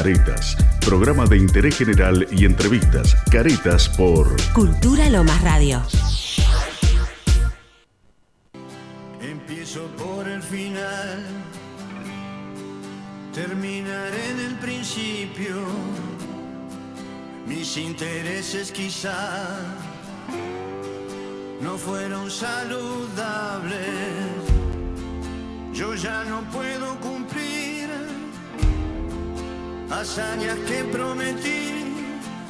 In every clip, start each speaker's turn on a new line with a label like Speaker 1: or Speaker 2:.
Speaker 1: Caretas, programa de interés general y entrevistas. Caretas por
Speaker 2: Cultura Lomas Radio.
Speaker 3: Empiezo por el final, terminaré en el principio. Mis intereses quizá no fueron saludables. Yo ya no puedo cumplir hazañas que prometí,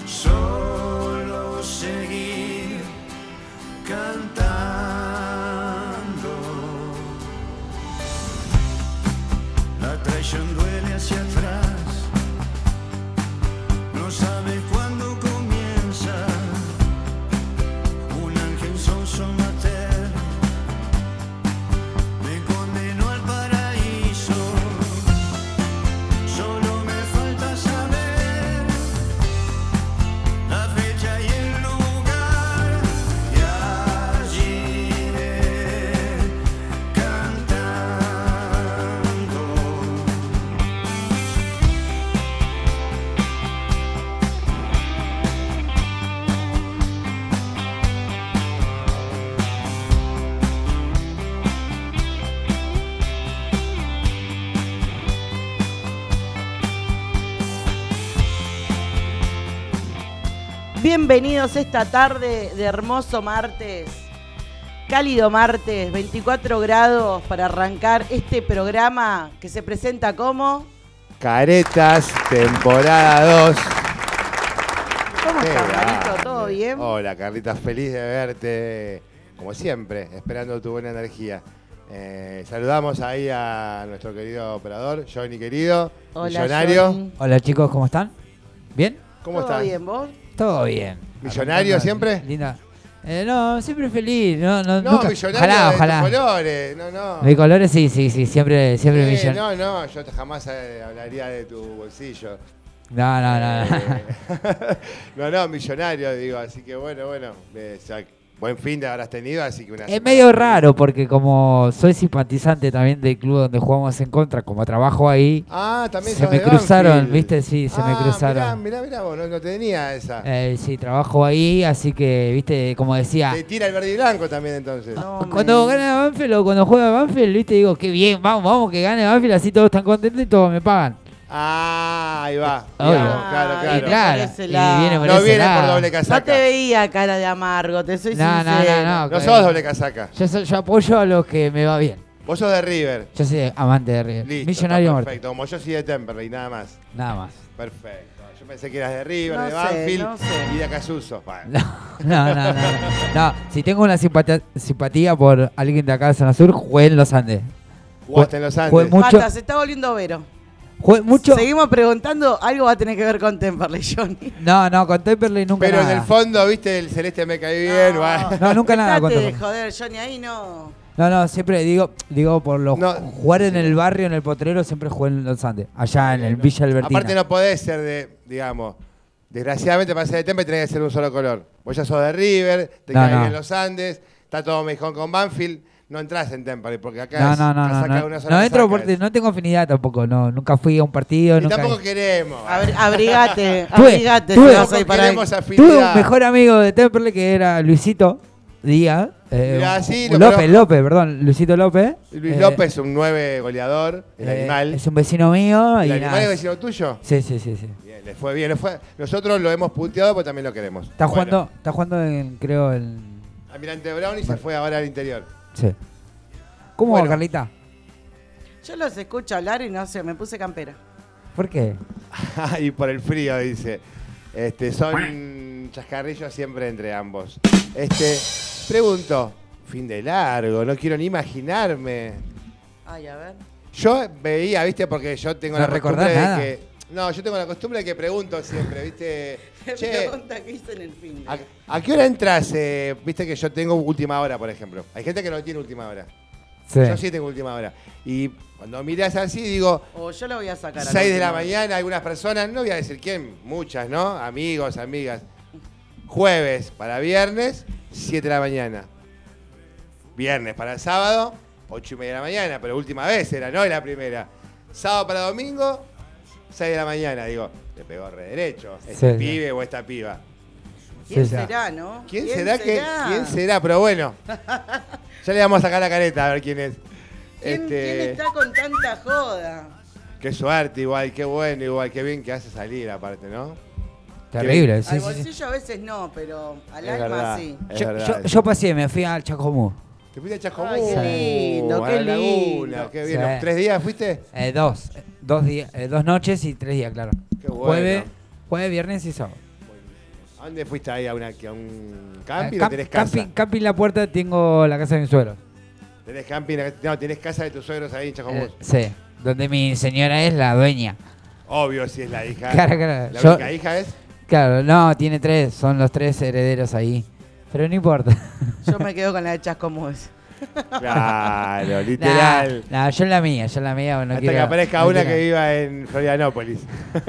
Speaker 3: solo seguir cantando. La traición duele hacia atrás, no sabe cuándo comienza. Un ángel sosomater me condenó al paraíso. Solo me falta saber la fecha y el lugar y allí iré cantando.
Speaker 4: Bienvenidos esta tarde de hermoso martes, cálido martes, 24 grados para arrancar este programa que se presenta como...
Speaker 5: Caretas, temporada 2.
Speaker 4: ¿Cómo estás, Marito? ¿Todo bien?
Speaker 5: Hola, Carlitas, feliz de verte, como siempre, esperando tu buena energía. Eh, saludamos ahí a nuestro querido operador, Johnny querido,
Speaker 4: Hola,
Speaker 5: millonario.
Speaker 4: Johnny.
Speaker 6: Hola chicos, ¿cómo están? ¿Bien?
Speaker 5: ¿Cómo
Speaker 4: ¿Todo
Speaker 5: estás?
Speaker 4: bien vos?
Speaker 6: Todo bien.
Speaker 5: ¿Millonario
Speaker 6: Arrancando,
Speaker 5: siempre?
Speaker 6: Linda. Eh, no, siempre feliz. No, no,
Speaker 5: No,
Speaker 6: nunca-
Speaker 5: millonario
Speaker 6: Ojalá,
Speaker 5: de
Speaker 6: ojalá.
Speaker 5: tus colores, no, no.
Speaker 6: De colores, sí, sí, sí. Siempre, siempre
Speaker 5: Eh,
Speaker 6: millon-
Speaker 5: no, no, yo jamás eh, hablaría de tu bolsillo.
Speaker 6: No, no, no. no.
Speaker 5: Eh, no, no, millonario, digo, así que bueno, bueno, eh, o sea, buen fin de habrás tenido, así que una
Speaker 6: Es
Speaker 5: semana-
Speaker 6: medio raro porque como soy simpatizante también del club donde jugamos en contra, como trabajo ahí,
Speaker 5: Ah, también
Speaker 6: se
Speaker 5: sos
Speaker 6: me
Speaker 5: de
Speaker 6: cruzaron,
Speaker 5: Banfield.
Speaker 6: ¿viste? Sí, se me
Speaker 5: Ah,
Speaker 6: cruzaron.
Speaker 5: Mirá, mirá, mirá vos, no, no tenía esa.
Speaker 6: eh, sí, trabajo ahí, así que, viste, como decía,
Speaker 5: Te tira el verde y blanco también entonces.
Speaker 4: No,
Speaker 6: Ah. cuando
Speaker 4: me-
Speaker 6: gana Banfield o cuando juega Banfield, viste, digo, qué bien, vamos, vamos, que gane Banfield, así todos están contentos y todos me pagan.
Speaker 5: Ah, ahí va.
Speaker 6: Eh, Obvio.
Speaker 5: Mirá vos, claro,
Speaker 4: Ah,
Speaker 5: claro.
Speaker 6: Y claro,
Speaker 4: Por ese
Speaker 6: y
Speaker 4: lado.
Speaker 6: viene por
Speaker 5: No
Speaker 6: ese
Speaker 5: viene por
Speaker 6: lado.
Speaker 5: doble
Speaker 4: No
Speaker 5: casaca.
Speaker 4: te veía cara de amargo, te soy
Speaker 6: No, no,
Speaker 4: sincero.
Speaker 6: no,
Speaker 5: No sos doble casaca.
Speaker 6: Yo, soy- yo apoyo a los que me va bien.
Speaker 5: Vos sos de River.
Speaker 6: Yo soy amante de River.
Speaker 5: Listo.
Speaker 6: Millonario
Speaker 5: está
Speaker 6: muerto.
Speaker 5: Perfecto, como yo soy de Temperley, nada más.
Speaker 6: Nada más.
Speaker 5: Perfecto. Yo pensé que eras de River,
Speaker 4: No
Speaker 5: de
Speaker 4: sé,
Speaker 5: Banfield
Speaker 4: no sé.
Speaker 5: y de Acasuso. Bueno.
Speaker 6: No, no, no, no. no. No, si tengo una simpatía, simpatía por alguien de acá de Zona Sur, jugué en los Andes.
Speaker 5: Jugaste en los Andes.
Speaker 6: Jugué mucho.
Speaker 4: Basta, se está volviendo vero.
Speaker 6: Jugué mucho.
Speaker 4: Seguimos preguntando, algo va a tener que ver con Temperley, Johnny.
Speaker 6: No, no, con Temperley nunca
Speaker 5: Pero en
Speaker 6: nada.
Speaker 5: el fondo, viste, el celeste me cae bien.
Speaker 4: No.
Speaker 5: bueno.
Speaker 6: No, nunca nada con
Speaker 4: Dejate de
Speaker 6: Temperley.
Speaker 4: joder, Johnny, ahí no.
Speaker 6: No, no, siempre digo, digo por los
Speaker 5: No.
Speaker 6: jugar en el barrio, en el potrero, siempre jugué en los Andes. Allá en el Villa Albertina.
Speaker 5: Aparte no podés ser de, digamos, desgraciadamente para ser de Tempe tenés que ser de un solo color. Vos ya sos de River, te
Speaker 6: No,
Speaker 5: caes
Speaker 6: no.
Speaker 5: bien los Andes, está todo mejor con Banfield, no entras en Temple porque acá
Speaker 6: no,
Speaker 5: es
Speaker 6: no, no, no,
Speaker 5: casaca de
Speaker 6: no,
Speaker 5: una
Speaker 6: no,
Speaker 5: sola
Speaker 6: entro
Speaker 5: casaca
Speaker 6: porque
Speaker 5: es.
Speaker 6: no tengo afinidad tampoco, no, nunca fui a un partido,
Speaker 5: Y
Speaker 6: nunca
Speaker 5: tampoco queremos.
Speaker 4: Abri- abrigate,
Speaker 6: Tuve-
Speaker 4: abrigate,
Speaker 6: tuve-
Speaker 4: te vas a
Speaker 5: Tampoco
Speaker 4: ir para ahí.
Speaker 5: queremos
Speaker 6: Tuve
Speaker 5: afinidad.
Speaker 6: un mejor amigo de Temperley que era Luisito Díaz. eh,
Speaker 5: Mirá,
Speaker 6: un-
Speaker 5: sí,
Speaker 6: un
Speaker 5: lo
Speaker 6: López,
Speaker 5: conozco.
Speaker 6: López, perdón, Luisito López.
Speaker 5: Luis
Speaker 6: Eh,
Speaker 5: López, un nueve goleador, el
Speaker 6: eh,
Speaker 5: animal.
Speaker 6: Es un vecino mío.
Speaker 5: ¿El
Speaker 6: y
Speaker 5: animal
Speaker 6: nada.
Speaker 5: es vecino tuyo?
Speaker 6: Sí, sí, sí. sí.
Speaker 5: Bien, le fue bien. le fue- Nosotros lo hemos puteado porque también lo queremos.
Speaker 6: Está,
Speaker 5: Bueno,
Speaker 6: jugando, está jugando en, creo, en.
Speaker 5: Almirante Brown y se fue ahora al interior.
Speaker 6: Sí. ¿Cómo
Speaker 5: Bueno.
Speaker 6: va, Carlita?
Speaker 4: Yo los escucho hablar y no sé, me puse campera.
Speaker 6: ¿Por qué?
Speaker 5: y por el frío, dice. Este, son chascarrillos siempre entre ambos. Este, pregunto, fin de largo, no quiero ni imaginarme.
Speaker 4: Ay, a ver.
Speaker 5: Yo veía, viste, porque yo tengo
Speaker 6: ¿No
Speaker 5: la costumbre
Speaker 6: recordás nada?
Speaker 5: de que. No, yo tengo la costumbre de que pregunto siempre, viste. Che,
Speaker 4: pregunta que hice en el fin.
Speaker 5: ¿a, a qué hora entras? eh? viste que yo tengo última hora, por ejemplo. Hay gente que no tiene última hora.
Speaker 6: Sí.
Speaker 5: Yo sí tengo última hora. Y cuando miras así, digo,
Speaker 4: O yo la voy a sacar. a
Speaker 5: 6 de la
Speaker 4: última.
Speaker 5: mañana, algunas personas, no voy a decir quién, muchas, ¿no? Amigos, amigas. Jueves para viernes, 7 de la mañana. Viernes para sábado, 8 y media de la mañana, pero última vez era, no es la primera. Sábado para domingo, 6 de la mañana, digo, le pegó re derecho.
Speaker 6: Sí,
Speaker 5: Este
Speaker 6: sí.
Speaker 5: pibe o esta piba.
Speaker 4: ¿Quién
Speaker 6: Sí, sí.
Speaker 4: será, no?
Speaker 5: ¿Quién, será, que.? ¿Quién será? Pero bueno. Ya le vamos a sacar la careta a ver quién es.
Speaker 4: ¿Quién-
Speaker 5: Este,
Speaker 4: quién está con tanta joda?
Speaker 5: Qué suerte, igual, qué bueno, igual, qué bien que hace salir, aparte, ¿no?
Speaker 6: Terrible, sí,
Speaker 4: al
Speaker 6: sí, sí.
Speaker 4: bolsillo a veces no, pero al
Speaker 5: Es
Speaker 4: alma
Speaker 5: verdad.
Speaker 4: sí.
Speaker 5: Es
Speaker 6: Yo,
Speaker 5: verdad,
Speaker 6: yo-
Speaker 5: es-
Speaker 6: yo pasé, me fui al Chacomú.
Speaker 5: Te fuiste a Chacomú.
Speaker 4: Ay, qué lindo,
Speaker 5: a
Speaker 4: qué
Speaker 5: la laguna,
Speaker 4: lindo.
Speaker 5: qué bien.
Speaker 6: Sí.
Speaker 5: ¿Los ¿Tres días fuiste?
Speaker 6: Eh, dos. eh, Dos, días, eh, dos noches y tres días, claro.
Speaker 5: Qué bueno.
Speaker 6: Jueves, jueves, viernes y sábado.
Speaker 5: ¿A dónde fuiste ahí? ¿A, una, a un
Speaker 6: Eh,
Speaker 5: camping o
Speaker 6: camp-
Speaker 5: tenés casa?
Speaker 6: camping, camping La Puerta tengo la casa de mi suegro.
Speaker 5: ¿Tenés camping? No, tenés casa de tus suegros ahí en Chacomú.
Speaker 6: Eh, sí, donde mi señora es la dueña.
Speaker 5: Obvio si es la hija.
Speaker 6: Claro, claro,
Speaker 5: La
Speaker 6: yo-
Speaker 5: única hija es.
Speaker 6: Claro, no, tiene tres, son los tres herederos ahí. Pero no importa.
Speaker 4: Yo me quedo con la de Chascomús.
Speaker 5: Claro, literal.
Speaker 6: Nah, nah, yo en la mía, yo en la mía. No
Speaker 5: Hasta
Speaker 6: quiero-
Speaker 5: que aparezca
Speaker 6: no
Speaker 5: una
Speaker 6: quiero-
Speaker 5: que viva en Florianópolis.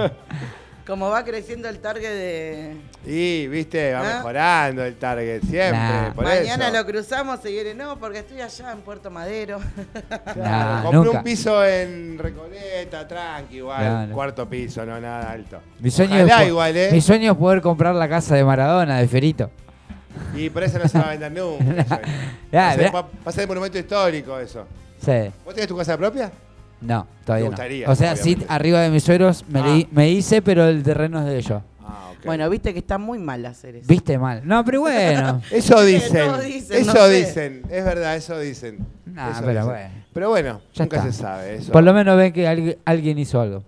Speaker 4: Como va creciendo el target de...
Speaker 5: Y, viste, va
Speaker 4: ¿Ah?
Speaker 5: mejorando el target siempre.
Speaker 6: Nah.
Speaker 5: Por
Speaker 4: Mañana
Speaker 5: eso.
Speaker 4: lo cruzamos y viene, no, porque estoy allá en Puerto Madero.
Speaker 6: Nah,
Speaker 5: Compré
Speaker 6: nunca.
Speaker 5: un piso en Recoleta, tranqui, igual.
Speaker 6: Claro.
Speaker 5: Cuarto piso, no nada alto.
Speaker 6: Mi sueño, es
Speaker 5: Ojalá
Speaker 6: po-
Speaker 5: igual, ¿eh?
Speaker 6: mi sueño es poder comprar la casa de Maradona, de Fierito.
Speaker 5: Y por eso no se va a vender nunca. eso.
Speaker 6: Ya,
Speaker 5: Va a ser-
Speaker 6: mirá.
Speaker 5: va, va a ser monumento histórico eso.
Speaker 6: Sí,
Speaker 5: ¿Vos tenés tu casa propia?
Speaker 6: no, todavía
Speaker 5: Te
Speaker 6: no.
Speaker 5: gustaría,
Speaker 6: O sea, sí,
Speaker 5: obviamente.
Speaker 6: arriba de mis sueros me,
Speaker 5: Ah.
Speaker 6: leí- me hice, pero el terreno es de ellos.
Speaker 5: Ah, ok.
Speaker 4: Bueno, viste que está muy mal hacer eso.
Speaker 6: Viste mal. No, pero bueno.
Speaker 5: Eso
Speaker 4: Sí,
Speaker 5: dicen,
Speaker 4: todos dicen,
Speaker 5: eso
Speaker 4: no sé.
Speaker 5: dicen, es verdad, eso dicen.
Speaker 6: Nah,
Speaker 5: Eso
Speaker 6: Ah, pero
Speaker 5: dicen.
Speaker 6: bueno.
Speaker 5: Pero bueno,
Speaker 6: Ya
Speaker 5: nunca
Speaker 6: está.
Speaker 5: se sabe eso.
Speaker 6: Por lo menos ven que alguien- alguien hizo algo.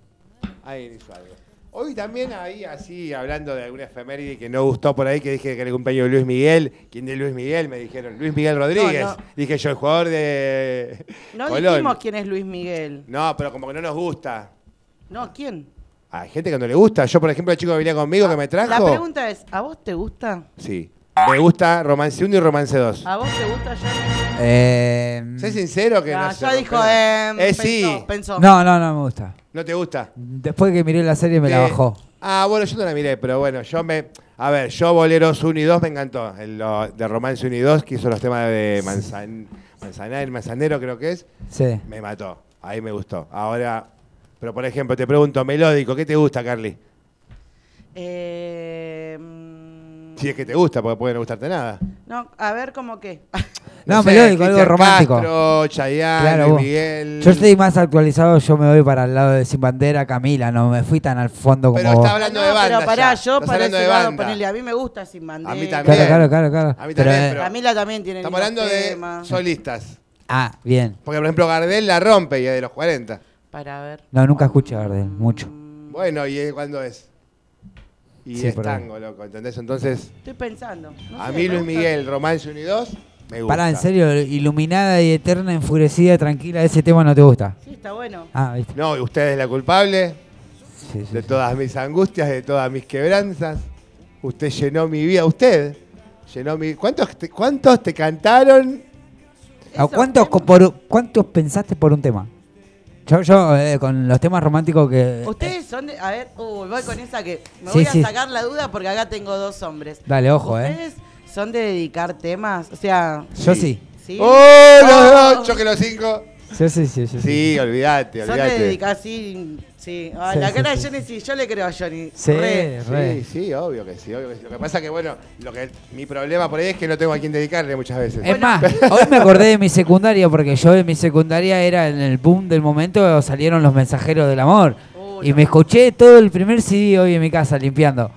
Speaker 5: Alguien hizo algo. Hoy también ahí, así, hablando de alguna efeméride que no gustó por ahí, que dije que era el cumpleaños de Luis Miguel. ¿Quién de Luis Miguel? Me dijeron, Luis Miguel Rodríguez.
Speaker 4: No, no.
Speaker 5: Dije yo, el jugador de
Speaker 4: No
Speaker 5: Colón.
Speaker 4: dijimos quién es Luis Miguel.
Speaker 5: No, pero como que no nos gusta.
Speaker 4: No, ¿quién?
Speaker 5: Hay gente que no le gusta. Yo, por ejemplo, el chico que venía conmigo, que me trajo.
Speaker 4: La pregunta es, ¿a vos te gusta?
Speaker 5: Sí. Me gusta Romance 1 y Romance 2.
Speaker 4: ¿A vos te gusta ya?
Speaker 6: Eh,
Speaker 5: Sé sincero que no,
Speaker 4: Ah,
Speaker 5: se
Speaker 4: ya dijo,
Speaker 5: rompe
Speaker 4: eh,
Speaker 5: nada. Eh, sí.
Speaker 4: pensó, pensó.
Speaker 6: no, no, no me gusta.
Speaker 5: No te gusta.
Speaker 6: Después que miré la serie me la
Speaker 5: Te-
Speaker 6: bajó.
Speaker 5: Ah, bueno, yo no la miré, pero bueno, yo me. A ver, yo Boleros 1 y 2 me encantó. El, lo- de Romance 1 y 2, que hizo los temas de Manzan, Manzanar, Manzanero, creo que es.
Speaker 6: Sí.
Speaker 5: Me mató. Ahí me gustó. Ahora. Pero por ejemplo, te pregunto, melódico, ¿qué te gusta, Carly?
Speaker 4: Eh, mm,
Speaker 5: Si es que te gusta, porque puede no gustarte nada.
Speaker 4: No, a ver, ¿cómo qué?
Speaker 6: No, melódico, algo
Speaker 5: Cristian
Speaker 6: romántico.
Speaker 5: Castro, Chayanne,
Speaker 6: Claro,
Speaker 5: Luis
Speaker 6: vos.
Speaker 5: Miguel.
Speaker 6: Yo estoy más actualizado, yo me voy para el lado de Sin Bandera, Camila, no me fui tan al fondo como
Speaker 5: Pero
Speaker 6: vos.
Speaker 5: está hablando
Speaker 4: No,
Speaker 5: de banda.
Speaker 4: Pero
Speaker 5: ya.
Speaker 4: pará, yo
Speaker 5: Estás
Speaker 4: para
Speaker 5: hablando
Speaker 4: ese
Speaker 5: de
Speaker 4: lado,
Speaker 5: banda.
Speaker 4: ponele, a mí me gusta Sin Bandera.
Speaker 5: también.
Speaker 6: Claro,
Speaker 5: Bien.
Speaker 6: claro, claro, claro.
Speaker 5: A mí
Speaker 6: Pero,
Speaker 5: también,
Speaker 6: eh,
Speaker 5: pero-
Speaker 4: Camila también tiene el
Speaker 5: Estamos
Speaker 4: mismo
Speaker 5: hablando de
Speaker 4: tema.
Speaker 5: solistas.
Speaker 6: Ah, bien.
Speaker 5: Porque, por ejemplo, Gardel la rompe y es de los 40.
Speaker 4: Para ver.
Speaker 6: No, nunca escuché a Gardel, mucho.
Speaker 5: Bueno, ¿y él cuándo es? Y
Speaker 6: Sí,
Speaker 5: es
Speaker 6: por ahí.
Speaker 5: tango, loco, ¿entendés? Entonces,
Speaker 4: Estoy pensando. no
Speaker 5: a
Speaker 4: sé,
Speaker 5: mí
Speaker 4: me
Speaker 5: Luis
Speaker 4: gusta.
Speaker 5: Miguel, Romance 1 y 2, me gusta.
Speaker 6: Pará, en serio, iluminada y eterna, enfurecida, tranquila, ese tema no te gusta.
Speaker 4: Sí, está bueno.
Speaker 6: Ah, viste.
Speaker 5: No, y usted es la culpable
Speaker 6: Sí, sí,
Speaker 5: de
Speaker 6: sí.
Speaker 5: todas mis angustias, de todas mis quebranzas. Usted llenó mi vida, usted llenó mi... ¿Cuántos te, cuántos te cantaron?
Speaker 6: ¿A Ah, cuántos,
Speaker 4: ¿eh?
Speaker 6: co- por- cuántos pensaste por un tema? Yo, yo eh, con los temas románticos que...
Speaker 4: Ustedes son de. A ver, uy, voy con esa que. Me
Speaker 6: Sí,
Speaker 4: voy
Speaker 6: sí.
Speaker 4: a sacar la duda porque acá tengo dos hombres.
Speaker 6: Dale, ojo, eh.
Speaker 4: ¿Ustedes son de dedicar temas? O sea.
Speaker 6: Yo sí.
Speaker 5: Sí.
Speaker 4: ¿Sí?
Speaker 5: ¡Oh, los
Speaker 4: Oh.
Speaker 5: dos! Choque los cinco.
Speaker 6: Sí, sí, sí. sí,
Speaker 5: Sí, olvídate,
Speaker 4: Son de
Speaker 5: olvídate.
Speaker 4: dedicar, sí. Sí. Ah,
Speaker 6: Sí,
Speaker 4: la
Speaker 6: sí,
Speaker 4: cara
Speaker 6: sí,
Speaker 4: de Johnny, sí. Yo le creo a Johnny.
Speaker 6: Sí,
Speaker 4: Re.
Speaker 6: re.
Speaker 5: Sí, sí, obvio que sí, obvio que sí. Lo que pasa que, bueno, lo que mi problema por ahí es que no tengo a quién dedicarle muchas veces.
Speaker 6: Es más, hoy me acordé de mi secundaria porque yo en mi secundaria era en el boom del momento, salieron los mensajeros del amor.
Speaker 4: Oh,
Speaker 6: y
Speaker 4: no.
Speaker 6: me escuché todo el primer CD hoy en mi casa limpiando.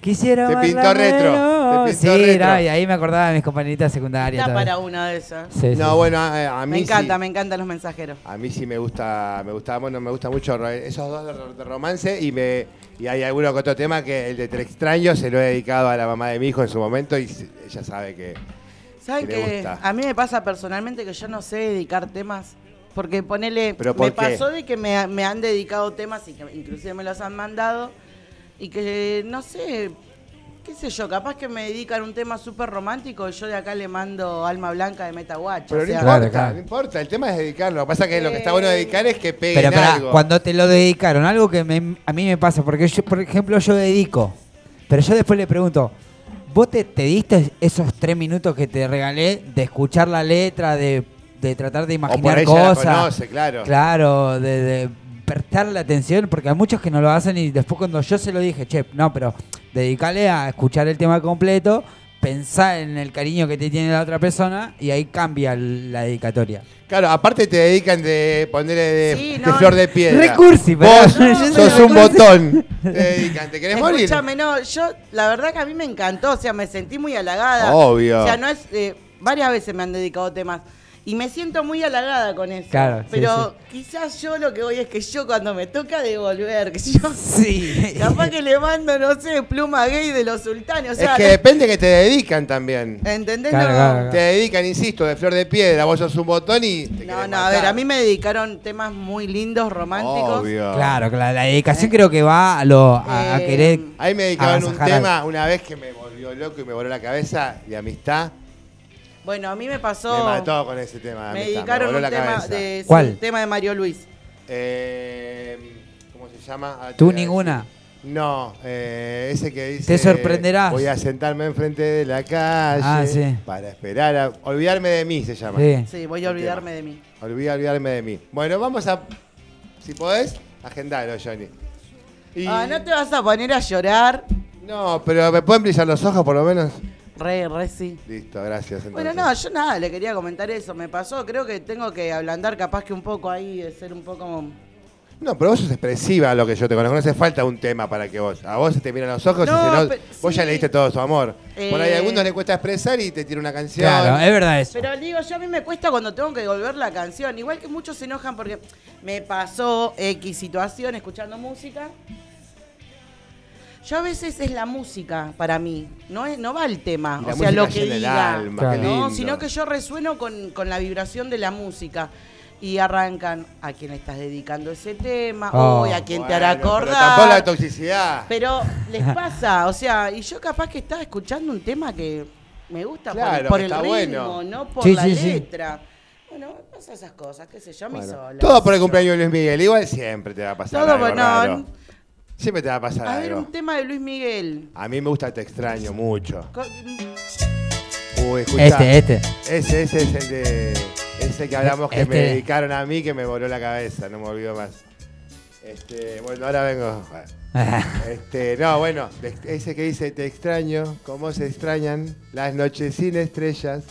Speaker 6: Quisiera
Speaker 5: Te
Speaker 6: bailar
Speaker 5: pintó retro,
Speaker 6: menos.
Speaker 5: te pintó
Speaker 6: sí,
Speaker 5: retro.
Speaker 6: no, y ahí me acordaba de mis compañeritas secundarias.
Speaker 4: Está
Speaker 6: todo.
Speaker 4: para una de esas.
Speaker 6: Sí, sí,
Speaker 5: No,
Speaker 6: sí.
Speaker 5: bueno, a, a mí
Speaker 4: Me encanta,
Speaker 5: sí.
Speaker 4: me encantan los mensajeros.
Speaker 5: A mí sí me gusta, me gusta, bueno, me gusta mucho ro- esos dos de, de romance y me y hay alguno que otro tema que el de Tres Extraños se lo he dedicado a la mamá de mi hijo en su momento y se- ella sabe que
Speaker 4: ¿Saben
Speaker 5: que
Speaker 4: que
Speaker 5: le gusta.
Speaker 4: A mí me pasa personalmente que yo no sé dedicar temas. Porque ponele.
Speaker 5: ¿Pero por
Speaker 4: me
Speaker 5: qué?
Speaker 4: pasó de que me, me han dedicado temas y que inclusive me los han mandado. Y que no sé. ¿Qué sé yo? Capaz que me dedican un tema súper romántico y yo de acá le mando Alma Blanca de Metaguacho.
Speaker 5: pero
Speaker 4: o
Speaker 5: no
Speaker 4: sea,
Speaker 5: importa,
Speaker 6: Claro, claro.
Speaker 5: no importa, el tema es dedicarlo. Lo que pasa que lo que está bueno dedicar es que peguen
Speaker 6: Pero pará,
Speaker 5: algo.
Speaker 6: cuando te lo dedicaron, algo que me- a mí me pasa, porque yo, por ejemplo, yo dedico, pero yo después le pregunto, ¿vos te, te diste esos tres minutos que te regalé de escuchar la letra, de, de tratar de
Speaker 5: o por
Speaker 6: imaginar
Speaker 5: ella la
Speaker 6: cosas?
Speaker 5: conoce, claro.
Speaker 6: Claro, de, de despertar la atención, porque hay muchos que no lo hacen y después cuando yo se lo dije, che, no, pero dedícale a escuchar el tema completo, pensar en el cariño que te tiene la otra persona y ahí cambia l- la dedicatoria.
Speaker 5: Claro, aparte te dedican de ponerle de,
Speaker 4: Sí,
Speaker 5: de
Speaker 4: no,
Speaker 5: flor de piedra.
Speaker 6: Recursi, pero-
Speaker 5: Vos
Speaker 6: No, yo
Speaker 5: sos
Speaker 6: soy
Speaker 5: un
Speaker 6: recursi.
Speaker 5: botón. Te dedican, ¿te querés morir?
Speaker 4: Escúchame, no, yo la verdad que a mí me encantó, o sea, me sentí muy halagada.
Speaker 5: Obvio.
Speaker 4: O sea, no es. eh, varias veces me han dedicado temas. Y me siento muy halagada con eso.
Speaker 6: Claro, sí,
Speaker 4: Pero quizás yo lo que voy es que yo cuando me toca devolver, que yo.
Speaker 6: Sí.
Speaker 4: Capaz que le mando, no sé, pluma gay de los sultanes. O sea,
Speaker 5: es que depende que te dedican también.
Speaker 4: ¿entendés?
Speaker 6: Claro,
Speaker 4: No.
Speaker 6: claro,
Speaker 5: Te dedican, insisto, de flor de piedra. Vos sos un botón y. Te
Speaker 4: No,
Speaker 5: querés
Speaker 4: no, a ver,
Speaker 5: matar.
Speaker 4: a mí me dedicaron temas muy lindos, románticos.
Speaker 5: Obvio.
Speaker 6: Claro, claro, la dedicación creo que va a, lo, a, a
Speaker 4: Eh,
Speaker 6: querer...
Speaker 5: Ahí me dedicaban un
Speaker 6: agasajar al-
Speaker 5: tema una vez que me volvió loco y me voló la cabeza de amistad.
Speaker 4: Bueno, a mí me pasó.
Speaker 5: Me mató con ese tema. de
Speaker 4: Me
Speaker 5: amistad,
Speaker 4: dedicaron
Speaker 5: voló
Speaker 4: un
Speaker 5: la
Speaker 4: tema
Speaker 5: cabeza.
Speaker 4: de, sí,
Speaker 6: ¿Cuál?
Speaker 4: un tema de Mario Luis.
Speaker 5: Eh, ¿Cómo se llama? Ah, te
Speaker 6: Tú
Speaker 5: voy a
Speaker 6: ninguna.
Speaker 5: decir. No, eh, ese que dice.
Speaker 6: Te sorprenderás.
Speaker 5: Voy a sentarme enfrente de la calle.
Speaker 6: Ah, sí.
Speaker 5: Para esperar a. Olvidarme de mí se llama.
Speaker 6: Sí.
Speaker 4: Sí, voy a
Speaker 5: Un
Speaker 4: olvidarme
Speaker 5: tema.
Speaker 4: de mí.
Speaker 5: Olvida, olvidarme de mí. Bueno, vamos a. Si podés, agendalo, Johnny. Y-
Speaker 4: Ah, no te vas a poner a llorar.
Speaker 5: No, pero ¿me pueden brillar los ojos por lo menos?
Speaker 4: Re, re, sí.
Speaker 5: Listo, gracias. entonces.
Speaker 4: Bueno, no, yo nada, le quería comentar eso. Me pasó, creo que tengo que ablandar capaz que un poco ahí, de ser un poco...
Speaker 5: No, pero vos sos expresiva a lo que yo te conozco. No hace falta un tema para que vos. A vos se te miran los ojos
Speaker 4: No,
Speaker 5: y se no-
Speaker 4: pero-
Speaker 5: vos ya
Speaker 4: sí.
Speaker 5: le diste todo su amor. Por ahí a
Speaker 4: Eh.
Speaker 5: algunos le cuesta expresar y te tira una canción.
Speaker 6: Claro, es verdad eso.
Speaker 4: Pero digo, yo a mí me cuesta cuando tengo que devolver la canción. Igual que muchos se enojan porque me pasó X situación escuchando música. Yo a veces es la música para mí, no, es, no va el tema,
Speaker 5: Y la
Speaker 4: o sea,
Speaker 5: música
Speaker 4: lo que
Speaker 5: llena el
Speaker 4: diga.
Speaker 5: alma,
Speaker 6: Claro.
Speaker 5: qué lindo.
Speaker 4: No, sino que yo resueno con, con la vibración de la música. Y arrancan a quien estás dedicando ese tema,
Speaker 6: Oh.
Speaker 4: uy, a quien
Speaker 5: Bueno,
Speaker 4: te hará
Speaker 5: pero
Speaker 4: acordar.
Speaker 5: Tampoco la toxicidad.
Speaker 4: Pero les pasa, o sea, y yo capaz que estaba escuchando un tema que me gusta por-
Speaker 5: Claro,
Speaker 4: por, el
Speaker 5: está
Speaker 4: ritmo,
Speaker 5: bueno.
Speaker 4: no por
Speaker 6: Sí,
Speaker 4: la
Speaker 6: sí, sí.
Speaker 4: letra. Bueno, me pasa esas cosas, qué sé yo, me
Speaker 5: Bueno,
Speaker 4: sola.
Speaker 5: todo por el cumpleaños de Luis Miguel. Igual siempre te va a pasar
Speaker 4: Todo
Speaker 5: algo
Speaker 4: por- no,
Speaker 5: raro.
Speaker 4: n-
Speaker 5: Siempre te va a pasar
Speaker 4: A ver,
Speaker 5: algo.
Speaker 4: un tema de Luis Miguel.
Speaker 5: A mí me gusta Te Extraño mucho.
Speaker 4: Co- mm.
Speaker 5: Uy, escuchá.
Speaker 6: Este, este.
Speaker 5: Ese, ese es el de. Ese que hablamos que me
Speaker 6: Este.
Speaker 5: dedicaron a mí que me voló la cabeza, no me olvido más. Este, bueno, ahora vengo. Este, no, bueno, de- ese que dice te extraño, cómo se extrañan las noches sin estrellas,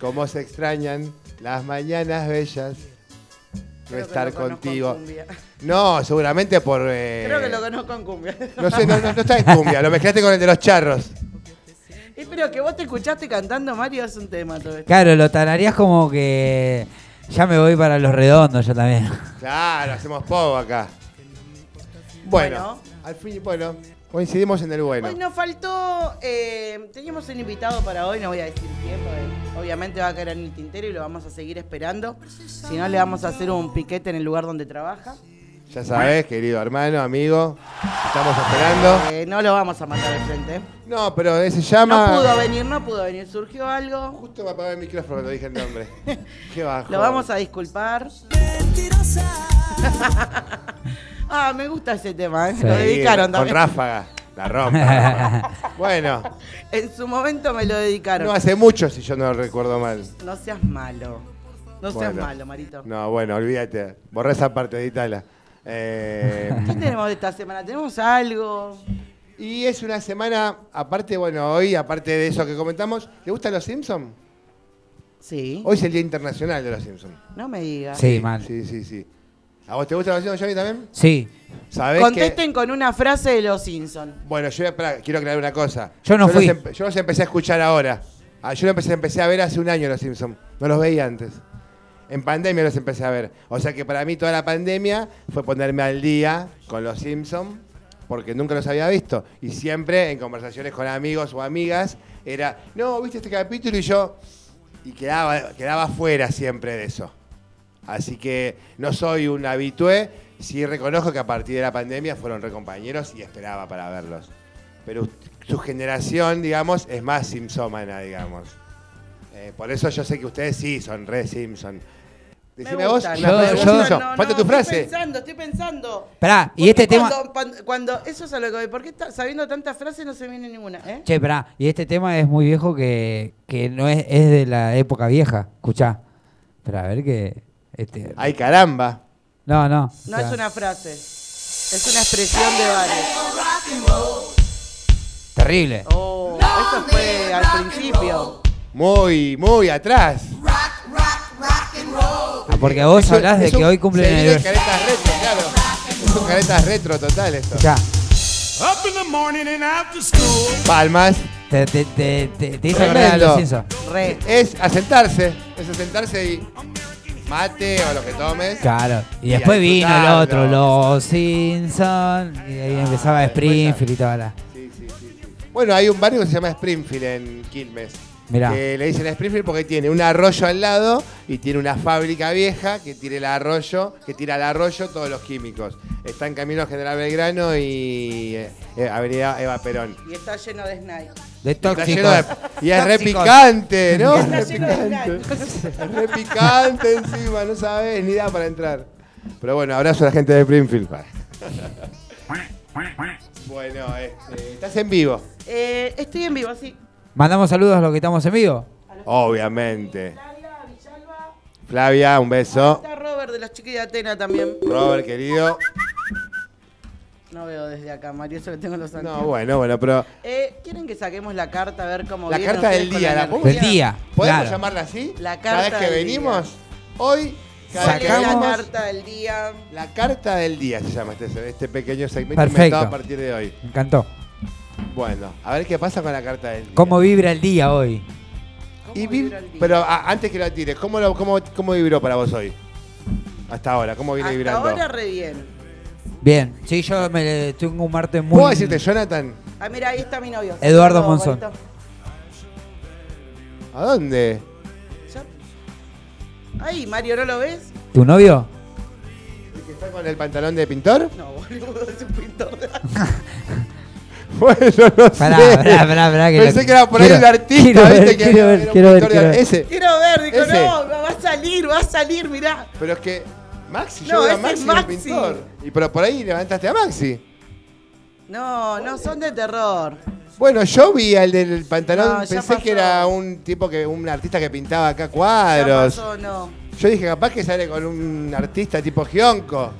Speaker 5: cómo se extrañan las mañanas bellas, no
Speaker 4: creo que
Speaker 5: estar
Speaker 4: lo conozco en
Speaker 5: contigo.
Speaker 4: cumbia.
Speaker 5: No, seguramente por. eh,
Speaker 4: Creo que lo conozco en cumbia.
Speaker 5: no sé, no, no- no está en cumbia, lo mezclaste con el de los charros.
Speaker 4: Eh, pero que vos te escuchaste cantando, Mario, es un tema todo esto.
Speaker 6: Claro, lo tararías como que ya me voy para los redondos yo también.
Speaker 5: Claro, hacemos poco acá. Bueno,
Speaker 4: Bueno.
Speaker 5: al fin, bueno, coincidimos en el bueno.
Speaker 4: Hoy nos faltó, eh, teníamos un invitado para hoy, no voy a decir quién, porque obviamente va a caer en el tintero y lo vamos a seguir esperando. Si no, le vamos a hacer un piquete en el lugar donde trabaja.
Speaker 5: Ya sabés, querido hermano, amigo, estamos esperando.
Speaker 4: Eh, no lo vamos a matar de frente.
Speaker 5: No, pero ese
Speaker 4: No
Speaker 5: llama.
Speaker 4: pudo venir, no pudo venir, surgió algo.
Speaker 5: Justo me apagó el micrófono cuando dije el nombre. Qué bajo.
Speaker 4: Lo vamos a disculpar. Ah, me gusta ese tema, ¿eh?
Speaker 6: Sí.
Speaker 4: lo dedicaron
Speaker 5: Con
Speaker 4: también.
Speaker 5: ráfaga. La rompa. bueno,
Speaker 4: En su momento me lo dedicaron.
Speaker 5: no hace mucho si yo no recuerdo mal.
Speaker 4: No seas malo. No seas
Speaker 5: Bueno.
Speaker 4: malo, Marito.
Speaker 5: No, bueno, olvídate. Borré esa parte de Itala. Eh,
Speaker 4: ¿Qué tenemos de esta semana? ¿Tenemos algo?
Speaker 5: y es una semana, aparte, bueno, hoy, aparte de eso que comentamos, ¿te gustan los Simpsons?
Speaker 4: Sí.
Speaker 5: Hoy es el Día Internacional de los Simpsons.
Speaker 4: No me digas.
Speaker 6: Sí, mal. Sí.
Speaker 5: Sí, sí, sí. ¿A vos te gustan los Simpsons, Johnny, también? ¿Sabés que...
Speaker 4: Contesten con una frase de los Simpson.
Speaker 5: Bueno, yo pará, quiero aclarar una cosa.
Speaker 6: Yo no fui.
Speaker 5: Los empe- yo los empecé a escuchar ahora. Ah, Yo los empecé, empecé a ver hace un año los Simpsons. No los veía antes. En pandemia los empecé a ver. O sea que para mí toda la pandemia fue ponerme al día con los Simpsons porque nunca los había visto. Y siempre en conversaciones con amigos o amigas era, no, ¿viste este capítulo? Y yo... Y quedaba, quedaba fuera siempre de eso. Así que no soy un habitué, sí reconozco que a partir de la pandemia fueron recompañeros y esperaba para verlos. Pero ust- su generación, digamos, es más Simpsomana, digamos. Eh, por eso yo sé que ustedes sí son re Simpson. Decime vos,
Speaker 4: gusta,
Speaker 5: una
Speaker 4: no,
Speaker 5: frase de
Speaker 4: me
Speaker 5: los
Speaker 6: yo-
Speaker 4: gusta,
Speaker 5: Simpson.
Speaker 4: no,
Speaker 5: Falta
Speaker 4: no,
Speaker 5: tu
Speaker 4: Estoy
Speaker 5: frase.
Speaker 4: pensando, estoy pensando.
Speaker 6: Pará, y este tema.
Speaker 4: cuando, Cuando, eso es a lo que voy. ¿Por qué está- sabiendo tantas frases no se viene ninguna? ¿eh?
Speaker 6: Che, pará, y este tema es muy viejo que, que no es, es de la época vieja. Escuchá. Pero a ver que. Este,
Speaker 5: Ay, caramba.
Speaker 6: No, no.
Speaker 4: No
Speaker 6: o sea,
Speaker 4: es una frase, es una expresión de bares.
Speaker 6: Terrible.
Speaker 4: Oh, eso fue al principio.
Speaker 5: Muy, muy atrás.
Speaker 6: Ah, porque vos
Speaker 5: Eso-
Speaker 6: hablás de
Speaker 5: eso
Speaker 6: que hoy
Speaker 5: se
Speaker 6: cumplen el
Speaker 5: viene
Speaker 6: aniversario.
Speaker 5: caretas retro, claro. Son caretas retro total esto.
Speaker 6: Ya.
Speaker 7: Up in the morning and after school.
Speaker 5: Palmas.
Speaker 6: Te, te, te, te, te hizo acordar a
Speaker 5: Tremendo.
Speaker 6: los Simpsons.
Speaker 4: Re.
Speaker 5: Es asentarse. Es asentarse y. Mate o lo que tomes.
Speaker 6: Claro. Y
Speaker 5: Y
Speaker 6: después
Speaker 5: a
Speaker 6: vino el otro,
Speaker 5: disfrutarlo.
Speaker 6: los Simpsons. Y ahí empezaba
Speaker 5: Ah, después
Speaker 6: Springfield y toda la.
Speaker 5: Sí, sí, sí, sí. Bueno, hay un barrio que se llama Springfield en Quilmes.
Speaker 6: Mirá.
Speaker 5: Que le dicen Springfield porque tiene un arroyo al lado y tiene una fábrica vieja que tira el arroyo, que tira al arroyo todos los químicos. Está en camino a General Belgrano y eh, eh, Avenida Eva Perón.
Speaker 4: Y está lleno de Snake.
Speaker 6: De
Speaker 5: Está
Speaker 6: tóxicos.
Speaker 5: lleno de- y es re
Speaker 6: Tóxicos.
Speaker 5: picante, ¿no?
Speaker 4: Está
Speaker 5: Re
Speaker 4: lleno de
Speaker 5: picante. Es re picante encima, no sabes ni da para entrar. Pero bueno, abrazo a la gente de Springfield. Bueno, este, estás en vivo.
Speaker 4: Eh, estoy en vivo, sí.
Speaker 6: Mandamos saludos a los que estamos en vivo.
Speaker 5: Oh. Obviamente.
Speaker 4: Flavia Villalba.
Speaker 5: Flavia, un beso.
Speaker 4: Está Robert de los chiquis de Atena también.
Speaker 5: Robert, querido.
Speaker 4: No veo desde acá, Mario, eso que tengo en los anteojos.
Speaker 5: No, bueno, bueno, pero.
Speaker 4: Eh, ¿Quieren que saquemos la carta a ver cómo
Speaker 5: La
Speaker 4: vienen
Speaker 5: carta
Speaker 4: ustedes
Speaker 5: del
Speaker 4: con
Speaker 5: día, ¿la
Speaker 4: energía?
Speaker 5: podemos-
Speaker 6: Del día.
Speaker 5: ¿Podemos
Speaker 6: claro.
Speaker 5: llamarla así?
Speaker 4: La
Speaker 5: Cada vez
Speaker 4: carta
Speaker 5: que
Speaker 4: del
Speaker 5: venimos,
Speaker 4: día.
Speaker 5: hoy, cada vez
Speaker 4: ¿Cuál
Speaker 5: que
Speaker 4: es la
Speaker 5: venimos,
Speaker 4: carta del día?
Speaker 5: la carta del día se llama este, este pequeño segmento
Speaker 6: Perfecto.
Speaker 5: inventado a partir de hoy.
Speaker 6: Me encantó.
Speaker 5: Bueno, a ver qué pasa con la carta del día.
Speaker 6: ¿Cómo vibra el día hoy?
Speaker 5: Y
Speaker 4: ¿Cómo
Speaker 5: vi-
Speaker 4: vibra el día?
Speaker 5: Pero ah, antes que la tires, ¿cómo, lo- cómo, ¿cómo vibró para vos hoy? Hasta ahora, ¿cómo viene
Speaker 4: Hasta
Speaker 5: vibrando?
Speaker 4: ahora re bien.
Speaker 6: Bien. Sí, yo me tengo un martes muy.
Speaker 5: ¿Puedo decirte, Jonathan?
Speaker 4: Ah, mira, ahí está mi novio.
Speaker 6: Eduardo
Speaker 4: Saludos,
Speaker 6: Monzón.
Speaker 4: Roberto.
Speaker 5: ¿A dónde?
Speaker 4: Ya. Ay, Mario, ¿no lo ves?
Speaker 6: ¿Tu novio?
Speaker 5: ¿El que está con el pantalón de pintor?
Speaker 4: No, boludo, es un pintor.
Speaker 5: Bueno, no
Speaker 6: Pará,
Speaker 5: sé.
Speaker 6: pará, pará, pará, que
Speaker 5: Pensé
Speaker 6: lo-
Speaker 5: que era por ahí
Speaker 6: quiero-
Speaker 5: un artista,
Speaker 6: quiero
Speaker 5: ¿viste?
Speaker 6: ver,
Speaker 5: que
Speaker 6: quiero ver,
Speaker 5: un
Speaker 6: quiero ver,
Speaker 5: pintor de-
Speaker 6: quiero ver.
Speaker 5: Ese.
Speaker 4: Quiero ver, digo,
Speaker 5: Ese.
Speaker 4: no, va a salir, va a salir, mirá.
Speaker 5: Pero es que Maxi, yo
Speaker 4: No,
Speaker 5: veo a
Speaker 4: ese
Speaker 5: Maxi,
Speaker 4: es
Speaker 5: un
Speaker 4: Maxi.
Speaker 5: pintor. Y pero por ahí levantaste a Maxi.
Speaker 4: No, no, son de terror.
Speaker 5: Bueno, yo vi al del pantalón,
Speaker 4: No, ya
Speaker 5: pensé que
Speaker 4: pasó.
Speaker 5: era un tipo que, un artista que pintaba acá cuadros.
Speaker 4: Ya pasó, no.
Speaker 5: Yo dije, capaz que sale con un artista tipo Gionco.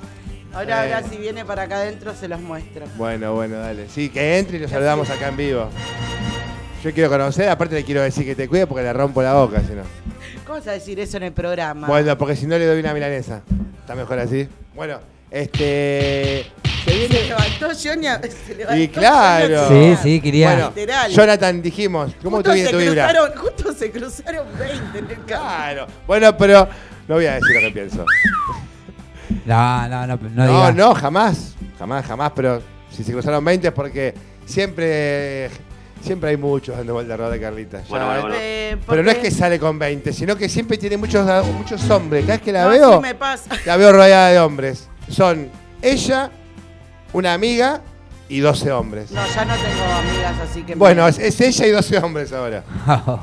Speaker 4: Ahora,
Speaker 5: Eh.
Speaker 4: ahora si viene para acá adentro se los muestro.
Speaker 5: Bueno, bueno, dale. Sí, que entre y lo saludamos acá en vivo. Yo quiero conocer, aparte le quiero decir que te cuide porque le rompo la boca, si no.
Speaker 4: ¿Cómo vas a decir eso en el programa?
Speaker 5: Bueno, porque si no le doy una milanesa. Está mejor así. Bueno, este. Se
Speaker 4: Se
Speaker 5: viene.
Speaker 4: levantó Johnny. a- se levantó
Speaker 5: Y claro.
Speaker 6: Sí, sí, quería.
Speaker 5: Bueno,
Speaker 4: Literal.
Speaker 5: Jonathan, dijimos, ¿cómo
Speaker 4: Justo
Speaker 5: te viene
Speaker 4: se
Speaker 5: tu vibra?
Speaker 4: cruzaron, justo se cruzaron 20 en el campo.
Speaker 5: Claro. Bueno, pero no voy a decir lo que pienso.
Speaker 6: No, no, no, no
Speaker 5: No,
Speaker 6: digas.
Speaker 5: no, jamás. Jamás, jamás, pero si se cruzaron 20 es porque siempre. Siempre hay muchos dando vuelta alrededor de Carlita. Ya,
Speaker 4: Eh,
Speaker 5: Pero no es
Speaker 4: porque-
Speaker 5: que sale con 20, sino que siempre tiene muchos, muchos hombres. Cada vez que la
Speaker 4: No,
Speaker 5: veo,
Speaker 4: sí me pasa.
Speaker 5: la veo rodeada de hombres. Son ella, una amiga y 12 hombres.
Speaker 4: No, ya no tengo amigas, así que. me-
Speaker 5: Bueno, es, es ella y 12 hombres ahora.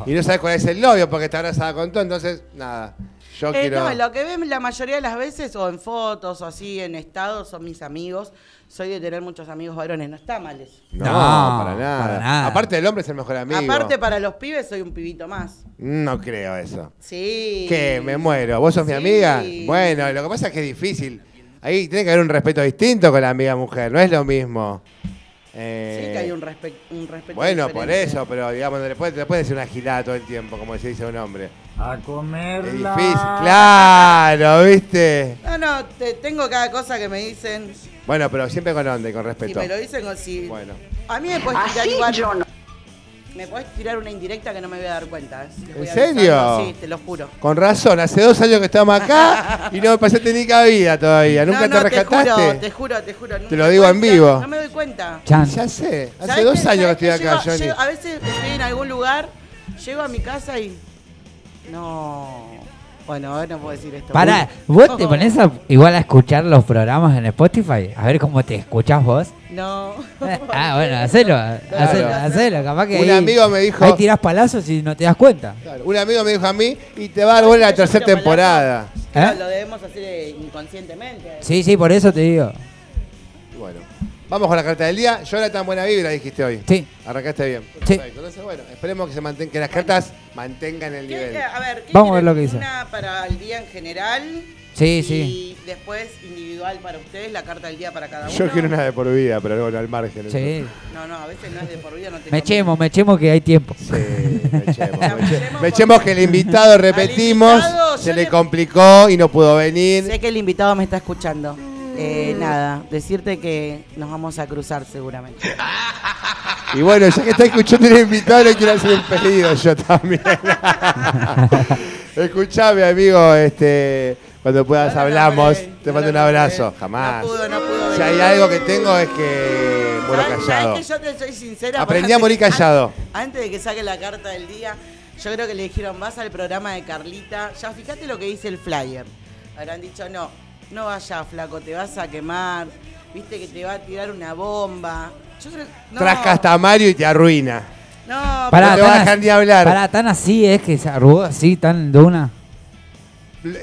Speaker 5: Y no sabes cuál es el novio porque está abrazada con todo, entonces, nada. Yo
Speaker 4: Eh,
Speaker 5: quiero.
Speaker 4: no, lo que ven la mayoría de las veces, o en fotos, o así, en estados, son mis amigos. Soy de tener muchos amigos varones, no está mal eso.
Speaker 5: No,
Speaker 6: No,
Speaker 5: para, nada.
Speaker 6: para nada.
Speaker 5: Aparte, el hombre es el mejor amigo.
Speaker 4: Aparte, para los pibes, soy un pibito más.
Speaker 5: No creo eso.
Speaker 4: Sí.
Speaker 5: Que me muero. ¿Vos sos mi
Speaker 4: Sí.
Speaker 5: amiga? Bueno, lo que pasa es que es difícil. Ahí tiene que haber un respeto distinto con la amiga mujer, no es lo mismo.
Speaker 4: Sí,
Speaker 5: Eh,
Speaker 4: que hay un, respe- un respeto.
Speaker 5: Bueno, por
Speaker 4: diferente.
Speaker 5: eso, pero digamos, no le puede, le puede decir una gilada todo el tiempo, como se dice a un hombre.
Speaker 7: A
Speaker 5: Es
Speaker 7: comerla.
Speaker 5: difícil, claro, ¿viste?
Speaker 4: No, no, te- tengo cada cosa que me dicen.
Speaker 5: Bueno, pero siempre con onda y con
Speaker 4: Y
Speaker 5: respeto.
Speaker 4: me lo dicen con si.
Speaker 5: Bueno.
Speaker 4: A mí me puedes tirar igual. Me puedes tirar una indirecta que no me voy a dar cuenta. ¿eh? Les voy
Speaker 5: ¿En serio?
Speaker 4: avisando, Sí, te lo juro.
Speaker 5: Con razón, hace dos años que estamos acá y no me pasaste ni cabida todavía. ¿Nunca
Speaker 4: no, no,
Speaker 5: te rescataste?
Speaker 4: juro, te juro, te juro. nunca
Speaker 5: lo digo
Speaker 4: me
Speaker 5: en
Speaker 4: doy
Speaker 5: vivo.
Speaker 4: cuenta, No me doy cuenta.
Speaker 6: Chan.
Speaker 5: Ya sé, hace
Speaker 4: ¿Sabés
Speaker 5: dos
Speaker 4: qué?
Speaker 5: años que
Speaker 4: ¿Sabés
Speaker 5: estoy
Speaker 4: qué?
Speaker 5: acá,
Speaker 4: Llego-
Speaker 5: Johnny.
Speaker 4: llego- a veces estoy en algún lugar, llego a mi casa y. No. Bueno, ahora no puedo decir esto.
Speaker 6: Pará, vos te pones a- igual a escuchar los programas en Spotify, a ver cómo te escuchás vos.
Speaker 4: No.
Speaker 6: Ah, bueno, hacelo, hacelo, hacelo, capaz que
Speaker 5: Un
Speaker 6: ahí-
Speaker 5: amigo me dijo-
Speaker 6: Ahí tirás palazos y no te das cuenta.
Speaker 5: Claro, Un amigo me dijo a mí y te va a dar bola la
Speaker 4: Yo
Speaker 5: tercera
Speaker 4: tiro
Speaker 5: temporada.
Speaker 4: palazo. Claro,
Speaker 6: ¿Eh?
Speaker 4: Lo debemos hacer eh, inconscientemente.
Speaker 6: Sí, sí, por eso te digo.
Speaker 5: Bueno, vamos con la carta del día. Jonathan, buena vibra dijiste hoy.
Speaker 6: Sí.
Speaker 5: Arrancaste bien.
Speaker 6: Sí.
Speaker 5: Perfecto. Entonces, bueno, esperemos que, se manten- que las cartas mantengan el
Speaker 4: ¿Qué-
Speaker 5: nivel.
Speaker 4: a ver, ¿qué
Speaker 6: Vamos a ver
Speaker 4: quieren?
Speaker 6: lo que dice.
Speaker 4: Una para el día en general.
Speaker 6: Sí,
Speaker 4: y
Speaker 6: sí.
Speaker 4: después, individual para ustedes, la carta del día para cada uno.
Speaker 5: Yo quiero una de por vida, pero bueno, al margen.
Speaker 6: Sí.
Speaker 4: No, no, a veces no es de por vida, no te
Speaker 6: Me echemos, me echemos que hay tiempo.
Speaker 5: Sí, me echemos, me eche-
Speaker 4: Llamemos
Speaker 5: me echemos que el invitado, repetimos,
Speaker 4: invitado,
Speaker 5: se
Speaker 4: yo
Speaker 5: le
Speaker 4: le-
Speaker 5: complicó y no pudo venir.
Speaker 4: Sé que el invitado me está escuchando. Eh, nada, decirte que nos vamos a cruzar seguramente.
Speaker 5: Y bueno, ya que está escuchando el invitado, le quiero hacer un pedido yo también. Escuchame, amigo, este, cuando puedas hablamos. Te mando un abrazo. Jamás.
Speaker 4: No pudo, no pudo.
Speaker 5: Si hay algo que tengo es que muero callado.
Speaker 4: ¿Sabes que yo te soy sincera?
Speaker 5: Aprendí
Speaker 4: Porque
Speaker 5: a morir
Speaker 4: antes que-
Speaker 5: callado.
Speaker 4: an- Antes de que saque la carta del día, yo creo que le dijeron, vas al programa de Carlita. Ya fíjate lo que dice el flyer. Habrán dicho, no, no vayas, flaco, te vas a quemar. Viste que te va a tirar una bomba. Yo creo no,
Speaker 5: Trasca hasta Mario y te arruina.
Speaker 4: No,
Speaker 5: Pará.
Speaker 4: pero-
Speaker 5: te va a
Speaker 6: tan
Speaker 5: dejar
Speaker 6: as-
Speaker 5: ni hablar.
Speaker 6: Pará, tan así es que se arrugó así, tan de una.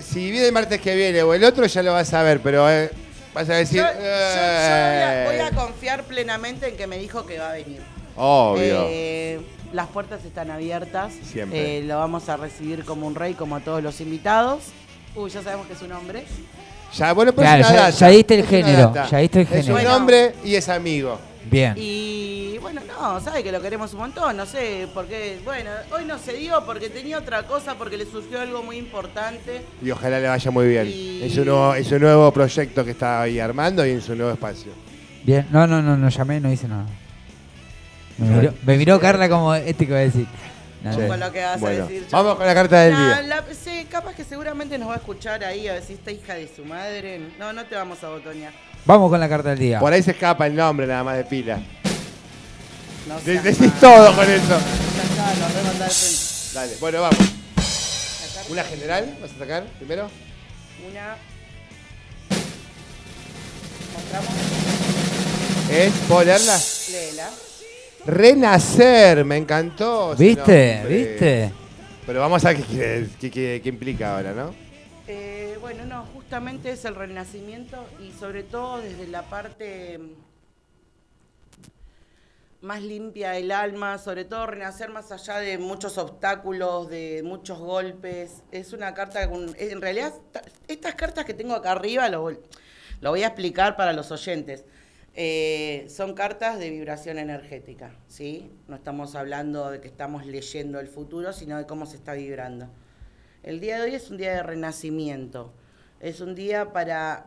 Speaker 5: Si viene el martes que viene o el otro, ya lo vas a ver, pero eh, vas a decir.
Speaker 4: yo, yo- yo voy, a, voy a
Speaker 5: "Eh".
Speaker 4: confiar plenamente en que me dijo que va a venir.
Speaker 5: Obvio.
Speaker 4: Eh, las puertas están abiertas.
Speaker 5: Siempre.
Speaker 4: Eh, lo vamos a recibir como un rey, como a todos los invitados. Uy, ya sabemos que es un hombre.
Speaker 5: Ya, bueno, pero
Speaker 6: Claro,
Speaker 5: es una
Speaker 6: ya-
Speaker 5: data,
Speaker 6: ya diste el
Speaker 5: es una
Speaker 6: género,
Speaker 5: data.
Speaker 6: ya diste el
Speaker 5: Es un
Speaker 4: género.
Speaker 5: hombre y es amigo.
Speaker 6: Bien.
Speaker 4: Y bueno, no, sabe que lo queremos un montón. No sé por qué. Bueno, hoy no se dio porque tenía otra cosa, porque le surgió algo muy importante.
Speaker 5: Y ojalá le vaya muy bien.
Speaker 4: Y-
Speaker 5: Es, un nuevo, es un nuevo proyecto que está ahí armando y en su nuevo espacio.
Speaker 6: Bien. No, no, no, no llamé, no hice nada. Me miró, me miró Carla como este que va a decir. Nada.
Speaker 5: Sí.
Speaker 4: Con lo que vas a decir, yo-
Speaker 5: Vamos con la carta del
Speaker 4: Nah,
Speaker 5: día.
Speaker 4: la- sí, capaz que seguramente nos va a escuchar ahí a ver si esta hija de su madre. No, no te vamos a botonear.
Speaker 6: Vamos con la carta del día.
Speaker 5: Por ahí se escapa el nombre nada más de pila.
Speaker 4: No
Speaker 5: De-
Speaker 4: seas
Speaker 5: decís
Speaker 4: malo.
Speaker 5: todo con eso.
Speaker 4: Ya está, nos remandar frente.
Speaker 5: Dale, bueno, vamos. ¿Una general? ¿Vas a sacar primero?
Speaker 4: Una. Mostramos.
Speaker 5: ¿Es? ¿Puedo leerla?
Speaker 4: Léela.
Speaker 5: Renacer, me encantó. ese
Speaker 6: ¿Viste?
Speaker 5: nombre.
Speaker 6: ¿Viste?
Speaker 5: Pero vamos a ver qué, quiere- qué- qué- qué implica ahora, ¿no?
Speaker 4: Eh, bueno, no, justamente es el renacimiento y sobre todo desde la parte mm, más limpia del alma, sobre todo renacer más allá de muchos obstáculos, de muchos golpes. Es una carta, con- en realidad, esta- estas cartas que tengo acá arriba, lo, vol- lo voy a explicar para los oyentes. Eh, son cartas de vibración energética, ¿sí? No estamos hablando de que estamos leyendo el futuro, sino de cómo se está vibrando. El día de hoy es un día de renacimiento. Es un día para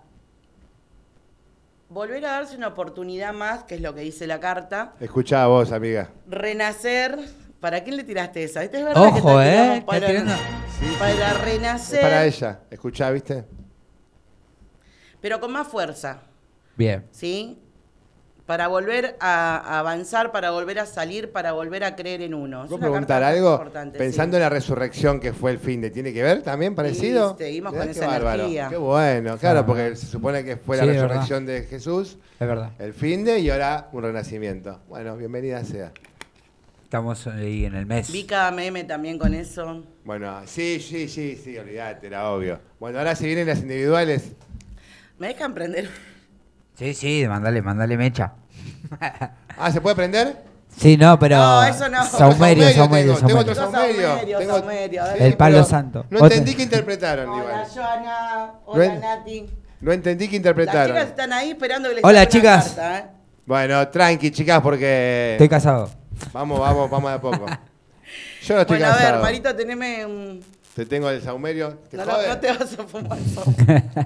Speaker 4: volver a darse una oportunidad más, que es lo que dice la carta.
Speaker 5: Escuchá a vos, amiga.
Speaker 4: Renacer. ¿Para quién le tiraste esa? ¿Viste? Es verdad que
Speaker 6: Ojo,
Speaker 4: está tirando
Speaker 6: eh. está
Speaker 4: Para,
Speaker 6: tirando-
Speaker 4: para
Speaker 5: Es
Speaker 4: renacer.
Speaker 5: para ella. Escuchá, ¿viste?
Speaker 4: Pero con más fuerza,
Speaker 6: Bien.
Speaker 4: ¿sí? Para volver a a avanzar, para volver a salir, para volver a creer en uno. Es
Speaker 5: ¿Puedo
Speaker 4: una carta
Speaker 5: preguntar
Speaker 4: bastante
Speaker 5: algo?
Speaker 4: importante,
Speaker 5: Pensando
Speaker 4: sí.
Speaker 5: en la resurrección que fue el fin de, ¿tiene que ver también parecido?
Speaker 4: Sí, seguimos
Speaker 5: Mirá
Speaker 4: con
Speaker 5: qué
Speaker 4: esa energía.
Speaker 5: Qué bueno, claro,
Speaker 6: Ah.
Speaker 5: porque se supone que fue
Speaker 6: Sí,
Speaker 5: la
Speaker 6: es verdad.
Speaker 5: resurrección de Jesús,
Speaker 6: Es verdad.
Speaker 5: el fin de y ahora un renacimiento. Bueno, bienvenida sea.
Speaker 6: Estamos ahí en el mes.
Speaker 4: Vi cada meme también con eso.
Speaker 5: Bueno, sí, sí, sí, sí, olvídate, era obvio. Bueno, ahora si vienen las individuales,
Speaker 4: ¿Me dejan prender?
Speaker 6: Sí, sí, mandale, mandale mecha.
Speaker 5: ah, ¿se puede prender?
Speaker 6: Sí, no, pero.
Speaker 4: No, eso no.
Speaker 6: Saumerio, saumerio,
Speaker 5: tengo, tengo
Speaker 6: saumerio.
Speaker 5: otro
Speaker 4: Otro
Speaker 5: saumerio.
Speaker 4: saumerio,
Speaker 5: tengo-
Speaker 4: saumerio, a ver.
Speaker 6: El palo
Speaker 5: pero
Speaker 6: santo.
Speaker 5: No
Speaker 6: Otro.
Speaker 5: entendí que interpretaron,
Speaker 4: Hola,
Speaker 5: igual.
Speaker 4: Joana.
Speaker 5: Hola,
Speaker 4: Hola,
Speaker 5: Ven.
Speaker 4: Nati.
Speaker 5: No entendí que
Speaker 4: Las
Speaker 5: interpretaron.
Speaker 4: chicas están ahí esperando que les
Speaker 6: Hola,
Speaker 4: saque una
Speaker 6: chicas.
Speaker 4: carta, ¿eh?
Speaker 5: Bueno, tranqui, chicas, porque...
Speaker 6: Estoy casado.
Speaker 5: Vamos, vamos, vamos de a poco. Yo no estoy
Speaker 4: Bueno, a
Speaker 5: cansado.
Speaker 4: ver, Marito, teneme un...
Speaker 5: Te tengo el saumerio. ¿Te
Speaker 4: No, no,
Speaker 5: jode?
Speaker 4: no te vas a fumar. por-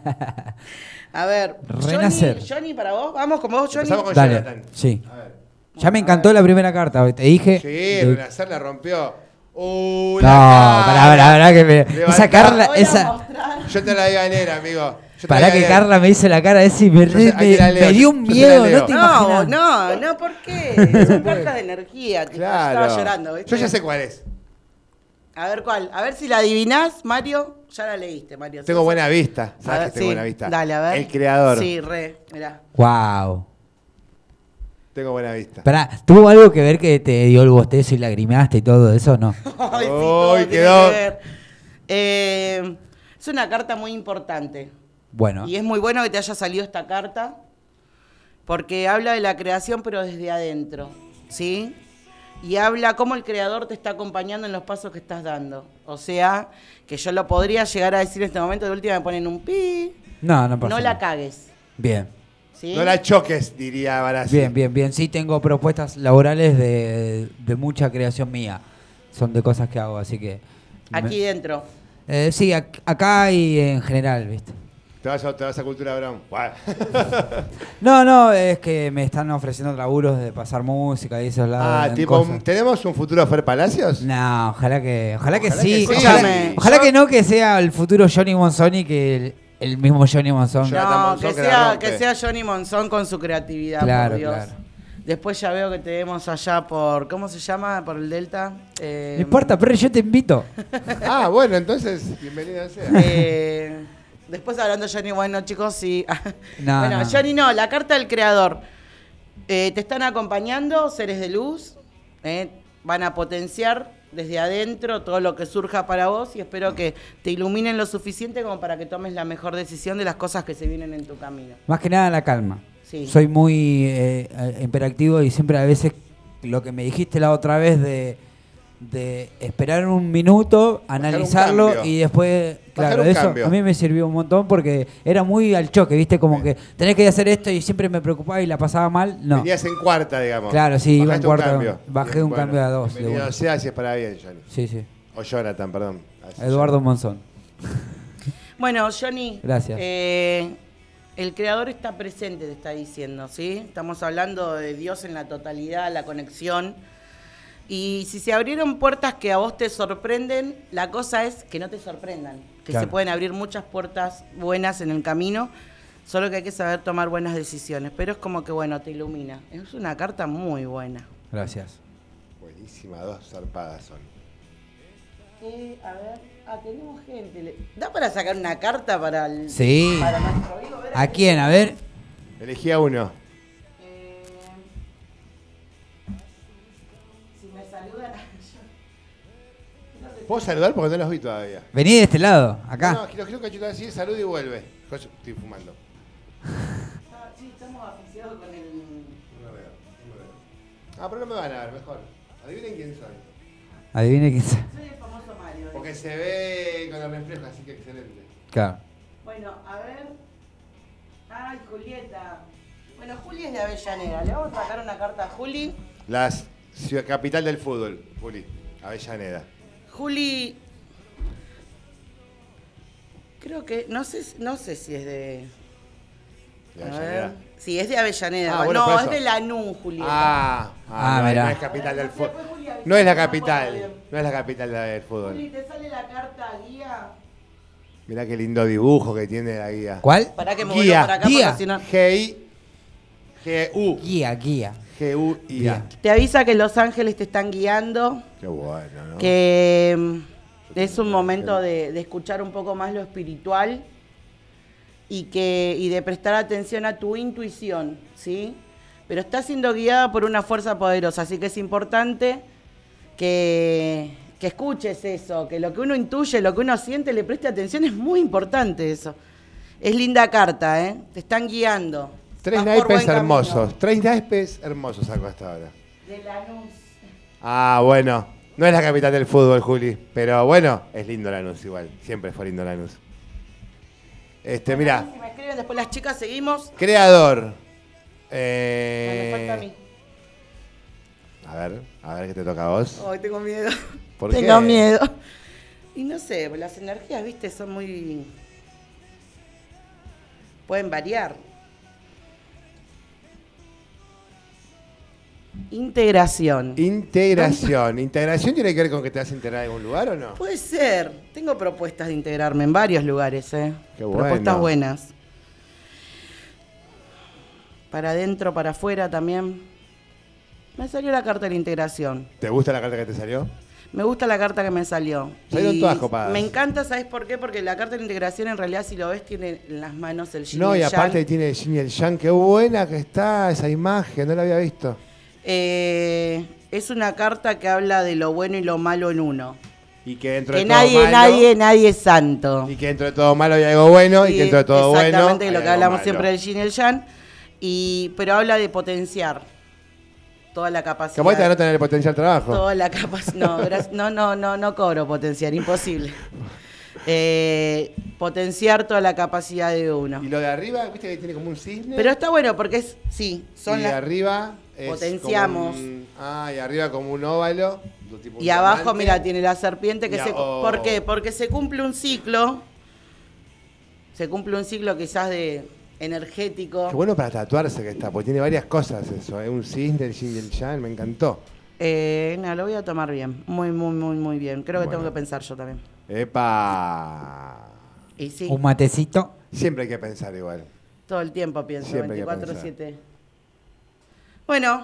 Speaker 4: a ver,
Speaker 6: Renacer.
Speaker 4: Johnny, Johnny, para vos. Vamos con vos, Johnny.
Speaker 5: Empezamos con
Speaker 6: Dale.
Speaker 5: Jonathan.
Speaker 6: Sí.
Speaker 5: A ver.
Speaker 6: Ya me encantó la primera carta, te dije.
Speaker 5: Sí,
Speaker 6: de-
Speaker 5: Renacer la rompió. Uh,
Speaker 6: No,
Speaker 5: la
Speaker 6: pará,
Speaker 5: cara.
Speaker 6: pará, pará, que me.
Speaker 5: Levantá.
Speaker 6: Esa Carla,
Speaker 4: Voy a
Speaker 6: esa.
Speaker 4: mostrar.
Speaker 5: Yo te la iba a leer, amigo. Yo te la
Speaker 6: Pará
Speaker 5: iba a
Speaker 6: que
Speaker 5: leer.
Speaker 6: Carla me hizo la cara esa y me,
Speaker 5: Yo te-
Speaker 6: re-
Speaker 5: ahí te la
Speaker 6: me-
Speaker 5: leo,
Speaker 6: me dio
Speaker 5: yo-
Speaker 6: un
Speaker 5: yo te la
Speaker 6: miedo,
Speaker 5: leo.
Speaker 6: no te
Speaker 4: No,
Speaker 6: imaginas.
Speaker 4: no, no, ¿por qué? Son cartas de energía. tipo, yo
Speaker 5: Claro.
Speaker 4: Estaba llorando, ¿viste?
Speaker 5: Yo ya sé cuál es.
Speaker 4: A ver cuál. A ver si la adivinás, Mario. Ya la leíste, Mario.
Speaker 5: Tengo
Speaker 4: Sí.
Speaker 5: buena vista.
Speaker 4: A
Speaker 5: Sabes
Speaker 4: ver,
Speaker 5: que tengo
Speaker 4: Ah, sí,
Speaker 5: buena vista.
Speaker 4: Dale, a ver.
Speaker 5: El creador.
Speaker 4: Sí, re. Mirá.
Speaker 6: Wow.
Speaker 5: Tengo buena vista.
Speaker 6: Pará, ¿tuvo algo que ver que te dio el bostezo y lagrimaste y todo eso? No.
Speaker 4: Ay, sí,
Speaker 5: Uy,
Speaker 4: todo tiene
Speaker 5: quedó.
Speaker 4: que ver. Eh, es una carta muy importante.
Speaker 6: Bueno.
Speaker 4: Y es muy bueno que te haya salido esta carta, porque habla de la creación, pero desde adentro, ¿sí? y habla cómo el creador te está acompañando en los pasos que estás dando. O sea, que yo lo podría llegar a decir en este momento, de última me ponen un pi,
Speaker 6: No, no pasa
Speaker 4: no la
Speaker 6: nada.
Speaker 4: cagues.
Speaker 6: Bien.
Speaker 4: ¿sí?
Speaker 5: No la choques, diría Barassi.
Speaker 6: Bien, bien, bien. Sí, tengo propuestas laborales de, de mucha creación mía. Son de cosas que hago, así que.
Speaker 4: Aquí dentro.
Speaker 6: me- eh, sí, ac- acá y en general, ¿viste?
Speaker 5: Te vas a, te vas a Cultura Brown. Guau.
Speaker 6: No, no, es que me están ofreciendo laburos de pasar música y esos lados.
Speaker 5: Ah,
Speaker 6: en
Speaker 5: tipo,
Speaker 6: cosas.
Speaker 5: ¿tenemos un futuro Fer Palacios?
Speaker 6: No, ojalá que, ojalá que
Speaker 5: Ojalá
Speaker 6: sí.
Speaker 5: que sí.
Speaker 6: Ojalá,
Speaker 4: Escúchame,
Speaker 6: ojalá
Speaker 4: yo-
Speaker 6: que no que sea el futuro Johnny Monzoni que el, el mismo Johnny Monzoni.
Speaker 5: Yo- Jonathan
Speaker 4: No,
Speaker 5: Monzón
Speaker 4: que
Speaker 5: que la
Speaker 4: sea,
Speaker 5: rompe.
Speaker 4: que sea Johnny Monzón con su creatividad,
Speaker 6: Claro,
Speaker 4: por Dios.
Speaker 6: claro.
Speaker 4: Después ya veo que tenemos allá por, ¿cómo se llama? Por el Delta. Eh,
Speaker 6: No importa, pero yo te invito.
Speaker 5: Ah, bueno, entonces, bienvenido sea.
Speaker 4: eh, después hablando de Johnny, bueno, chicos, sí.
Speaker 6: No,
Speaker 4: bueno,
Speaker 6: no.
Speaker 4: Johnny no, la carta del creador. Eh, te están acompañando, seres de luz. eh, van a potenciar desde adentro todo lo que surja para vos y espero que te iluminen lo suficiente como para que tomes la mejor decisión de las cosas que se vienen en tu camino.
Speaker 6: Más que nada la calma.
Speaker 4: Sí.
Speaker 6: Soy muy eh, eh, imperactivo y siempre a veces lo que me dijiste la otra vez de, de esperar un minuto, analizarlo
Speaker 5: cambio.
Speaker 6: y después, claro,
Speaker 5: un
Speaker 6: eso
Speaker 5: cambio.
Speaker 6: a mí me sirvió un montón porque era muy al choque, ¿viste? Como
Speaker 5: Bien.
Speaker 6: que tenés que hacer esto y siempre me preocupaba y la pasaba mal. No.
Speaker 5: Venías en cuarta, digamos.
Speaker 6: Claro, sí, iba en
Speaker 5: Bajaste
Speaker 6: cuarta,
Speaker 5: un cambio.
Speaker 6: bajé
Speaker 5: Bien,
Speaker 6: un cambio a dos, de
Speaker 5: Bienvenido
Speaker 6: una.
Speaker 5: sea, si es para bien, Johnny.
Speaker 6: Sí, sí.
Speaker 5: O Jonathan, perdón. Así
Speaker 6: Eduardo Monzón.
Speaker 4: Bueno, Johnny.
Speaker 6: Gracias.
Speaker 4: eh, el creador está presente, te está diciendo, ¿sí? Estamos hablando de Dios en la totalidad, la conexión. Y si se abrieron puertas que a vos te sorprenden, la cosa es que no te sorprendan. Que
Speaker 6: Claro.
Speaker 4: se pueden abrir muchas puertas buenas en el camino, solo que hay que saber tomar buenas decisiones. Pero es como que, bueno, te ilumina. Es una carta muy buena.
Speaker 6: Gracias.
Speaker 5: llama. Buenísima, dos zarpadas son.
Speaker 4: Eh, a ver, ah, tenemos gente. Le- ¿Da para sacar una carta para el...
Speaker 6: Sí.
Speaker 4: Para nuestro amigo? A ver,
Speaker 6: ¿A quién? A ver.
Speaker 5: Elegí a uno.
Speaker 4: Eh, si me saludan,
Speaker 5: ¿Puedo saludar? Porque no los vi todavía.
Speaker 6: Vení de este lado,
Speaker 5: No,
Speaker 6: acá.
Speaker 5: No, quiero, quiero cachutar así, salud y vuelve. Yo Estoy fumando.
Speaker 4: Ah, sí, estamos asociados con el.
Speaker 5: Ah, pero no me van a ver, mejor. Adivinen quién soy.
Speaker 6: Adivine quién es.
Speaker 4: Soy el famoso Mario.
Speaker 5: Porque se ve con el reflejo, así que excelente.
Speaker 6: Claro.
Speaker 4: Bueno, a ver. Ay, Julieta. Bueno, Juli es de Avellaneda. Le vamos a sacar una carta a Juli.
Speaker 5: La capital del fútbol, Juli. Avellaneda.
Speaker 4: Juli. Creo que. No sé, no sé si es de.
Speaker 5: De
Speaker 4: a
Speaker 5: Avellaneda.
Speaker 4: ver. Sí, es de Avellaneda.
Speaker 5: Ah, bueno, por
Speaker 4: no, es
Speaker 5: eso.
Speaker 4: de Lanús, Julieta.
Speaker 5: Ah,
Speaker 6: Ah,
Speaker 5: no,
Speaker 6: mirá.
Speaker 5: no es capital del fútbol. No es la capital. No es la capital del
Speaker 4: Juli,
Speaker 5: fútbol.
Speaker 4: ¿te sale la carta guía?
Speaker 5: Mirá qué lindo dibujo que tiene la guía.
Speaker 6: ¿Cuál?
Speaker 4: Pará que me
Speaker 5: Guía,
Speaker 4: vuelvo para acá
Speaker 6: guía.
Speaker 4: porque si no.
Speaker 5: G-I. G-U.
Speaker 6: Guía, guía.
Speaker 5: G-U-I-A.
Speaker 6: Guía.
Speaker 4: Te avisa que los ángeles te están guiando,
Speaker 5: Qué bueno, ¿no?
Speaker 4: que mm, es un momento de, de escuchar un poco más lo espiritual y, que, y de prestar atención a tu intuición, ¿sí? Pero está siendo guiada por una fuerza poderosa, así que es importante que, que escuches eso, que lo que uno intuye, lo que uno siente, le preste atención, es muy importante eso. Es linda carta, ¿eh? Te están guiando.
Speaker 5: Tres
Speaker 4: Vas por buen
Speaker 5: naipes
Speaker 4: camino.
Speaker 5: hermosos. Tres naipes hermosos saco hasta ahora.
Speaker 4: De Lanús.
Speaker 5: Ah, bueno. No es la capital del fútbol, Juli. Pero bueno, es lindo Lanús igual. Siempre fue lindo Lanús. Este, mirá.
Speaker 4: Si me escriben después las chicas, seguimos.
Speaker 5: Creador.
Speaker 4: Ah, me falta a mí.
Speaker 5: Eh, a ver, a ver qué te toca a vos.
Speaker 4: Ay, tengo miedo.
Speaker 5: ¿Por
Speaker 4: tengo
Speaker 5: qué?
Speaker 4: miedo. Y no sé, las energías, viste, son muy. pueden variar. Integración.
Speaker 5: Integración. ¿Integración tiene que ver con que te vas a integrar en algún lugar o no?
Speaker 4: Puede ser. Tengo propuestas de integrarme en varios lugares, ¿eh?
Speaker 5: Qué bueno.
Speaker 4: Propuestas buenas. Para adentro, para afuera también. Me salió la carta de la integración.
Speaker 5: ¿Te gusta la carta que te salió?
Speaker 4: Me gusta la carta que me salió.
Speaker 5: Salieron
Speaker 4: Y
Speaker 5: todas copadas.
Speaker 4: Me encanta, ¿sabes por qué? Porque la carta de la integración, en realidad, si lo ves, tiene en las manos el yin
Speaker 5: No,
Speaker 4: y
Speaker 5: y
Speaker 4: el
Speaker 5: aparte
Speaker 4: yang.
Speaker 5: tiene el Jin y el Yang. Qué buena que está esa imagen, no la había visto.
Speaker 4: Eh, es una carta que habla de lo bueno y lo malo en uno.
Speaker 5: Y que dentro
Speaker 4: Que
Speaker 5: de todo
Speaker 4: nadie,
Speaker 5: malo,
Speaker 4: nadie, nadie es santo.
Speaker 5: Y que dentro de todo malo hay algo bueno, y, que dentro de todo bueno.
Speaker 4: Exactamente,
Speaker 5: hay
Speaker 4: lo que
Speaker 5: algo
Speaker 4: hablamos
Speaker 5: malo.
Speaker 4: siempre del yin y el yang. Y, pero habla de potenciar. toda la capacidad.
Speaker 5: Que vos te este no tener el potencial trabajo.
Speaker 4: Toda la capa. No, gracias- no, no, no, no cobro potenciar, imposible. Eh, potenciar toda la capacidad de uno.
Speaker 5: Y lo de arriba, viste que tiene como un cisne.
Speaker 4: Pero está bueno porque es, sí, son
Speaker 5: y
Speaker 4: las.
Speaker 5: arriba es como
Speaker 4: Potenciamos.
Speaker 5: un- ah, y arriba como un óvalo. do- tipo un
Speaker 4: Y abajo,
Speaker 5: diamante.
Speaker 4: mira, tiene la serpiente que
Speaker 5: Ya,
Speaker 4: se.
Speaker 5: oh.
Speaker 4: ¿Por qué? Porque se cumple un ciclo. Se cumple un ciclo quizás de energético.
Speaker 5: Oh, Qué bueno para tatuarse que está, porque tiene varias cosas eso. ¿eh? Un cisne, el yin y el yang, me encantó.
Speaker 4: Eh, no, lo voy a tomar bien. Muy, muy, muy, muy bien. Creo que tengo que pensar yo también.
Speaker 5: ¡Epa!
Speaker 4: Y sí,
Speaker 6: Un matecito.
Speaker 5: Siempre hay que pensar igual.
Speaker 4: todo el tiempo pienso,
Speaker 5: Siempre hay que pensar.
Speaker 4: 24-7. Bueno,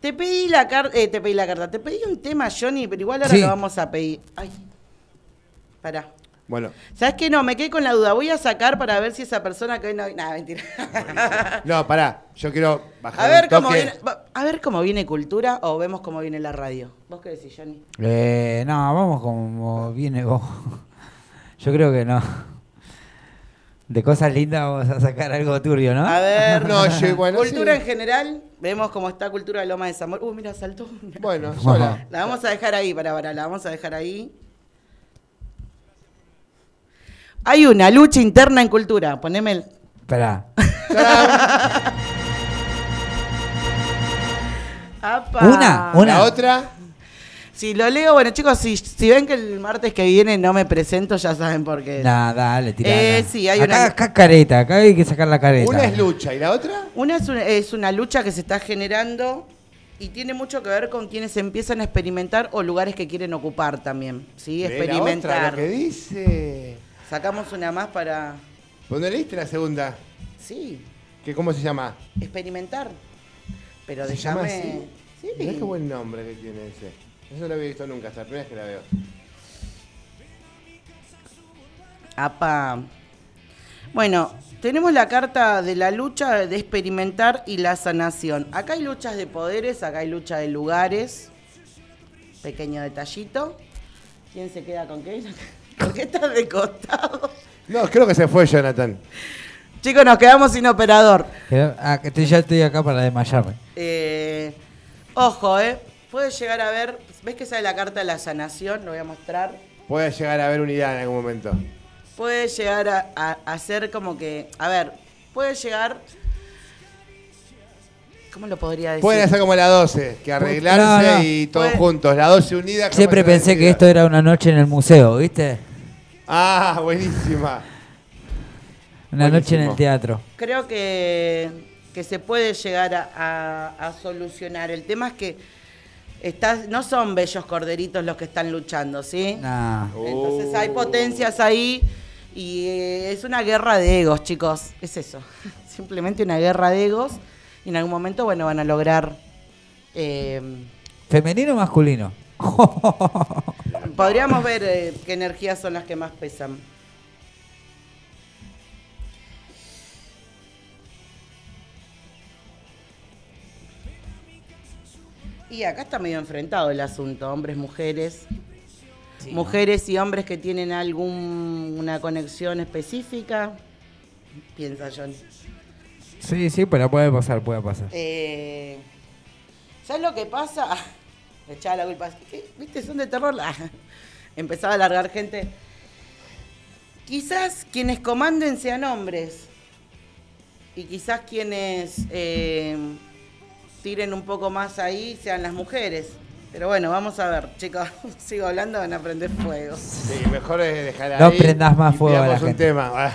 Speaker 4: te pedí la carta, te pedí la carta, te pedí un tema, Johnny, pero igual ahora
Speaker 6: Sí.
Speaker 4: lo vamos a pedir. Ay, pará.
Speaker 5: Bueno,
Speaker 4: ¿Sabes qué? No, me quedé con la duda. Voy a sacar para ver si esa persona que hoy no. Nada, mentira.
Speaker 5: no, pará, yo quiero bajar
Speaker 4: a, ver
Speaker 5: un
Speaker 4: cómo
Speaker 5: toque.
Speaker 4: viene, va- a ver cómo viene cultura o vemos cómo viene la radio. ¿Vos qué decís, Johnny?
Speaker 6: Eh, no, vamos como viene vos. Yo creo que no. De cosas lindas vamos a sacar algo turbio, ¿no?
Speaker 4: A ver.
Speaker 5: Eh, No, yo, bueno,
Speaker 4: cultura
Speaker 5: sí.
Speaker 4: en general, vemos cómo está cultura de Loma de Zamora. Uh, mira, saltó una.
Speaker 5: Bueno, sola.
Speaker 4: La vamos a dejar ahí, para, para, la vamos a dejar ahí. Hay una lucha interna en cultura, poneme el...
Speaker 6: Esperá.
Speaker 4: ¡Apa!
Speaker 6: Una, una.
Speaker 5: La otra,
Speaker 4: Si lo leo, bueno chicos, si, si ven que el martes que viene no me presento, ya saben por qué.
Speaker 6: Nah, dale, tirala.
Speaker 4: Eh, sí, hay
Speaker 6: acá,
Speaker 4: una-
Speaker 6: acá careta, acá hay que sacar la careta.
Speaker 5: una es lucha y la otra.
Speaker 4: Una es una, es una lucha que se está generando y tiene mucho que ver con quienes empiezan a experimentar o lugares que quieren ocupar también, ¿sí?
Speaker 5: Lee la otra,
Speaker 4: Experimentar.
Speaker 5: lo que dice.
Speaker 4: Sacamos una más para...
Speaker 5: ¿Vos no leíste la segunda?
Speaker 4: Sí,
Speaker 5: ¿Que ¿Cómo se llama?
Speaker 4: experimentar. Pero
Speaker 5: ¿Se llama
Speaker 4: déjame...
Speaker 5: así?
Speaker 4: Sí.
Speaker 5: Mirá qué buen nombre que tiene ese. Eso no lo había visto nunca, hasta la primera vez que la veo.
Speaker 4: Apa. Bueno, tenemos la carta de la lucha de experimentar y la sanación. Acá hay luchas de poderes, acá hay lucha de lugares. Pequeño detallito. ¿Quién se queda con qué? ¿Por qué estás de costado?
Speaker 5: No, creo que se fue Jonathan.
Speaker 4: Chicos, nos quedamos sin operador.
Speaker 6: Quedó- ah, que estoy- ya estoy acá para desmayarme.
Speaker 4: Eh, ojo, ¿eh? Puedes llegar a ver. ¿Ves que sale la carta de la sanación? Lo voy a mostrar.
Speaker 5: Voy a llegar a ver unidad en algún momento.
Speaker 4: puede llegar a, a- a ser como que. A ver, puede llegar. ¿Cómo lo podría decir?
Speaker 5: Pueden hacer como la 12, que arreglarse
Speaker 6: No, no.
Speaker 5: y todos
Speaker 4: Puede-
Speaker 5: juntos. La 12 unida.
Speaker 6: Siempre
Speaker 5: jamás
Speaker 6: pensé que
Speaker 5: unida.
Speaker 6: esto era una noche en el museo, ¿viste?
Speaker 5: Ah, buenísima.
Speaker 6: Una noche en
Speaker 5: Buenísimo.
Speaker 6: el teatro.
Speaker 4: Creo que, que se puede llegar a, a- a solucionar. El tema es que estás, no son bellos corderitos los que están luchando, ¿sí?
Speaker 6: Nah.
Speaker 5: Oh.
Speaker 4: Entonces
Speaker 6: Oh.
Speaker 4: hay potencias ahí y eh, es una guerra de egos, chicos. Es eso. Simplemente una guerra de egos. Y en algún momento, bueno, van a lograr. eh,
Speaker 6: ¿Femenino o masculino?
Speaker 4: Podríamos ver eh, qué energías son las que más pesan. Y acá está medio enfrentado el asunto, hombres, mujeres. mujeres y hombres que tienen alguna conexión específica. Piensa Johnny.
Speaker 6: sí, sí, pero puede pasar, puede pasar.
Speaker 4: Eh, ¿Sabes lo que pasa? Le echaba la culpa. ¿Qué? ¿Viste? Son de terror. Ah, Empezaba a largar gente. Quizás quienes comanden sean hombres. Y quizás quienes eh, tiren un poco más ahí sean las mujeres. Pero bueno, vamos a ver, chicos. Sigo hablando, van a prender fuego.
Speaker 5: Sí, mejor es dejar ahí.
Speaker 6: No prendas más
Speaker 5: y
Speaker 6: fuego a la
Speaker 5: pidamos un
Speaker 6: gente.
Speaker 5: tema.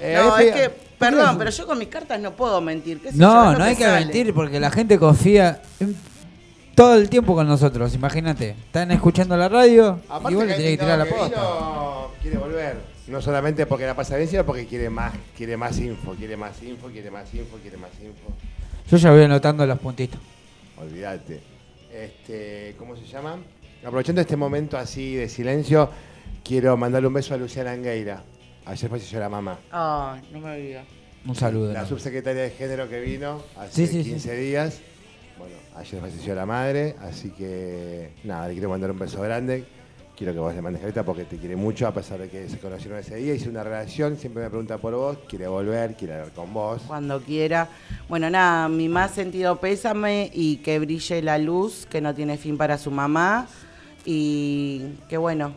Speaker 5: Eh,
Speaker 4: No,
Speaker 5: ahí
Speaker 4: es
Speaker 5: pida-
Speaker 4: que, perdón, pero yo con mis cartas no puedo mentir. ¿Qué sé yo? Es
Speaker 6: No,
Speaker 4: lo
Speaker 6: no hay que
Speaker 4: sale.
Speaker 6: mentir porque la gente confía en- todo el tiempo con nosotros, imagínate. Están escuchando la radio
Speaker 5: Aparte
Speaker 6: y vos
Speaker 5: que
Speaker 6: le
Speaker 5: hay
Speaker 6: tenés
Speaker 5: gente
Speaker 6: que tirar la
Speaker 5: que
Speaker 6: posta.
Speaker 5: vino, quiere volver. No solamente porque la pasa bien, sino porque quiere más, quiere más info, quiere más info, quiere más info, quiere más info.
Speaker 6: Yo ya voy anotando los puntitos.
Speaker 5: Olvídate. Este, ¿cómo se llama? Aprovechando este momento así de silencio, quiero mandarle un beso a Luciana Angueira. Ayer falleció la mamá.
Speaker 4: Ay, Ah, no me digas.
Speaker 6: Un saludo.
Speaker 5: La
Speaker 6: ¿no?
Speaker 5: subsecretaria de género que vino
Speaker 6: Sí,
Speaker 5: hace
Speaker 6: sí, sí.
Speaker 5: 15 días. Bueno, ayer falleció la madre, así que nada, le quiero mandar un beso grande. Quiero que vos le mandes carita porque te quiere mucho, a pesar de que se conocieron ese día, hice una relación, siempre me pregunta por vos, quiere volver, quiere hablar con vos.
Speaker 4: Cuando quiera. Bueno, nada, mi más sentido pésame y que brille la luz que no tiene fin para su mamá. Y que bueno,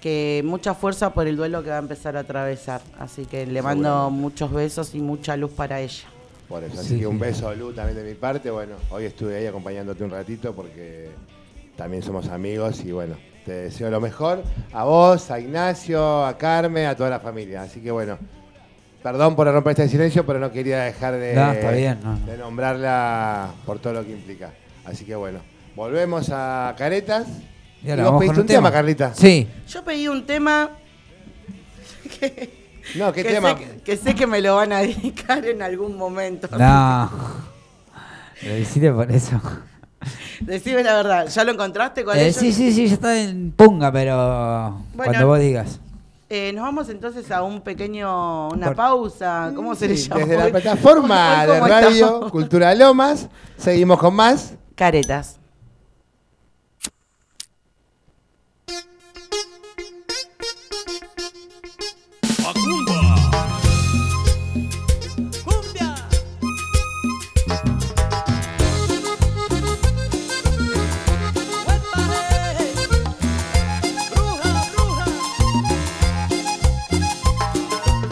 Speaker 4: que mucha fuerza por el duelo que va a empezar a atravesar. Así que le mando muchos besos y mucha luz para ella.
Speaker 5: Por eso,
Speaker 6: Sí,
Speaker 5: así que un
Speaker 6: sí.
Speaker 5: beso, Lu, también de mi parte. Bueno, hoy estuve ahí acompañándote un ratito porque también somos amigos y bueno, te deseo lo mejor a vos, a Ignacio, a Carmen, a toda la familia. Así que bueno, perdón por romper este silencio, pero no quería dejar de,
Speaker 6: No, está bien, no, no.
Speaker 5: de nombrarla por todo lo que implica. Así que bueno, volvemos a Caretas.
Speaker 6: Y ahora
Speaker 5: ¿Y
Speaker 6: vamos
Speaker 5: vos pediste
Speaker 6: con
Speaker 5: un tema, Carlita?
Speaker 6: Sí.
Speaker 4: Yo pedí un tema
Speaker 5: No, ¿qué
Speaker 4: que,
Speaker 5: tema?
Speaker 4: Sé que, que sé que me lo van a dedicar en algún momento.
Speaker 6: No. Eh, Lo hiciste por eso.
Speaker 4: Decime la verdad, ¿ya lo encontraste? ¿Cuál
Speaker 6: Eh,
Speaker 4: es?
Speaker 6: sí, sí, sí, ya está en punga, pero
Speaker 4: Bueno.
Speaker 6: cuando vos digas.
Speaker 4: Eh, nos vamos entonces a un pequeño, una
Speaker 6: Por-
Speaker 4: pausa, ¿cómo se le
Speaker 5: Sí,
Speaker 4: llama?
Speaker 5: Desde la
Speaker 4: Hoy-
Speaker 5: plataforma
Speaker 4: hoy
Speaker 5: de
Speaker 4: cómo
Speaker 5: radio
Speaker 4: estamos.
Speaker 5: Cultura Lomas, seguimos con más.
Speaker 4: Caretas.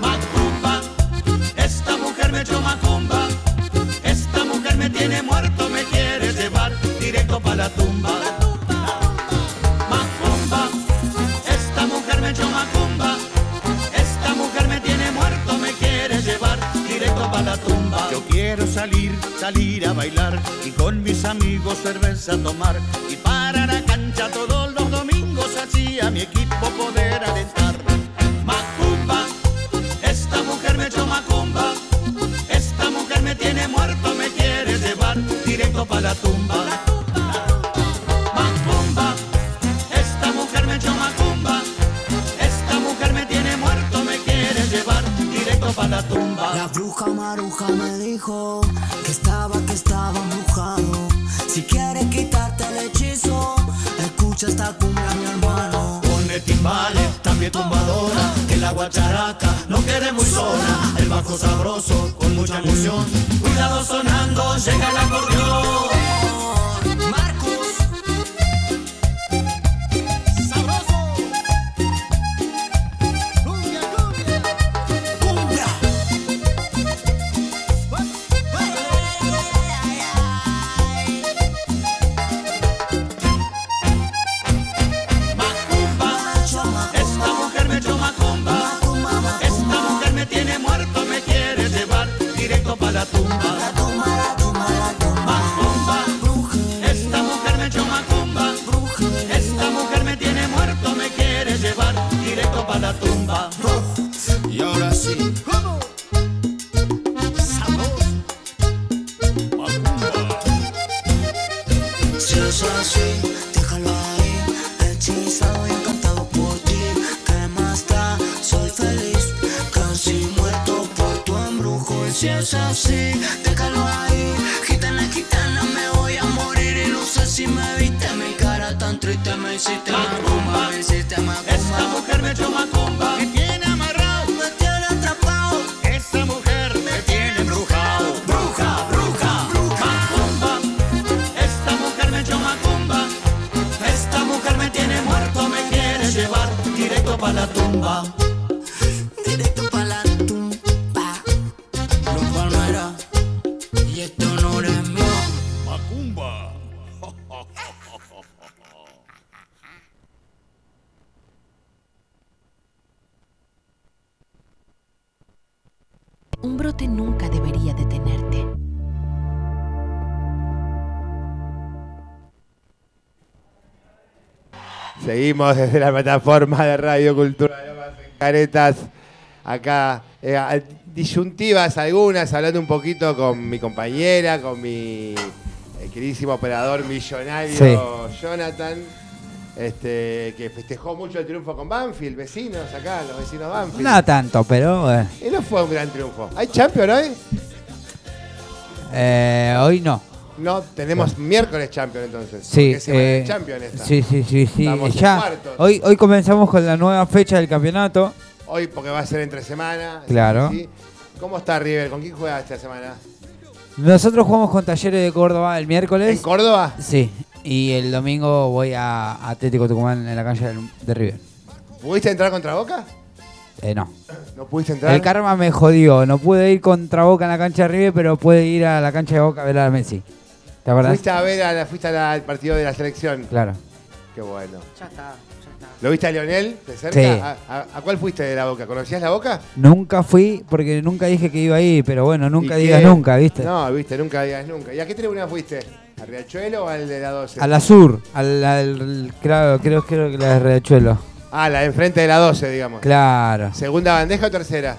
Speaker 8: Macumba, esta mujer me echó macumba, esta mujer me tiene muerto, me quiere llevar directo para la tumba. Macumba, esta mujer me echó macumba, esta mujer me tiene muerto, me quiere llevar directo para la tumba. Yo quiero salir, salir a bailar y con mis amigos cerveza tomar y para la cancha todos los domingos así a mi equipo poder alentar. Macumba, esta mujer me echó macumba, esta mujer me tiene muerto, me quiere llevar directo para la tumba. Macumba, esta mujer me echó macumba, esta mujer me tiene muerto, me quiere llevar directo para la tumba.
Speaker 3: La bruja maruja me dijo que estaba, que estaba embrujado. Si quieres quitarte el hechizo, escucha esta cumbia, mi hermano.
Speaker 8: Pone timbales, también tumbadora, que la guacharaca no quede muy sola. El bajo sabroso, con mucha emoción. Cuidado sonando, llega el acordeón.
Speaker 3: Marcos, sabroso, cumbia, cumbia, cumbia.
Speaker 8: Macumba, esta mujer me echó macumba. Esta mujer me tiene muerto, me quiere llevar directo para la tumba. Macumba, esta mujer me echó macumba. Esta mujer me tiene muerto, me quiere llevar directo para la tumba. Y ahora sí.
Speaker 3: Si es así, déjalo ahí, hechizado y encantado por ti. ¿Qué más da? Soy feliz, casi muerto por tu embrujo. Y si es así, déjalo ahí, gitana, gitana, me voy a morir. Y no sé si me viste mi cara tan triste, me hiciste macumba, me hiciste
Speaker 8: Esta
Speaker 3: macumba.
Speaker 8: mujer me echó macumba. Me tiene amarrado.
Speaker 3: Me tiene atrapado,
Speaker 8: Esta mujer me tiene embrujado. Bruja, bruja, bruja. Macumba. Esta mujer me echó macumba. Esta mujer me tiene muerto. Me quiere llevar directo para la tumba.
Speaker 3: directo pa' la tumba. Los palmeras, y este honor es mío.
Speaker 7: Macumba.
Speaker 9: Un brote nunca debería detenerte.
Speaker 5: Seguimos desde la plataforma de Radio Cultura de Lomas en Caretas, acá eh, a- disyuntivas algunas, hablando un poquito con mi compañera, con mi eh, queridísimo operador millonario
Speaker 6: Sí.
Speaker 5: Jonathan, este, que festejó mucho el triunfo con Banfield, vecinos acá, los vecinos Banfield.
Speaker 6: No tanto, pero eh,
Speaker 5: Y no fue un gran triunfo. ¿Hay Champions hoy?
Speaker 6: eh, hoy no.
Speaker 5: No, tenemos miércoles Champions entonces. porque
Speaker 6: Sí,
Speaker 5: es semana de
Speaker 6: eh,
Speaker 5: Champions esta.
Speaker 6: sí, sí, sí, sí.
Speaker 5: Estamos en
Speaker 6: Ya,
Speaker 5: cuartos.
Speaker 6: hoy, hoy comenzamos con la nueva fecha del campeonato.
Speaker 5: Hoy porque va a ser entre semana. sí,
Speaker 6: Claro.
Speaker 5: sí, sí. ¿Cómo está River? ¿Con quién juega esta semana?
Speaker 6: Nosotros jugamos con Talleres de Córdoba el
Speaker 5: ¿En
Speaker 6: miércoles.
Speaker 5: Córdoba?
Speaker 6: Sí, y el domingo voy a Atlético Tucumán en la cancha del- de River.
Speaker 5: ¿Pudiste entrar contra Boca?
Speaker 6: Eh, no.
Speaker 5: No pudiste entrar.
Speaker 6: El karma me jodió. No pude ir contra Boca en la cancha de River, pero pude ir a la cancha de Boca a ver a Messi. ¿Te acuerdas?
Speaker 5: Fuiste a ver a la- fuiste a la- al partido de la selección.
Speaker 6: Claro.
Speaker 5: Qué bueno.
Speaker 4: Ya está, ya está.
Speaker 5: ¿Lo viste a Lionel de cerca?
Speaker 6: Sí.
Speaker 5: ¿A, a- a cuál fuiste de la Boca? ¿Conocías la Boca?
Speaker 6: Nunca fui porque nunca dije que iba a ir, pero bueno, nunca
Speaker 5: ¿Y
Speaker 6: digas
Speaker 5: qué?
Speaker 6: nunca, ¿viste?
Speaker 5: No, viste, nunca digas nunca. ¿Y a qué tribuna fuiste? ¿A Riachuelo o al de la 12?
Speaker 6: A la sur, al, al- claro, creo, creo que la de Riachuelo.
Speaker 5: Ah, la de enfrente de la 12, digamos.
Speaker 6: Claro.
Speaker 5: ¿Segunda bandeja o tercera?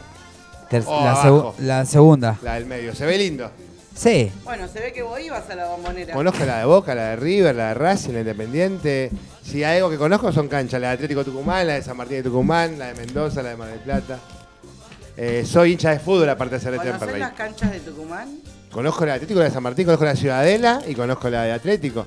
Speaker 6: Ter-
Speaker 5: Oh,
Speaker 6: la, segu-
Speaker 5: abajo.
Speaker 6: la segunda.
Speaker 5: La del medio. Se ve lindo.
Speaker 6: Sí.
Speaker 4: Bueno, se ve que vos ibas a la bombonera.
Speaker 5: Conozco la de Boca, la de River, la de Racing, la Independiente. Si hay algo que conozco son canchas. La de Atlético Tucumán, la de San Martín de Tucumán, la de Mendoza, la de Mar del Plata. Eh, soy hincha de fútbol aparte de ser de
Speaker 4: ¿Conocés
Speaker 5: Temperley.
Speaker 4: las canchas de Tucumán?
Speaker 5: Conozco la de Atlético, la de San Martín, conozco la de Ciudadela y conozco la de Atlético.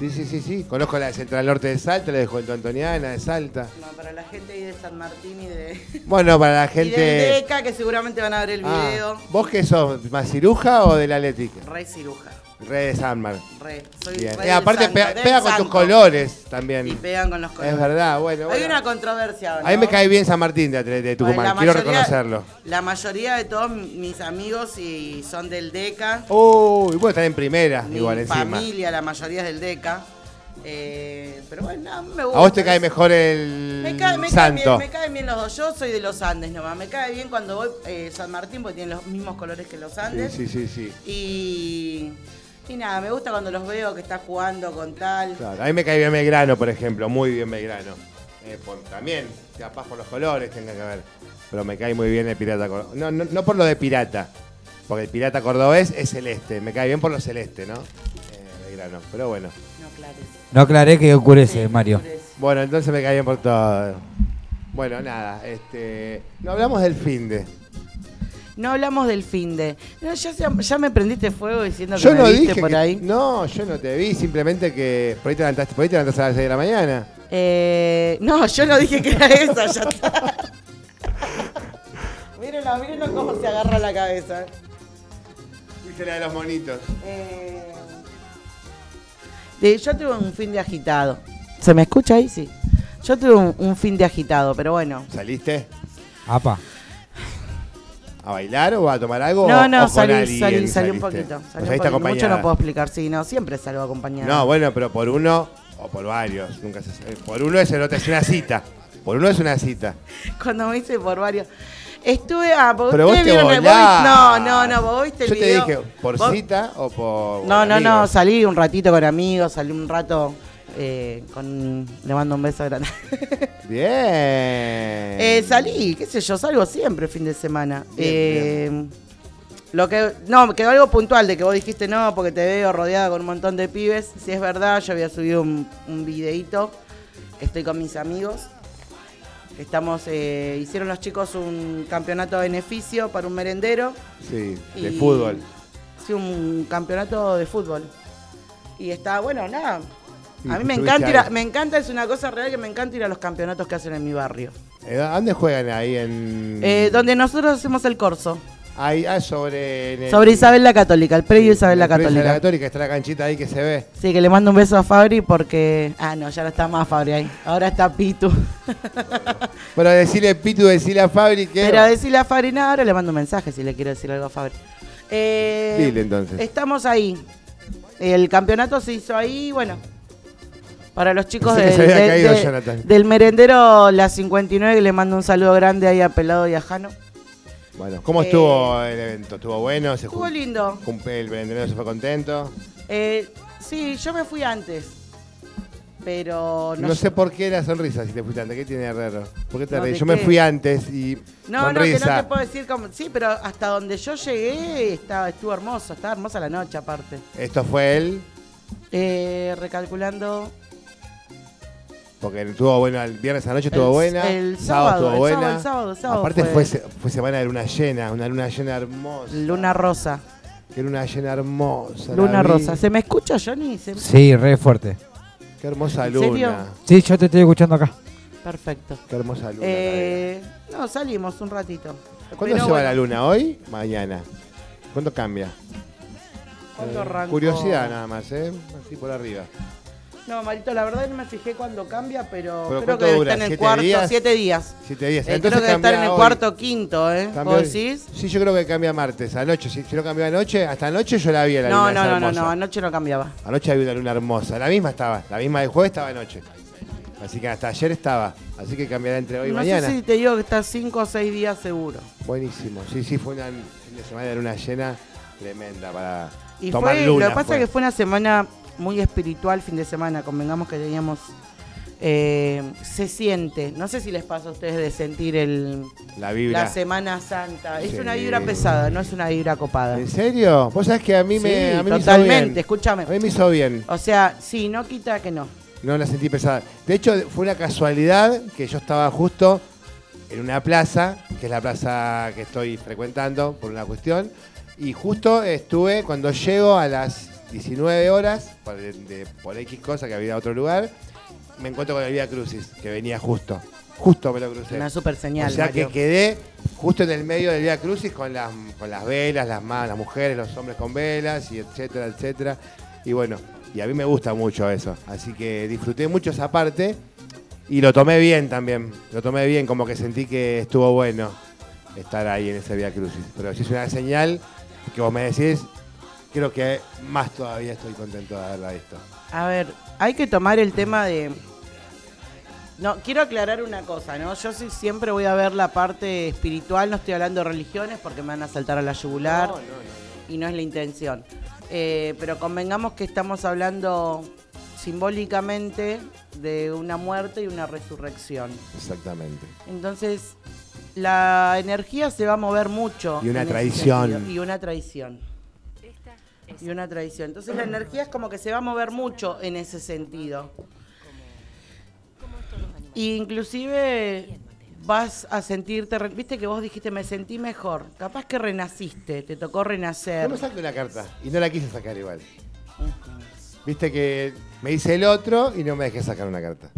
Speaker 5: Sí, sí, sí, sí. Conozco la de Central Norte de Salta, la de Juventud Antoniana de Salta.
Speaker 4: No, para la gente ahí de San Martín y de.
Speaker 5: Bueno, para la
Speaker 4: Y del
Speaker 5: gente...
Speaker 4: DECA, que seguramente van a ver el
Speaker 5: Ah,
Speaker 4: video.
Speaker 5: ¿Vos qué sos? ¿Más ciruja o del Atlético?
Speaker 4: Re ciruja.
Speaker 5: Re de San Mar.
Speaker 4: Re. Soy
Speaker 5: Bien.
Speaker 4: re
Speaker 5: Eh,
Speaker 4: del
Speaker 5: aparte
Speaker 4: santo,
Speaker 5: pega,
Speaker 4: del
Speaker 5: pega con tus
Speaker 4: santo.
Speaker 5: colores también.
Speaker 4: Y pegan con los colores.
Speaker 5: Es verdad, bueno.
Speaker 4: Hay
Speaker 5: bueno.
Speaker 4: una controversia ahora.
Speaker 5: A mí me cae bien San Martín de, Atle- de Tucumán, quiero reconocerlo.
Speaker 4: La mayoría de todos mis amigos y son del DECA.
Speaker 5: Uy, bueno, están en primera,
Speaker 4: Mi
Speaker 5: igual encima.
Speaker 4: familia, la mayoría es del DECA. Eh, pero bueno, no, me gusta.
Speaker 5: A vos te cae
Speaker 4: uh, es-
Speaker 5: mejor el
Speaker 4: Me cae, me caen
Speaker 5: Santo.
Speaker 4: bien, me caen bien los dos. Yo soy de los Andes nomás. Me cae bien cuando voy eh, San Martín porque tienen los mismos colores que los Andes.
Speaker 5: sí, sí, sí, sí.
Speaker 4: Y, y nada, me gusta cuando los veo que está jugando con tal.
Speaker 5: Claro, a mí me cae bien Belgrano, por ejemplo, muy bien Belgrano. Eh, por- también, capaz por los colores tenga que ver. Pero me cae muy bien el pirata cordobés. No, no, no por lo de pirata, porque el pirata cordobés es celeste. Me cae bien por lo celeste, ¿no? Eh, Belgrano, pero bueno.
Speaker 4: No, claro.
Speaker 6: No aclaré que oscurece, Mario.
Speaker 5: Bueno, entonces me cae bien por todo. Bueno, nada, este. No hablamos del fin de.
Speaker 4: No hablamos del fin de. No, ya, se- ya me prendiste fuego diciendo que
Speaker 5: Yo
Speaker 4: me
Speaker 5: no
Speaker 4: viste
Speaker 5: dije.
Speaker 4: por
Speaker 5: que-
Speaker 4: ahí.
Speaker 5: No, yo no te vi, simplemente que. Por ahí te levantaste, por ahí te levantaste a las 6 de la mañana.
Speaker 4: Eh, no, yo no dije que era esa, ya está. mírenlo, mírenlo cómo se agarra la cabeza.
Speaker 5: Viste la de los monitos.
Speaker 4: Eh, de- Eh, yo tuve un fin de agitado. ¿Se me escucha ahí? Sí. Yo tuve un, un fin de agitado, pero bueno.
Speaker 5: ¿Saliste?
Speaker 6: Apa.
Speaker 5: ¿A bailar o a tomar algo?
Speaker 4: No,
Speaker 5: o- o
Speaker 4: no,
Speaker 5: con
Speaker 4: salí,
Speaker 5: alguien
Speaker 4: salí, salí un
Speaker 5: saliste?
Speaker 4: poquito.
Speaker 5: O
Speaker 4: Salí un
Speaker 5: saliste
Speaker 4: poquito. Mucho
Speaker 5: acompañada.
Speaker 4: no puedo explicar, sí, no, siempre salgo acompañada.
Speaker 5: No, bueno, pero por uno o por varios. Nunca se sabe. Por uno es, el otro, es una cita. Por uno es una cita.
Speaker 4: Cuando me hice por varios. Estuve. Ah, porque
Speaker 5: Pero vos
Speaker 4: ustedes
Speaker 5: te
Speaker 4: vieron el- vos
Speaker 5: volás.
Speaker 4: vi- No, no, no, vos viste el
Speaker 5: Yo
Speaker 4: video.
Speaker 5: te dije, ¿por
Speaker 4: Vos-
Speaker 5: cita o por.?
Speaker 4: No, no, no,
Speaker 5: amigos?
Speaker 4: salí un ratito con amigos, salí un rato eh, con. Le mando un beso grande.
Speaker 5: Bien.
Speaker 4: Eh, salí, qué sé yo, salgo siempre fin de semana.
Speaker 5: Bien,
Speaker 4: Eh, Lo que, no, me quedó algo puntual de que vos dijiste no, porque te veo rodeada con un montón de pibes. Si es verdad, yo había subido un, un videíto que estoy con mis amigos. Estamos, eh, hicieron los chicos un campeonato de beneficio para un merendero.
Speaker 5: Sí, de
Speaker 4: Y-
Speaker 5: fútbol.
Speaker 4: Sí, un campeonato de fútbol. Y está, bueno, nada.
Speaker 5: Sí,
Speaker 4: a mí me
Speaker 5: estuviste
Speaker 4: encanta, ir a-
Speaker 5: ahí.
Speaker 4: me encanta, es una cosa real que me encanta ir a los campeonatos que hacen en mi barrio.
Speaker 5: Eh, ¿a ¿Dónde juegan ahí en.?
Speaker 4: Eh, donde nosotros hacemos el corso.
Speaker 5: Ahí, ah, sobre. en el-
Speaker 4: Sobre Isabel la Católica, el
Speaker 5: Sí,
Speaker 4: predio Isabel
Speaker 5: en
Speaker 4: la
Speaker 5: el predio Isabel
Speaker 4: Católica.
Speaker 5: Católica, está la canchita ahí que se ve.
Speaker 4: Sí, que le mando un beso a Fabri porque. Ah, no, ya no está más Fabri ahí. Ahora está Pitu.
Speaker 5: Bueno, decirle Pitu, decirle a Fabri que.
Speaker 4: Pero decirle a Fabri, no, ahora le mando un mensaje si le quiero decir algo a Fabri. Eh,
Speaker 5: Dile, entonces.
Speaker 4: Estamos ahí. El campeonato se hizo ahí, bueno. Para los chicos
Speaker 5: Pensé que
Speaker 4: del-
Speaker 5: se había
Speaker 4: del-
Speaker 5: caído,
Speaker 4: del-
Speaker 5: Jonathan.
Speaker 4: del merendero La 59, que le mando un saludo grande ahí a Pelado y a Jano.
Speaker 5: Bueno, ¿cómo estuvo el evento? ¿Estuvo bueno? ¿Se
Speaker 4: Eh, Estuvo
Speaker 5: jun-
Speaker 4: lindo.
Speaker 5: cum- El vendedor se fue contento.
Speaker 4: Eh, sí, yo me fui antes. Pero
Speaker 5: No, sé por qué la sonrisa si te fuiste antes. ¿Qué tiene de raro? ¿Por qué te
Speaker 4: No,
Speaker 5: reís?
Speaker 4: ¿de
Speaker 5: Yo me
Speaker 4: qué?
Speaker 5: fui antes y.
Speaker 4: No, no, que no te puedo decir cómo. Sí, pero hasta donde yo llegué estaba, estuvo hermoso, estaba hermosa la noche aparte.
Speaker 5: Esto fue él,
Speaker 4: Eh, recalculando.
Speaker 5: porque estuvo bueno el viernes a la noche, estuvo
Speaker 4: El-
Speaker 5: buena.
Speaker 4: el sábado,
Speaker 5: sábado estuvo
Speaker 4: el sábado,
Speaker 5: buena.
Speaker 4: el sábado, el sábado
Speaker 5: Aparte
Speaker 4: fue.
Speaker 5: fue, se- fue semana de luna llena, una luna llena hermosa.
Speaker 4: Luna Rosa.
Speaker 5: que era una llena hermosa. la
Speaker 4: Luna
Speaker 5: vi.
Speaker 4: Rosa. ¿Se me escucha, Johnny? ¿Se-
Speaker 6: Sí, re fuerte.
Speaker 5: Qué hermosa
Speaker 4: ¿En
Speaker 5: luna.
Speaker 4: serio?
Speaker 6: Sí, yo te estoy escuchando acá.
Speaker 4: Perfecto.
Speaker 5: Qué hermosa luna. la verdad.
Speaker 4: Eh, no, salimos un ratito.
Speaker 5: ¿Cuándo
Speaker 4: Pero
Speaker 5: se va
Speaker 4: bueno,
Speaker 5: la luna? ¿Hoy? ¿Mañana? ¿Cuándo cambia?
Speaker 4: ¿cuándo
Speaker 5: Eh,
Speaker 4: arrancó?
Speaker 5: Curiosidad nada más, ¿eh? Así por arriba.
Speaker 4: No, Marito, la verdad no me fijé cuándo cambia, pero,
Speaker 5: ¿Pero
Speaker 4: creo
Speaker 5: cuánto
Speaker 4: que debe
Speaker 5: dura?
Speaker 4: estar en el
Speaker 5: ¿Siete
Speaker 4: cuarto,
Speaker 5: días?
Speaker 4: siete días.
Speaker 5: Siete días.
Speaker 4: Eh, creo
Speaker 5: Entonces
Speaker 4: que debe estar en
Speaker 5: cambia
Speaker 4: el
Speaker 5: hoy.
Speaker 4: cuarto quinto, ¿eh?
Speaker 5: ¿Cambia
Speaker 4: ¿Vos
Speaker 5: hoy?
Speaker 4: decís?
Speaker 5: Sí, yo creo que cambia martes, anoche. Si, si no cambió anoche, hasta anoche yo la vi a la
Speaker 4: No,
Speaker 5: luna.
Speaker 4: no,
Speaker 5: esa
Speaker 4: no, no,
Speaker 5: hermosa.
Speaker 4: no, anoche no cambiaba.
Speaker 5: Anoche había una luna hermosa. La misma estaba. La misma del jueves estaba anoche. Así que hasta ayer estaba. Así que cambiará entre hoy y
Speaker 4: no
Speaker 5: mañana.
Speaker 4: sé si te digo que está cinco o seis días seguro.
Speaker 5: Buenísimo. Sí, sí, fue una fin de semana de luna llena tremenda para
Speaker 4: Y
Speaker 5: tomar
Speaker 4: fue,
Speaker 5: luna.
Speaker 4: lo que pasa es que fue una semana muy espiritual, fin de semana, convengamos que teníamos... eh, se siente, no sé si les pasa a ustedes de sentir el,
Speaker 5: la vibra.
Speaker 4: la Semana Santa. Es
Speaker 5: Sí.
Speaker 4: una vibra pesada, no es una vibra copada.
Speaker 5: ¿En serio? Vos sabés que a mí me,
Speaker 4: Sí,
Speaker 5: a mí me
Speaker 4: totalmente,
Speaker 5: hizo bien.
Speaker 4: escúchame.
Speaker 5: A mí me hizo bien.
Speaker 4: O sea, sí, no quita que no.
Speaker 5: No la sentí pesada. De hecho, fue una casualidad que yo estaba justo en una plaza, que es la plaza que estoy frecuentando por una cuestión, y justo estuve cuando llego a las 19 horas, por, de- por X cosa que había a otro lugar, me encuentro con el Vía Crucis, que venía justo. Justo me lo crucé.
Speaker 4: Una super señal.
Speaker 5: O sea
Speaker 4: Mario.
Speaker 5: que quedé justo en el medio del Vía Crucis con las, con las velas, las, ma- las mujeres, los hombres con velas, y etcétera, etcétera. Y bueno, y a mí me gusta mucho eso. Así que disfruté mucho esa parte y lo tomé bien también. Lo tomé bien, como que sentí que estuvo bueno estar ahí en ese Vía Crucis. Pero si es una señal que vos me decís, creo que más todavía estoy contento de haberla visto.
Speaker 4: A ver, hay que tomar el tema de. No, quiero aclarar una cosa, ¿no? Yo sí siempre voy a ver la parte espiritual, no estoy hablando de religiones porque me van a saltar a la yugular y no es la intención. Eh, pero convengamos que estamos hablando simbólicamente de una muerte y una resurrección.
Speaker 5: Exactamente.
Speaker 4: Entonces, la energía se va a mover mucho.
Speaker 5: Y una
Speaker 4: en ese
Speaker 5: traición.
Speaker 4: sentido. Y una traición. Y una traición. Entonces, la energía es como que se va a mover mucho en ese sentido. Y inclusive vas a sentirte, re- viste que vos dijiste, me sentí mejor. Capaz que renaciste, te tocó renacer.
Speaker 5: Yo me saqué una carta y no la quise sacar igual. Viste que me dice el otro y no me dejé sacar una carta.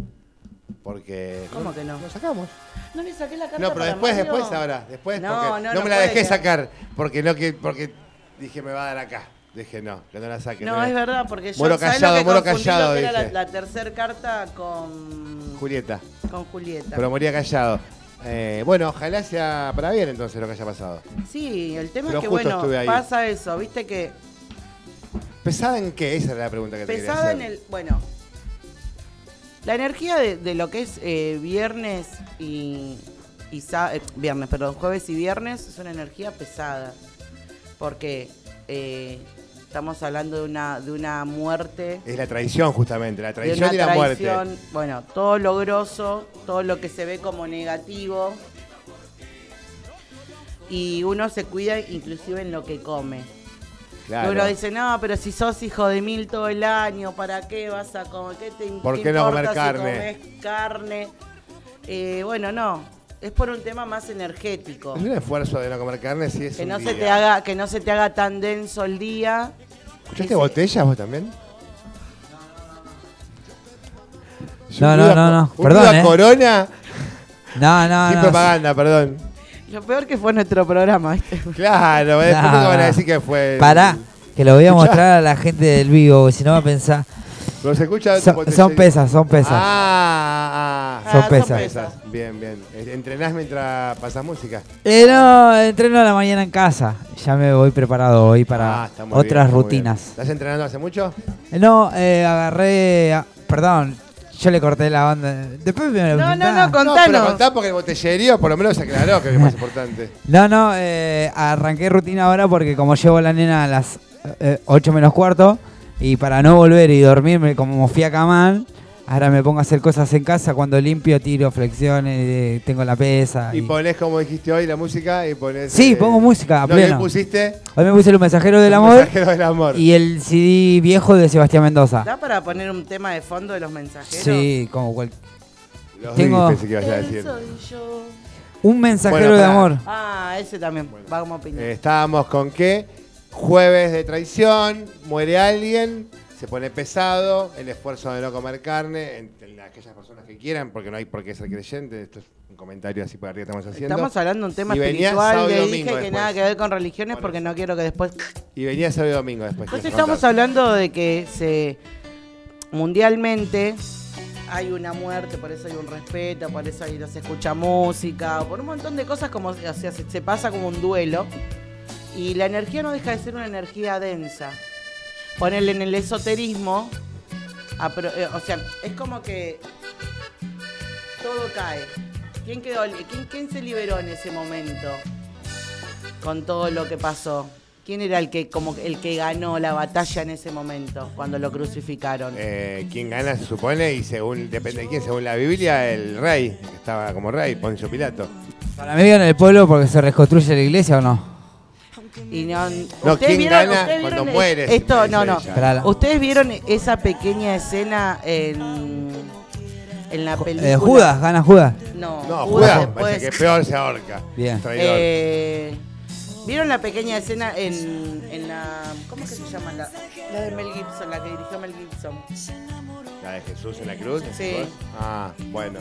Speaker 5: Porque.
Speaker 4: ¿Cómo que no?
Speaker 5: Lo sacamos.
Speaker 4: No le saqué la carta.
Speaker 5: No, pero
Speaker 4: para
Speaker 5: después,
Speaker 4: Mario.
Speaker 5: después ahora. Después,
Speaker 4: No,
Speaker 5: porque
Speaker 4: no,
Speaker 5: no,
Speaker 4: no
Speaker 5: me la
Speaker 4: puede
Speaker 5: dejé
Speaker 4: quedar.
Speaker 5: sacar. Porque no que. Porque dije me va a dar acá. Dije no, que no la saque.
Speaker 4: No,
Speaker 5: la-
Speaker 4: es verdad, porque yo
Speaker 5: Muero
Speaker 4: ¿sabés
Speaker 5: callado,
Speaker 4: lo que
Speaker 5: muero
Speaker 4: confundí
Speaker 5: callado,
Speaker 4: lo que era la,
Speaker 5: dije.
Speaker 4: tercera carta con,
Speaker 5: Julieta.
Speaker 4: con Julieta.
Speaker 5: Pero moría callado. Eh, bueno, ojalá sea para bien entonces lo que haya pasado.
Speaker 4: Sí, el tema
Speaker 5: Pero
Speaker 4: es que
Speaker 5: justo
Speaker 4: bueno,
Speaker 5: estuve ahí.
Speaker 4: pasa eso, viste que
Speaker 5: ¿Pesada en qué? Esa era la pregunta que te quería
Speaker 4: pesada
Speaker 5: hacer.
Speaker 4: en el, bueno, la energía de, de lo que es eh, viernes y, y sa- eh, viernes, perdón, jueves y viernes es una energía pesada, porque eh, estamos hablando de una de una muerte,
Speaker 5: Es la traición, justamente. La
Speaker 4: de
Speaker 5: traición
Speaker 4: una
Speaker 5: y la muerte.
Speaker 4: traición, bueno, todo lo grosso, todo lo que se ve como negativo. Y uno se cuida inclusive en lo que come.
Speaker 5: Claro.
Speaker 4: Uno dice, no, pero si sos hijo de mil todo el año, ¿para qué vas a comer? ¿Qué te
Speaker 5: ¿Por
Speaker 4: qué
Speaker 5: qué no comer
Speaker 4: importa si
Speaker 5: carne?
Speaker 4: comés carne? Eh, bueno, no. Es por un tema más energético.
Speaker 5: Es un esfuerzo de no comer carne si es
Speaker 4: Que
Speaker 5: un
Speaker 4: no, se
Speaker 5: día.
Speaker 4: te haga, que no se te haga tan denso el día.
Speaker 5: ¿Escuchaste
Speaker 4: Ese-
Speaker 5: botellas vos también?
Speaker 6: No,
Speaker 5: Un
Speaker 6: no,
Speaker 5: viva-
Speaker 6: no, no.
Speaker 5: un
Speaker 6: Perdón,
Speaker 5: viva
Speaker 6: eh.
Speaker 5: Corona
Speaker 6: No, no,
Speaker 5: sin
Speaker 6: no.
Speaker 5: propaganda, perdón.
Speaker 4: Lo peor que fue nuestro programa. ¿viste?
Speaker 5: Claro, eh. después
Speaker 6: No.
Speaker 5: nunca van a decir que fue.
Speaker 6: Pará, que lo voy a
Speaker 5: Escuchá.
Speaker 6: mostrar a la gente del vivo, porque si no va a pensar.
Speaker 5: Pero se escucha tu
Speaker 6: Son,
Speaker 5: botella
Speaker 6: son
Speaker 5: y-
Speaker 6: pesas, son pesas.
Speaker 5: Ah, ah, ah.
Speaker 6: Son pesas.
Speaker 5: Pesas. Bien, bien. Eh, Entrenás mientras pasas música.
Speaker 6: Eh, no, entreno a la mañana en casa. Ya me voy preparado hoy para
Speaker 5: Ah, está muy bien,
Speaker 6: otras
Speaker 5: está muy bien.
Speaker 6: rutinas.
Speaker 5: ¿Estás entrenando hace mucho?
Speaker 6: Eh, No, eh, agarré. a- perdón, yo le corté la onda. Después me lo
Speaker 4: No, no,
Speaker 6: preguntás.
Speaker 4: no, con-
Speaker 5: No, pero
Speaker 4: Contanos.
Speaker 5: contá porque el botellerío por lo menos se aclaró, que es lo más importante.
Speaker 6: No, no, eh, arranqué rutina ahora porque como llevo a la nena a las eh, 8 menos cuarto y para no volver y dormirme como fui a Camal, ahora me pongo a hacer cosas en casa. Cuando limpio, tiro flexiones, eh, tengo la pesa.
Speaker 5: Y
Speaker 6: y-
Speaker 5: ponés, como dijiste hoy, la música y ponés. eh,
Speaker 6: Sí, pongo música, a
Speaker 5: ¿no? ¿Qué
Speaker 6: pleno.
Speaker 5: pusiste?
Speaker 6: Hoy me puse el mensajero del
Speaker 5: Un
Speaker 6: amor
Speaker 5: Mensajero del amor.
Speaker 6: y el CD viejo de Sebastián Mendoza.
Speaker 4: ¿Da para poner un tema de fondo de los mensajeros?
Speaker 6: Sí, como cual...
Speaker 5: Los
Speaker 6: Tengo-
Speaker 5: Tengo... pensé que ibas a
Speaker 4: Él
Speaker 5: decir.
Speaker 4: soy yo.
Speaker 6: Un mensajero
Speaker 5: Bueno,
Speaker 6: de
Speaker 5: pará.
Speaker 6: amor.
Speaker 4: Ah, ese también. Vamos a opinar.
Speaker 5: Eh, estábamos con que Jueves de traición, muere alguien, se pone pesado, el esfuerzo de no comer carne, entre aquellas personas que quieran, porque no hay por qué ser creyente, esto es un comentario así por arriba que estamos haciendo.
Speaker 4: Estamos hablando de un tema
Speaker 5: Y venía
Speaker 4: espiritual.
Speaker 5: sábado y
Speaker 4: Le dije
Speaker 5: domingo
Speaker 4: que
Speaker 5: después.
Speaker 4: nada que ver con religiones
Speaker 5: Bueno.
Speaker 4: porque no quiero que después.
Speaker 5: Y venía sábado y domingo después.
Speaker 4: Entonces
Speaker 5: quiero
Speaker 4: Pues estamos
Speaker 5: contar.
Speaker 4: hablando de que se mundialmente hay una muerte, por eso hay un respeto, por eso ahí no se escucha música, por un montón de cosas como o sea, se, se pasa como un duelo. Y la energía no deja de ser una energía densa. Ponerle en el esoterismo, apro- eh, o sea, es como que todo cae. ¿Quién, quedó, quién, ¿Quién se liberó en ese momento con todo lo que pasó? ¿Quién era el que, como que- el que ganó la batalla en ese momento cuando lo crucificaron?
Speaker 5: Eh, quien gana se supone, y según, depende de quién, según la Biblia, el rey, que estaba como rey, Poncio Pilato.
Speaker 6: Para mí en el pueblo porque se reconstruye la iglesia o no.
Speaker 4: Y no,
Speaker 5: No,
Speaker 4: ¿ustedes
Speaker 5: ¿quién
Speaker 4: vieron-
Speaker 5: gana
Speaker 4: ustedes
Speaker 5: cuando
Speaker 4: vieron
Speaker 5: muere? si me
Speaker 4: Esto,
Speaker 5: dice
Speaker 4: no, no.
Speaker 5: ella.
Speaker 6: Claro.
Speaker 4: ¿Ustedes vieron esa pequeña escena en, en la película?
Speaker 6: Eh, Judas, gana Judas.
Speaker 4: No,
Speaker 5: No,
Speaker 4: Judas
Speaker 5: Judas,
Speaker 4: después-
Speaker 5: parece que peor se ahorca.
Speaker 6: Bien.
Speaker 5: Traidor.
Speaker 4: Eh, ¿Vieron la pequeña escena en, en la. ¿Cómo que se llama? La, la de Mel Gibson, la que dirigió Mel Gibson.
Speaker 5: La de Jesús en la cruz.
Speaker 4: Sí.
Speaker 5: decís vos? Ah, bueno.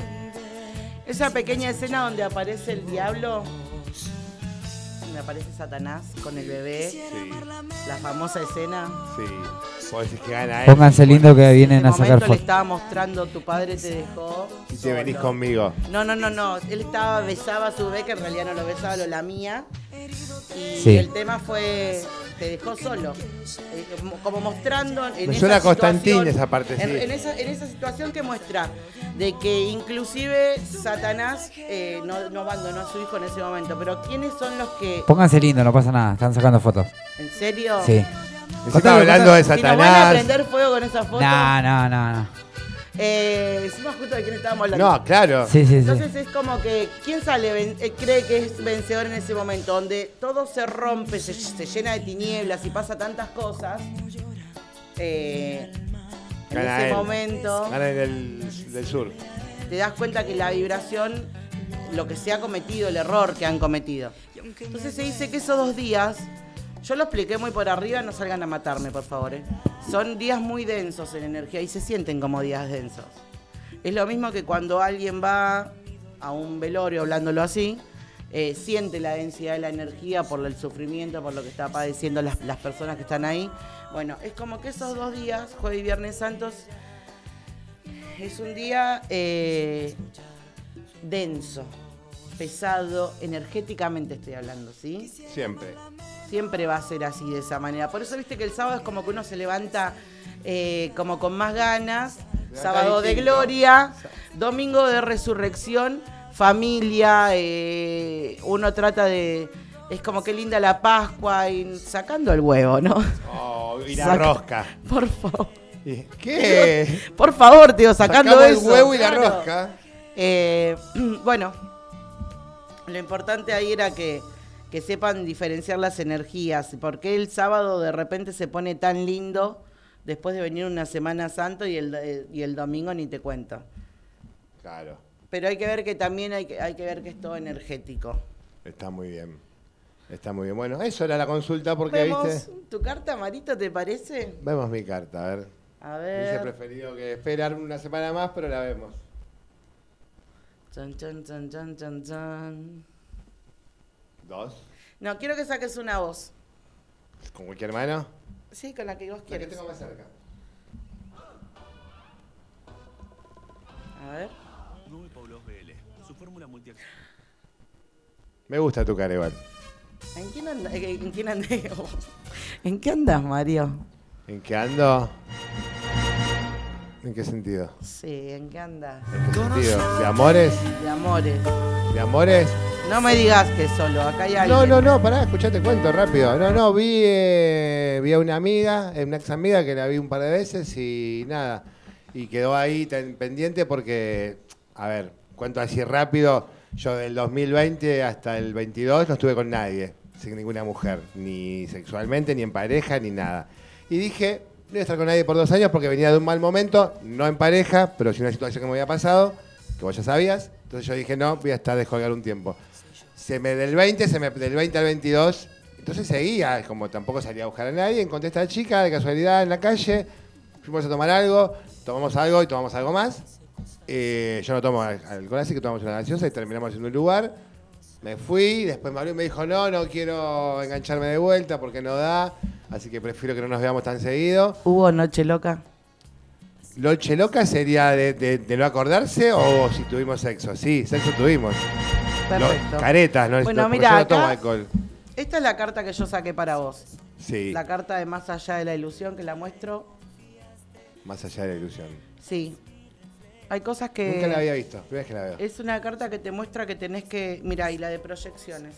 Speaker 4: Esa pequeña escena donde aparece el diablo. Donde aparece Satanás con el bebé.
Speaker 5: Sí,
Speaker 4: La famosa escena.
Speaker 5: sí. Vos decís que gana él.
Speaker 6: Pónganse lindo que
Speaker 4: En
Speaker 6: vienen a
Speaker 4: ese
Speaker 6: sacar
Speaker 4: momento le
Speaker 6: fotos.
Speaker 4: estaba mostrando tu padre te dejó.
Speaker 5: Si te
Speaker 4: solo".
Speaker 5: venís conmigo.
Speaker 4: No, no, no, no. Él estaba, besaba a su bebé, que en realidad no lo besaba, lo lamía. Y
Speaker 6: Sí.
Speaker 4: el tema fue. Te dejó solo. Eh, mo- como mostrando. En
Speaker 5: Me
Speaker 4: esa
Speaker 5: suena a Constantine
Speaker 4: situación-
Speaker 5: esa parte,
Speaker 4: En,
Speaker 5: sí.
Speaker 4: en esa, en esa situación que muestra de que inclusive Satanás eh, no, no abandonó a su hijo en ese momento. Pero ¿quiénes son los que.
Speaker 6: Pónganse lindo, no pasa nada, están sacando fotos.
Speaker 4: ¿En serio?
Speaker 6: Sí.
Speaker 5: Encima hablando de
Speaker 4: Si nos van a
Speaker 5: Satanás.
Speaker 4: prender fuego con esa foto.
Speaker 6: No, no, no, no.
Speaker 4: Eh, encima justo de quién estábamos hablando.
Speaker 5: No, claro.
Speaker 6: Sí, sí, sí.
Speaker 4: Entonces es como que, ¿quién sale, ven- eh, cree que es vencedor en ese momento? Donde todo se rompe, se, se llena de tinieblas y pasa tantas cosas. eh, en
Speaker 5: Gana
Speaker 4: ese
Speaker 5: él.
Speaker 4: momento
Speaker 5: Gana del, del sur.
Speaker 4: te das cuenta que la vibración, lo que se ha cometido, el error que han cometido. Entonces se dice que esos dos días, yo lo expliqué muy por arriba, no salgan a matarme, por favor. ¿eh? Son días muy densos en energía y se sienten como días densos. Es lo mismo que cuando alguien va a un velorio, hablándolo así, eh, siente la densidad de la energía por el sufrimiento, por lo que está padeciendo las, las personas que están ahí. Bueno, es como que esos dos días, jueves y viernes santos, es un día eh, denso, pesado, energéticamente estoy hablando, ¿sí?
Speaker 5: Siempre.
Speaker 4: Siempre va a ser así de esa manera. Por eso viste que el sábado es como que uno se levanta eh, como con más ganas.
Speaker 5: Levanta
Speaker 4: Sábado de
Speaker 5: distinto.
Speaker 4: gloria, domingo de resurrección, familia, eh, uno trata de... Es como que linda la Pascua y sacando el huevo, ¿no?
Speaker 5: Oh, y la
Speaker 4: Saca-
Speaker 5: rosca.
Speaker 4: Por favor.
Speaker 5: Y- ¿Qué?
Speaker 4: Por favor, tío, sacando
Speaker 5: Sacamos
Speaker 4: eso.
Speaker 5: el huevo y la
Speaker 4: Claro.
Speaker 5: rosca.
Speaker 4: Eh, bueno, lo importante ahí era que, que sepan diferenciar las energías, porque el sábado de repente se pone tan lindo después de venir una Semana Santo y el, eh, y el domingo ni te cuento.
Speaker 5: Claro.
Speaker 4: Pero hay que ver que también hay que, hay que ver que es todo energético.
Speaker 5: Está muy bien. Está muy bien. Bueno, eso era la consulta porque,
Speaker 4: Vemos
Speaker 5: viste.
Speaker 4: tu carta, Marito, ¿te parece?
Speaker 5: Vemos mi carta, a ver.
Speaker 4: A
Speaker 5: Hubiese
Speaker 4: ver.
Speaker 5: preferido que esperar una semana más, pero la vemos.
Speaker 4: Chan, chan, chan, chan, chan, chan.
Speaker 5: Dos.
Speaker 4: No, quiero que saques una voz.
Speaker 5: ¿Con cualquier mano?
Speaker 4: Sí, con la que vos
Speaker 5: La que
Speaker 4: quieres.
Speaker 5: tengo más cerca.
Speaker 4: A ver.
Speaker 5: Me gusta tu cara igual.
Speaker 4: ¿En quién andas? ¿En quién Oh, andé? ¿En qué andas, Mario?
Speaker 5: ¿En qué ando? ¿En qué sentido?
Speaker 4: Sí, ¿en qué andas?
Speaker 5: ¿En qué sentido? ¿De amores?
Speaker 4: De amores.
Speaker 5: ¿De amores?
Speaker 4: No me digas que solo, acá hay alguien.
Speaker 5: No, no, no, pará, escuchate cuento rápido. No, no, vi, eh, vi a una amiga, eh, una ex amiga que la vi un par de veces y nada. Y quedó ahí tan pendiente porque, a ver, cuento así rápido. Yo del 2020 hasta el 22 no estuve con nadie, sin ninguna mujer, ni sexualmente, ni en pareja, ni nada. Y dije, no voy a estar con nadie por dos años porque venía de un mal momento, no en pareja, pero sí una situación que me había pasado, que vos ya sabías. Entonces yo dije, no, voy a estar descolgar un tiempo. Se me del 20, se me del 20 al 22 Entonces seguía, como tampoco salía a buscar a nadie, encontré a esta chica de casualidad en la calle, fuimos a tomar algo, tomamos algo y tomamos algo más. Eh, yo no tomo al- alcohol, así que tomamos una gaseosa y terminamos en un lugar. Me fui, después me habló y me dijo, no, no quiero engancharme de vuelta porque no da, así que prefiero que no nos veamos tan seguido.
Speaker 4: Hubo noche loca.
Speaker 5: ¿Loche loca sería de, de- de no acordarse o si tuvimos sexo? Sí, sexo tuvimos.
Speaker 4: Perfecto.
Speaker 5: Lo- caretas, no
Speaker 4: Bueno,
Speaker 5: no, porque
Speaker 4: mira,
Speaker 5: yo no tomo
Speaker 4: acá-
Speaker 5: alcohol.
Speaker 4: Esta es la carta que yo saqué para vos.
Speaker 5: Sí,
Speaker 4: La carta de más allá de la ilusión que la muestro.
Speaker 5: más allá de la ilusión.
Speaker 4: Sí. Hay cosas que.
Speaker 5: Nunca la había visto, primera vez que la veo.
Speaker 4: Es una carta que te muestra que tenés que. Mira, y la de proyecciones.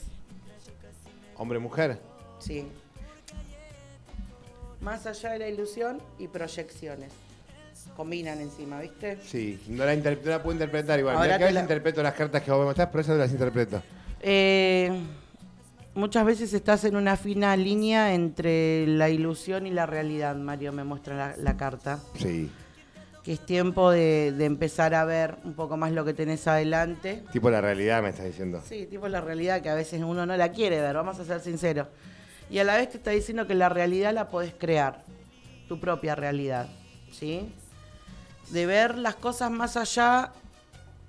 Speaker 5: Hombre-mujer.
Speaker 4: Sí. Más allá de la ilusión y proyecciones. Combinan encima, ¿viste?
Speaker 5: Sí, no la, inter- no la puedo interpretar igual.
Speaker 4: Ahora
Speaker 5: Mirá que
Speaker 4: te
Speaker 5: a veces
Speaker 4: la-
Speaker 5: interpreto las cartas que vos me mostrás, pero esas no las interpreto.
Speaker 4: Eh, muchas veces estás en una fina línea entre la ilusión y la realidad, Mario, me muestra la, la carta.
Speaker 5: Sí.
Speaker 4: Que es tiempo de, de empezar a ver un poco más lo que tenés adelante.
Speaker 5: Tipo la realidad me estás diciendo.
Speaker 4: Sí, tipo la realidad que a veces uno no la quiere ver, vamos a ser sinceros. Y a la vez te está diciendo que la realidad la podés crear, tu propia realidad, ¿sí? De ver las cosas más allá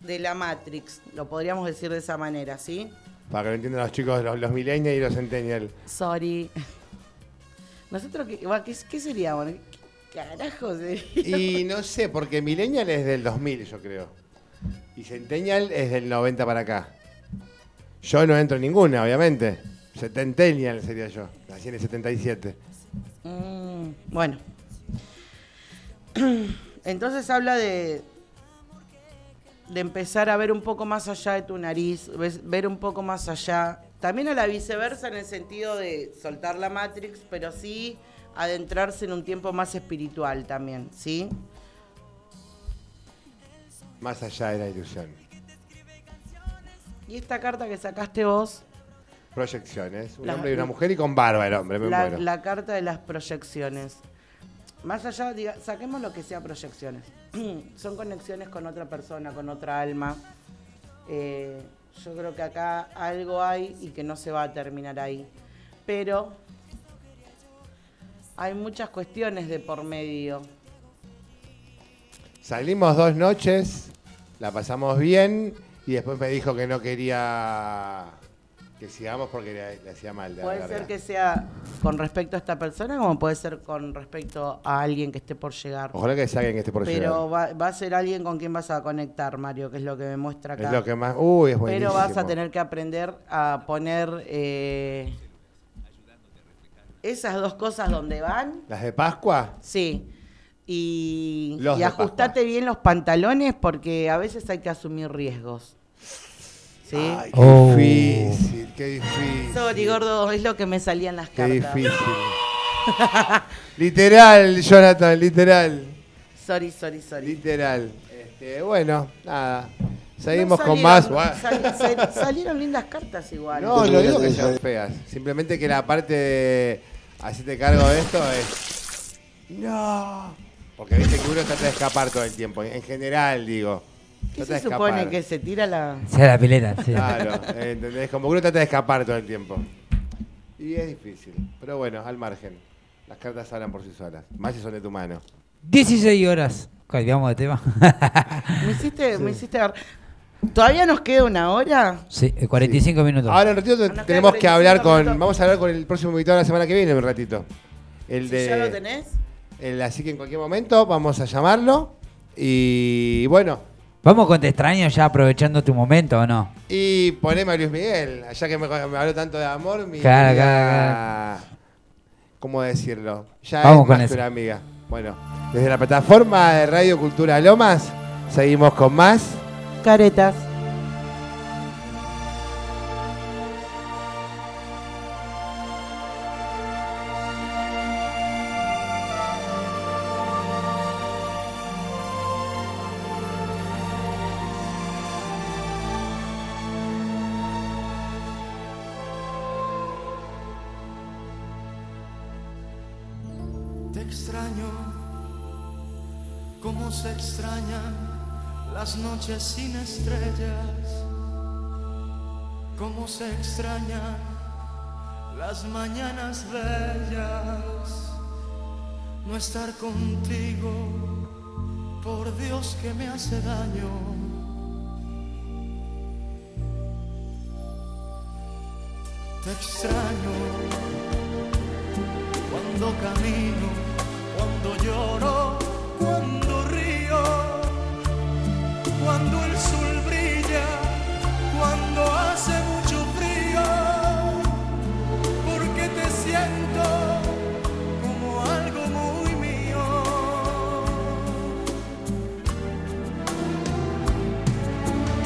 Speaker 4: de la Matrix, lo podríamos decir de esa manera, ¿sí?
Speaker 5: Para que lo entiendan los chicos, los, los millennials y los centennials.
Speaker 4: Sorry. Nosotros, ¿qué, va, qué, qué seríamos? ¿Qué carajo sería?
Speaker 5: Y no sé, porque millennial es del 2000, yo creo. Y centennial es del 90 para acá. Yo no entro en ninguna, obviamente. Setentennial sería yo. Nací en el 77.
Speaker 4: Mm, bueno. Entonces habla de, de empezar a ver un poco más allá de tu nariz, ves- ver un poco más allá. También a la viceversa en el sentido de soltar la Matrix, pero sí adentrarse en un tiempo más espiritual también, ¿sí?
Speaker 5: Más allá de la ilusión.
Speaker 4: Y esta carta que sacaste vos,
Speaker 5: Proyecciones. Un
Speaker 4: La-
Speaker 5: hombre y una mujer y con barba el hombre. Me
Speaker 4: la,
Speaker 5: muero.
Speaker 4: la carta de las proyecciones. Más allá, diga- saquemos lo que sea proyecciones. Son conexiones con otra persona, con otra alma. Eh, yo creo que acá algo hay y que no se va a terminar ahí. Pero hay muchas cuestiones de por medio.
Speaker 5: Salimos dos noches, la pasamos bien y después me dijo que no quería que sigamos porque le, le hacía mal. la
Speaker 4: Puede
Speaker 5: verdad.
Speaker 4: ser que sea con respecto a esta persona como puede ser con respecto a alguien que esté por llegar.
Speaker 5: Ojalá que sea alguien que esté por
Speaker 4: Pero
Speaker 5: llegar.
Speaker 4: va, va a ser alguien con quien vas a conectar, Mario, que es lo que me muestra acá.
Speaker 5: Es lo que más... Uy, es buenísimo.
Speaker 4: Pero vas a tener que aprender a poner eh, esas dos cosas donde van.
Speaker 5: ¿Las de Pascua?
Speaker 4: Sí. Y,
Speaker 5: Los
Speaker 4: y
Speaker 5: de
Speaker 4: ajustate
Speaker 5: Pascua.
Speaker 4: bien los pantalones porque a veces hay que asumir riesgos. ¿Sí?
Speaker 5: Ay, qué
Speaker 6: Oh.
Speaker 5: difícil, qué difícil.
Speaker 4: Sorry, gordo, es lo que me salían las
Speaker 5: Qué
Speaker 4: cartas.
Speaker 5: difícil. literal, Jonathan, literal.
Speaker 4: Sorry, sorry, sorry. Eh.
Speaker 5: Literal. Este, bueno, nada. Seguimos
Speaker 4: No
Speaker 5: con
Speaker 4: salieron-
Speaker 5: más. Gua-
Speaker 4: sal- sal- salieron lindas cartas igual.
Speaker 5: No, no digo que sean feas. Simplemente que la parte de hacerte cargo de esto es. No. Porque viste que uno trata de escapar todo el tiempo. En general, digo.
Speaker 4: ¿Qué
Speaker 5: Trata
Speaker 4: se
Speaker 5: de
Speaker 4: supone
Speaker 5: escapar.
Speaker 4: que se tira la.?
Speaker 6: Sea la pileta, sí.
Speaker 5: Claro, ¿entendés? Como que uno trata de escapar todo el tiempo. Y es difícil. Pero bueno, al margen. Las cartas hablan por sí solas. Más si son de tu mano.
Speaker 6: 16 horas. Cambiamos de tema.
Speaker 4: Me hiciste, me hiciste agar- ¿Todavía nos queda una hora?
Speaker 6: sí, eh, 45 minutos.
Speaker 5: Ahora en un ratito
Speaker 4: queda
Speaker 5: tenemos que hablar
Speaker 4: 45
Speaker 5: con.
Speaker 4: minutos.
Speaker 5: Vamos a hablar con el próximo invitado la semana que viene, en un ratito. El
Speaker 4: Si
Speaker 5: de.
Speaker 4: ya lo tenés.
Speaker 5: El- así que en cualquier momento vamos a llamarlo. Y bueno,
Speaker 6: Vamos con Te extraño ya aprovechando tu momento o no.
Speaker 5: y poneme a Luis Miguel, ya que me, me habló tanto de amor, mi
Speaker 6: Claro,
Speaker 5: querida-
Speaker 6: claro,
Speaker 5: ¿Cómo decirlo? Ya
Speaker 6: Vamos
Speaker 5: es
Speaker 6: con
Speaker 5: más
Speaker 6: eso.
Speaker 5: que una amiga. Bueno, desde la plataforma de Radio Cultura Lomas, seguimos con más.
Speaker 4: Caretas.
Speaker 3: Te extraño, como se extrañan las noches sin estrellas, como se extrañan las mañanas bellas, no estar contigo, por Dios que me hace daño. Te extraño cuando camino, cuando lloro, cuando río, cuando el sol brilla, cuando hace mucho frío porque te siento como algo muy mío.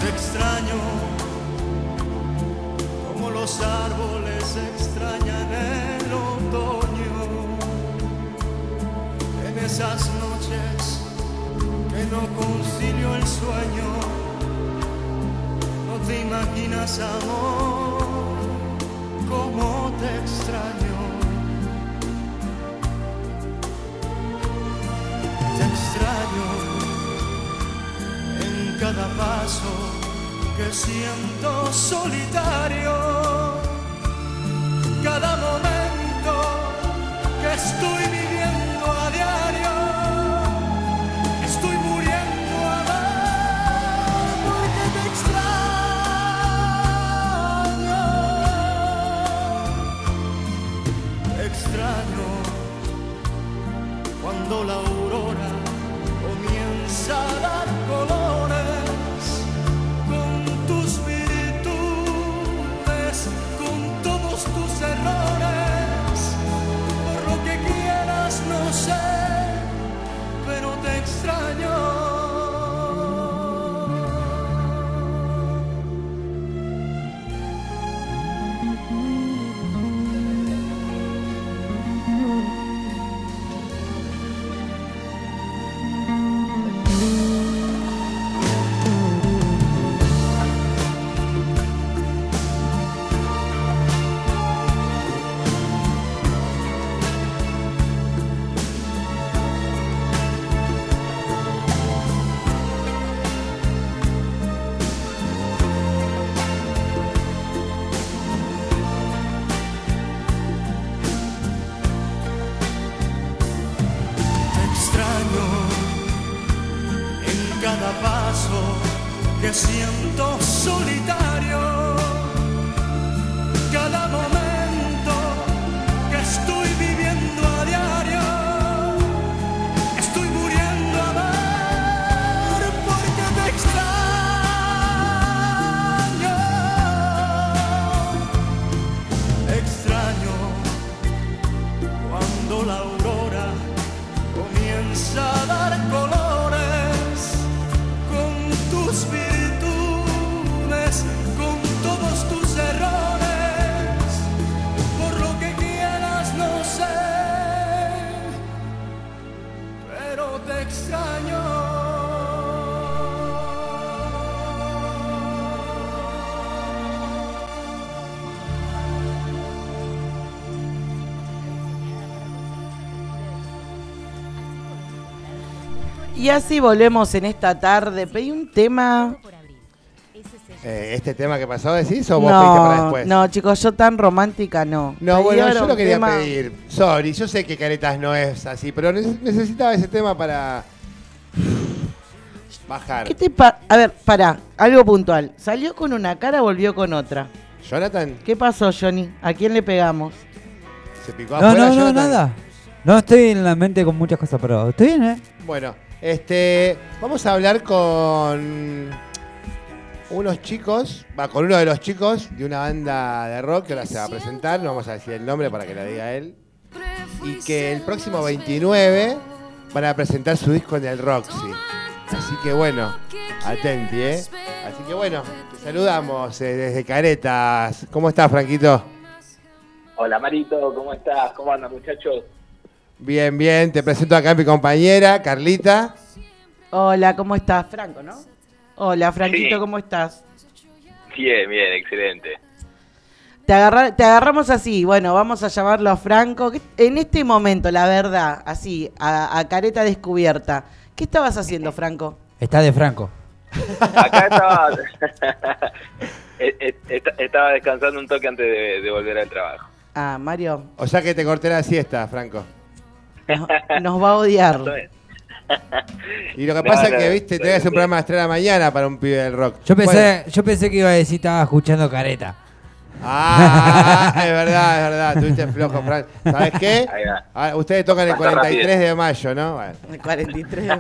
Speaker 3: Te extraño como los árboles extrañan el otoño. En esas noches que no concilio el sueño, no te imaginas amor cómo te extraño. Te extraño en cada paso que siento solitario. Cada momento que estoy viviendo a diario. Estoy muriendo a amar porque te extraño. Extraño cuando la aurora comienza a dar colores con tus virtudes, con todos tus errores. Por lo que quieras, no sé pero te extraño. Te extraño en cada paso que siento solitario. Cada momento que estoy viviendo a diario. Estoy muriendo a ver porque te extraño. Extraño cuando la aurora comienza a dar colores con tus virtudes, con todos tus errores, por lo que quieras no sé, pero te extraño.
Speaker 4: Y así volvemos en esta tarde. Pedí un tema.
Speaker 5: Eh, ¿Este tema que pasó decís o vos pediste para
Speaker 4: No,
Speaker 5: después?
Speaker 4: no, chicos, yo tan romántica no.
Speaker 5: No,
Speaker 4: Pedí
Speaker 5: bueno,
Speaker 4: ahora
Speaker 5: yo lo
Speaker 4: un
Speaker 5: quería
Speaker 4: tema-
Speaker 5: pedir. Sorry, yo sé que Caretas no es así, pero ne- necesitaba ese tema para bajar.
Speaker 4: ¿Qué te pa- A ver, pará, algo puntual. Salió con una cara, volvió con otra.
Speaker 5: Jonathan,
Speaker 4: ¿Qué pasó, Johnny? ¿A quién le pegamos?
Speaker 5: se picó
Speaker 6: No,
Speaker 5: afuera.
Speaker 6: no, no,
Speaker 5: Jonathan?
Speaker 6: nada. No estoy en la mente con muchas cosas, pero estoy bien, ¿eh?
Speaker 5: Bueno, este, vamos a hablar con unos chicos, va, con uno de los chicos de una banda de rock que ahora se va a presentar, no vamos a decir el nombre para que la diga él, y que el próximo 29 van a presentar su disco en el Roxy. Así que bueno, atenti, ¿eh? Así que bueno, te saludamos eh, desde Caretas. ¿Cómo estás, Franquito?
Speaker 10: Hola Marito, ¿cómo estás? ¿Cómo andan muchachos?
Speaker 5: Bien, bien, te presento acá a mi compañera, Carlita.
Speaker 4: Hola, ¿cómo estás? Franco, ¿no? Hola, Franquito,
Speaker 10: Sí.
Speaker 4: ¿cómo estás?
Speaker 10: Bien, bien, excelente.
Speaker 4: Te, agarra- te agarramos así, bueno, vamos a llamarlo a Franco. ¿Qué- En este momento, la verdad, así, a, a careta descubierta, ¿qué estabas
Speaker 10: Eh.
Speaker 4: haciendo, Franco?
Speaker 6: Está de Franco.
Speaker 10: Acá estaba, E- e- esta- estaba descansando un toque antes de, de volver al trabajo.
Speaker 4: Ah, Mario,
Speaker 5: O sea que te corté la siesta, Franco.
Speaker 4: nos, nos va a odiar.
Speaker 10: Entonces,
Speaker 5: Y lo que
Speaker 10: No,
Speaker 5: pasa
Speaker 10: no,
Speaker 5: es que, viste,
Speaker 10: no,
Speaker 5: tenías
Speaker 10: no,
Speaker 5: un programa a las 3 de la mañana para un pibe del rock.
Speaker 6: Yo pensé,
Speaker 5: Bueno.
Speaker 6: yo pensé que iba a decir estaba escuchando careta.
Speaker 5: Ah, es verdad, es verdad. Tuviste flojo, Fran. ¿Sabes qué?
Speaker 10: Ahí va.
Speaker 5: Ah, Ustedes tocan el
Speaker 10: Pasó
Speaker 5: 43
Speaker 10: rápido.
Speaker 5: de mayo, ¿no? Bueno.
Speaker 4: 43.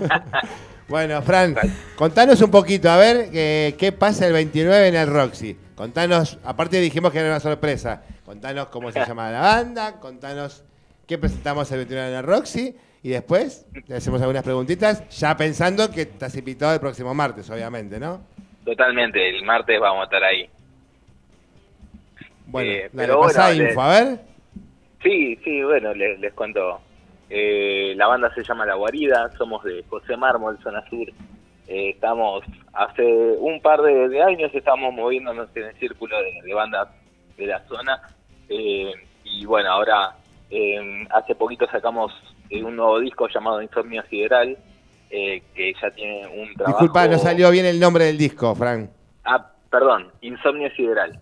Speaker 5: Bueno, Fran, contanos un poquito, a ver, eh, qué pasa el 29 en el Roxy. Contanos, aparte dijimos que era una sorpresa, contanos cómo se llama la banda, contanos qué presentamos el 29 en el Roxy y después le hacemos algunas preguntitas, ya pensando que estás invitado el próximo martes, obviamente, ¿no?
Speaker 10: totalmente, el martes vamos a estar ahí.
Speaker 5: Bueno,
Speaker 10: Eh,
Speaker 5: dale,
Speaker 10: pero
Speaker 5: pasá
Speaker 10: bueno,
Speaker 5: info, a ver.
Speaker 10: Sí, sí, bueno, les, les cuento. Eh, la banda se llama La Guarida, somos de José Mármol, Zona Sur. Eh, estamos, hace un par de, de años estamos moviéndonos en el círculo de, de bandas de la zona. Eh, y bueno, ahora eh, hace poquito sacamos eh, un nuevo disco llamado Insomnio Sideral, eh, que ya tiene un trabajo...
Speaker 5: Disculpa, no salió bien el nombre del disco, Fran.
Speaker 10: Ah, perdón, Insomnio Sideral.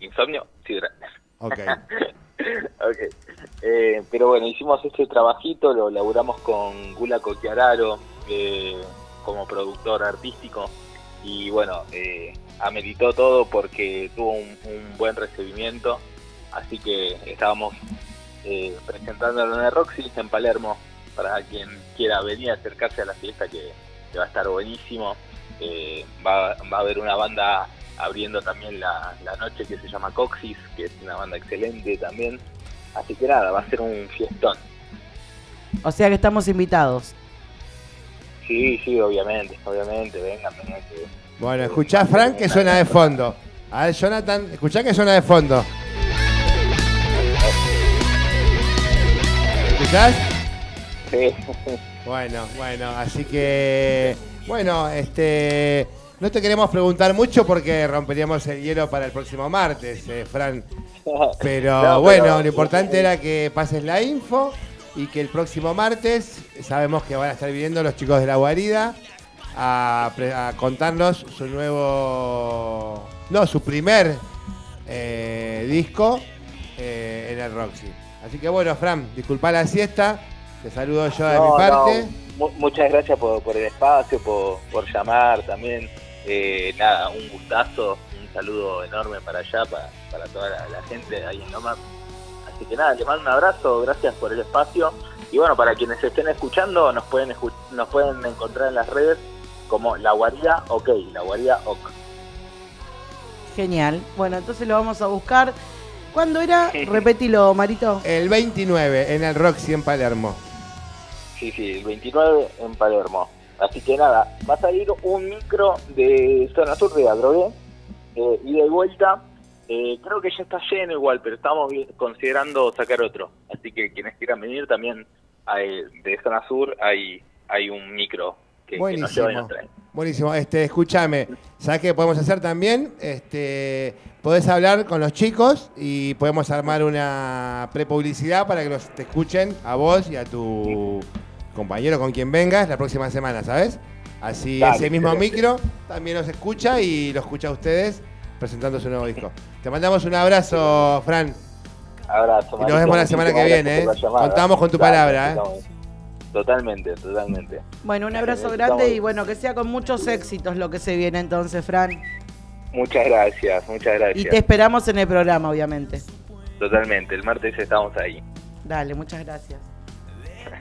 Speaker 10: Insomnio Sideral.
Speaker 5: Ok.
Speaker 10: Ok. Eh, pero bueno, hicimos este trabajito, lo laburamos con Gula Coquiararo eh, como productor artístico y bueno, eh, ameritó todo porque tuvo un, un buen recibimiento, así que estábamos eh, presentándolo en el Roxy en Palermo para quien quiera venir a acercarse a la fiesta que, que va a estar buenísimo. Eh, va, va a haber una banda abriendo también la, la noche que se llama Coxis, que es una banda excelente también. Así que nada, va a ser un fiestón.
Speaker 4: O sea que estamos invitados.
Speaker 10: Sí, sí, obviamente, obviamente, vengan, vengan. que-
Speaker 5: Bueno, escuchá, Fran, que suena de fondo. A ver, Jonathan, escuchá que suena de fondo. ¿Escuchás?
Speaker 10: Sí.
Speaker 5: Bueno, bueno, así que. Eh, Bueno, este. No te queremos preguntar mucho porque romperíamos el hielo para el próximo martes, eh, Fran. Pero
Speaker 10: No,
Speaker 5: bueno,
Speaker 10: pero-
Speaker 5: lo importante era que pases la info y que el próximo martes sabemos que van a estar viniendo los chicos de la guarida a, pre- a contarnos su nuevo. No, su primer eh, disco eh, en el Roxy. Así que bueno, Fran, disculpa la siesta. Te saludo yo de
Speaker 10: No,
Speaker 5: mi parte.
Speaker 10: no, mu- muchas gracias por, por el espacio, por, por llamar también. Eh, nada, un gustazo, un saludo enorme para allá, para, para toda la, la gente ahí en Lomas. Así que nada, les mando un abrazo, gracias por el espacio. Y bueno, para quienes estén escuchando, nos pueden escu- nos pueden encontrar en las redes como La Guarida OK, La Guarida OK.
Speaker 4: Genial. Bueno, entonces lo vamos a buscar. ¿Cuándo era? Repetilo, Marito.
Speaker 5: El 29 en el Roxy en Palermo.
Speaker 10: Sí, sí, el 29 en Palermo. Así que nada, va a salir un micro de zona sur de Adrogué, eh, ida y vuelta. Eh, creo que ya está lleno igual, pero estamos vi- considerando sacar otro. Así que quienes quieran venir también hay- de zona sur hay, hay un micro que, que nos lleva y
Speaker 5: Buenísimo.
Speaker 10: nos trae.
Speaker 5: Buenísimo. Este, escúchame, ¿sabes qué podemos hacer también? Este, podés hablar con los chicos y podemos armar una prepublicidad para que los te escuchen a vos y a tu compañero con quien vengas la próxima semana, ¿sabes? Así
Speaker 10: Dale,
Speaker 5: ese mismo
Speaker 10: excelente.
Speaker 5: micro también los escucha y los escucha a ustedes presentando su nuevo disco. Te mandamos un abrazo, Fran.
Speaker 10: Abrazo,
Speaker 5: Y nos vemos la semana que viene, ¿eh? Contamos con tu palabra, ¿eh?
Speaker 10: ¿eh? Totalmente, totalmente.
Speaker 4: Bueno, un abrazo
Speaker 10: Estamos-
Speaker 4: grande y bueno, que sea con muchos éxitos lo que se viene entonces, Fran.
Speaker 10: Muchas gracias, muchas
Speaker 4: Y te
Speaker 10: gracias.
Speaker 4: esperamos en el programa, obviamente.
Speaker 10: Totalmente, el martes estamos ahí.
Speaker 4: Dale, muchas gracias.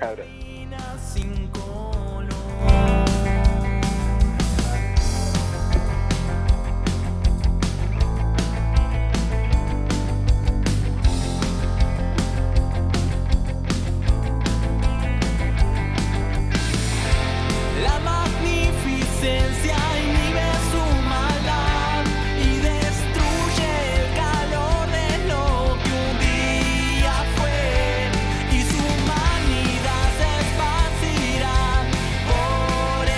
Speaker 10: Abrazo.
Speaker 3: sin color. La magnificencia inhibe su maldad y destruye el calor de lo que un día fue y su humanidad se esparcirá por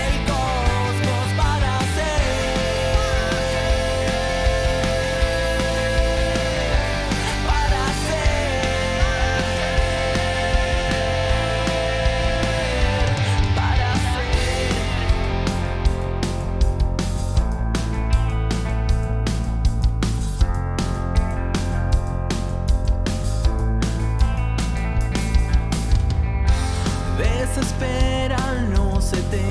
Speaker 9: desesperan los eternos.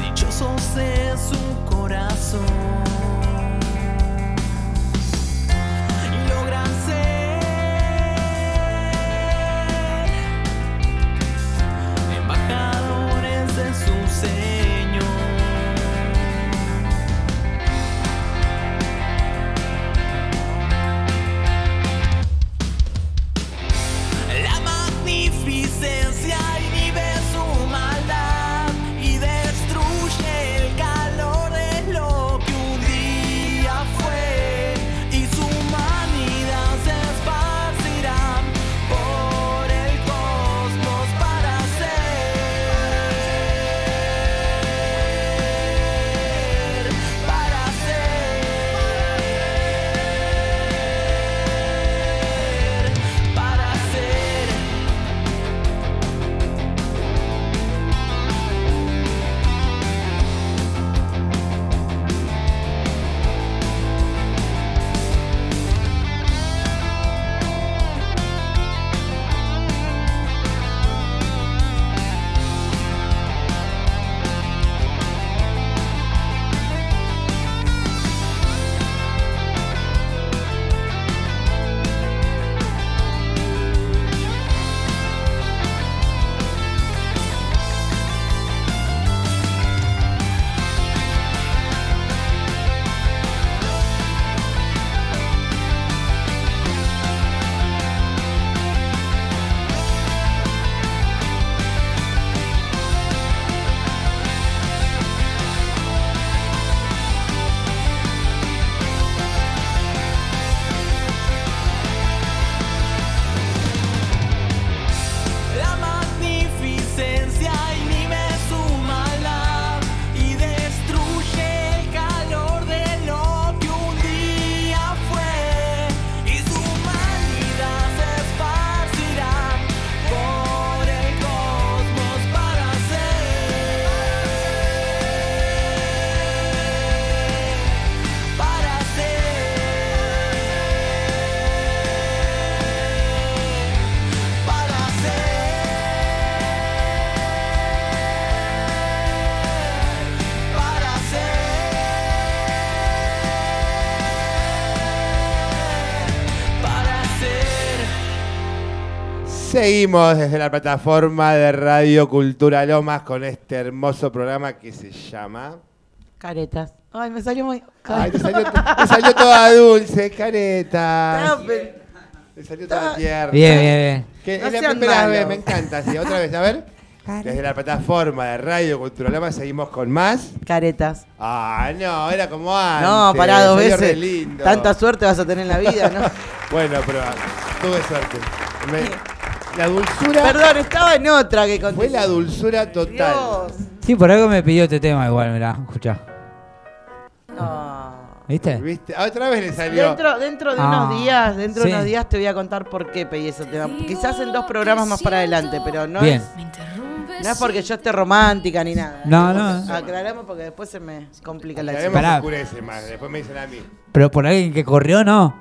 Speaker 9: Dichosos es su corazón. Y logran ser embajadores de su Señor. La magnificencia inhibe su maldad y destruye el calor de lo que un día fue. Y su humanidad se esparcirá por el cosmos para ser. Para ser. Para ser. La magnificencia inhibe su maldad y destruye el calor de lo que un día fue. Y su humanidad se esparcirá por el cosmos para ser. Para ser. Para ser, para ser, para ser.
Speaker 5: Seguimos desde la plataforma de Radio Cultura Lomas con este hermoso programa que se llama.
Speaker 4: Caretas. Ay, me salió muy.
Speaker 5: Ay, te salió, te salió toda dulce, careta.
Speaker 4: No, pero-
Speaker 5: Te salió toda tierna.
Speaker 6: Bien, bien, bien.
Speaker 5: Que
Speaker 4: No
Speaker 5: es la
Speaker 4: sean
Speaker 5: primera
Speaker 4: malos.
Speaker 5: vez, me encanta. sí. Otra vez, a ver. Desde la plataforma de Radio Cultura Lomas seguimos con más.
Speaker 4: Caretas.
Speaker 5: Ah, no, era como antes.
Speaker 4: No, pará dos
Speaker 5: salió re
Speaker 4: veces.
Speaker 5: lindo.
Speaker 4: Tanta suerte vas a tener en la vida, ¿no?
Speaker 5: Bueno, pero tuve suerte. Me- la dulzura
Speaker 4: Perdón, estaba en otra que conté.
Speaker 5: fue la dulzura total.
Speaker 4: Dios.
Speaker 6: Sí, por algo me pidió este tema igual, mirá, escuchá.
Speaker 4: No.
Speaker 6: ¿Viste?
Speaker 5: ¿Viste? Ah, Otra vez le salió.
Speaker 4: Dentro, dentro de
Speaker 6: Ah,
Speaker 4: unos días, dentro
Speaker 6: sí.
Speaker 4: de unos días te voy a contar por qué pedí ese tema. Quizás en dos programas más para adelante, pero no
Speaker 6: Bien.
Speaker 4: es, no es porque yo esté romántica ni nada.
Speaker 6: No, no.
Speaker 4: Aclaramos porque después se me complica la
Speaker 5: La
Speaker 4: chica.
Speaker 5: vemos
Speaker 6: Pará.
Speaker 5: oscurece más, después me dicen a mí.
Speaker 6: Pero por alguien que corrió, no.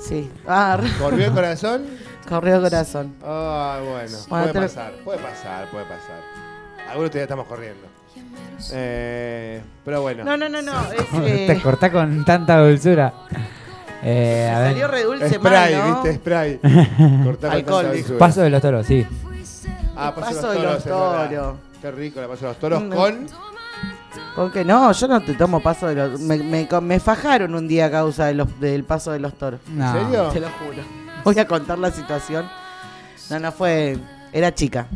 Speaker 4: Sí. Ah, re-
Speaker 5: ¿Corrió el corazón?
Speaker 4: corrió el corazón.
Speaker 5: Ah, bueno.
Speaker 4: Bueno,
Speaker 5: Puede
Speaker 4: te lo-
Speaker 5: pasar, puede pasar, puede pasar. Algunos todavía estamos corriendo. Eh, pero bueno.
Speaker 4: No, no, no, no. es,
Speaker 6: Te
Speaker 4: eh,
Speaker 6: cortás con tanta dulzura. Eh, a
Speaker 4: salió
Speaker 6: ver.
Speaker 4: re dulce mal,
Speaker 5: spray,
Speaker 4: ¿no?
Speaker 5: viste, spray. Cortá con
Speaker 4: Alcohol,
Speaker 5: tanta
Speaker 4: dijo.
Speaker 5: dulzura.
Speaker 6: Paso de los toros, sí.
Speaker 5: Ah,
Speaker 4: Paso de los
Speaker 5: es verdad.
Speaker 4: toros.
Speaker 5: Qué rico, la paso de los toros
Speaker 4: Mm.
Speaker 5: con.
Speaker 4: ¿Con qué? No, yo no te tomo paso de los... Me, me, me fajaron un día a causa de los- del paso de los toros.
Speaker 6: No.
Speaker 5: ¿En serio?
Speaker 4: Te lo juro. Voy a contar la situación. No, no fue... Era chica.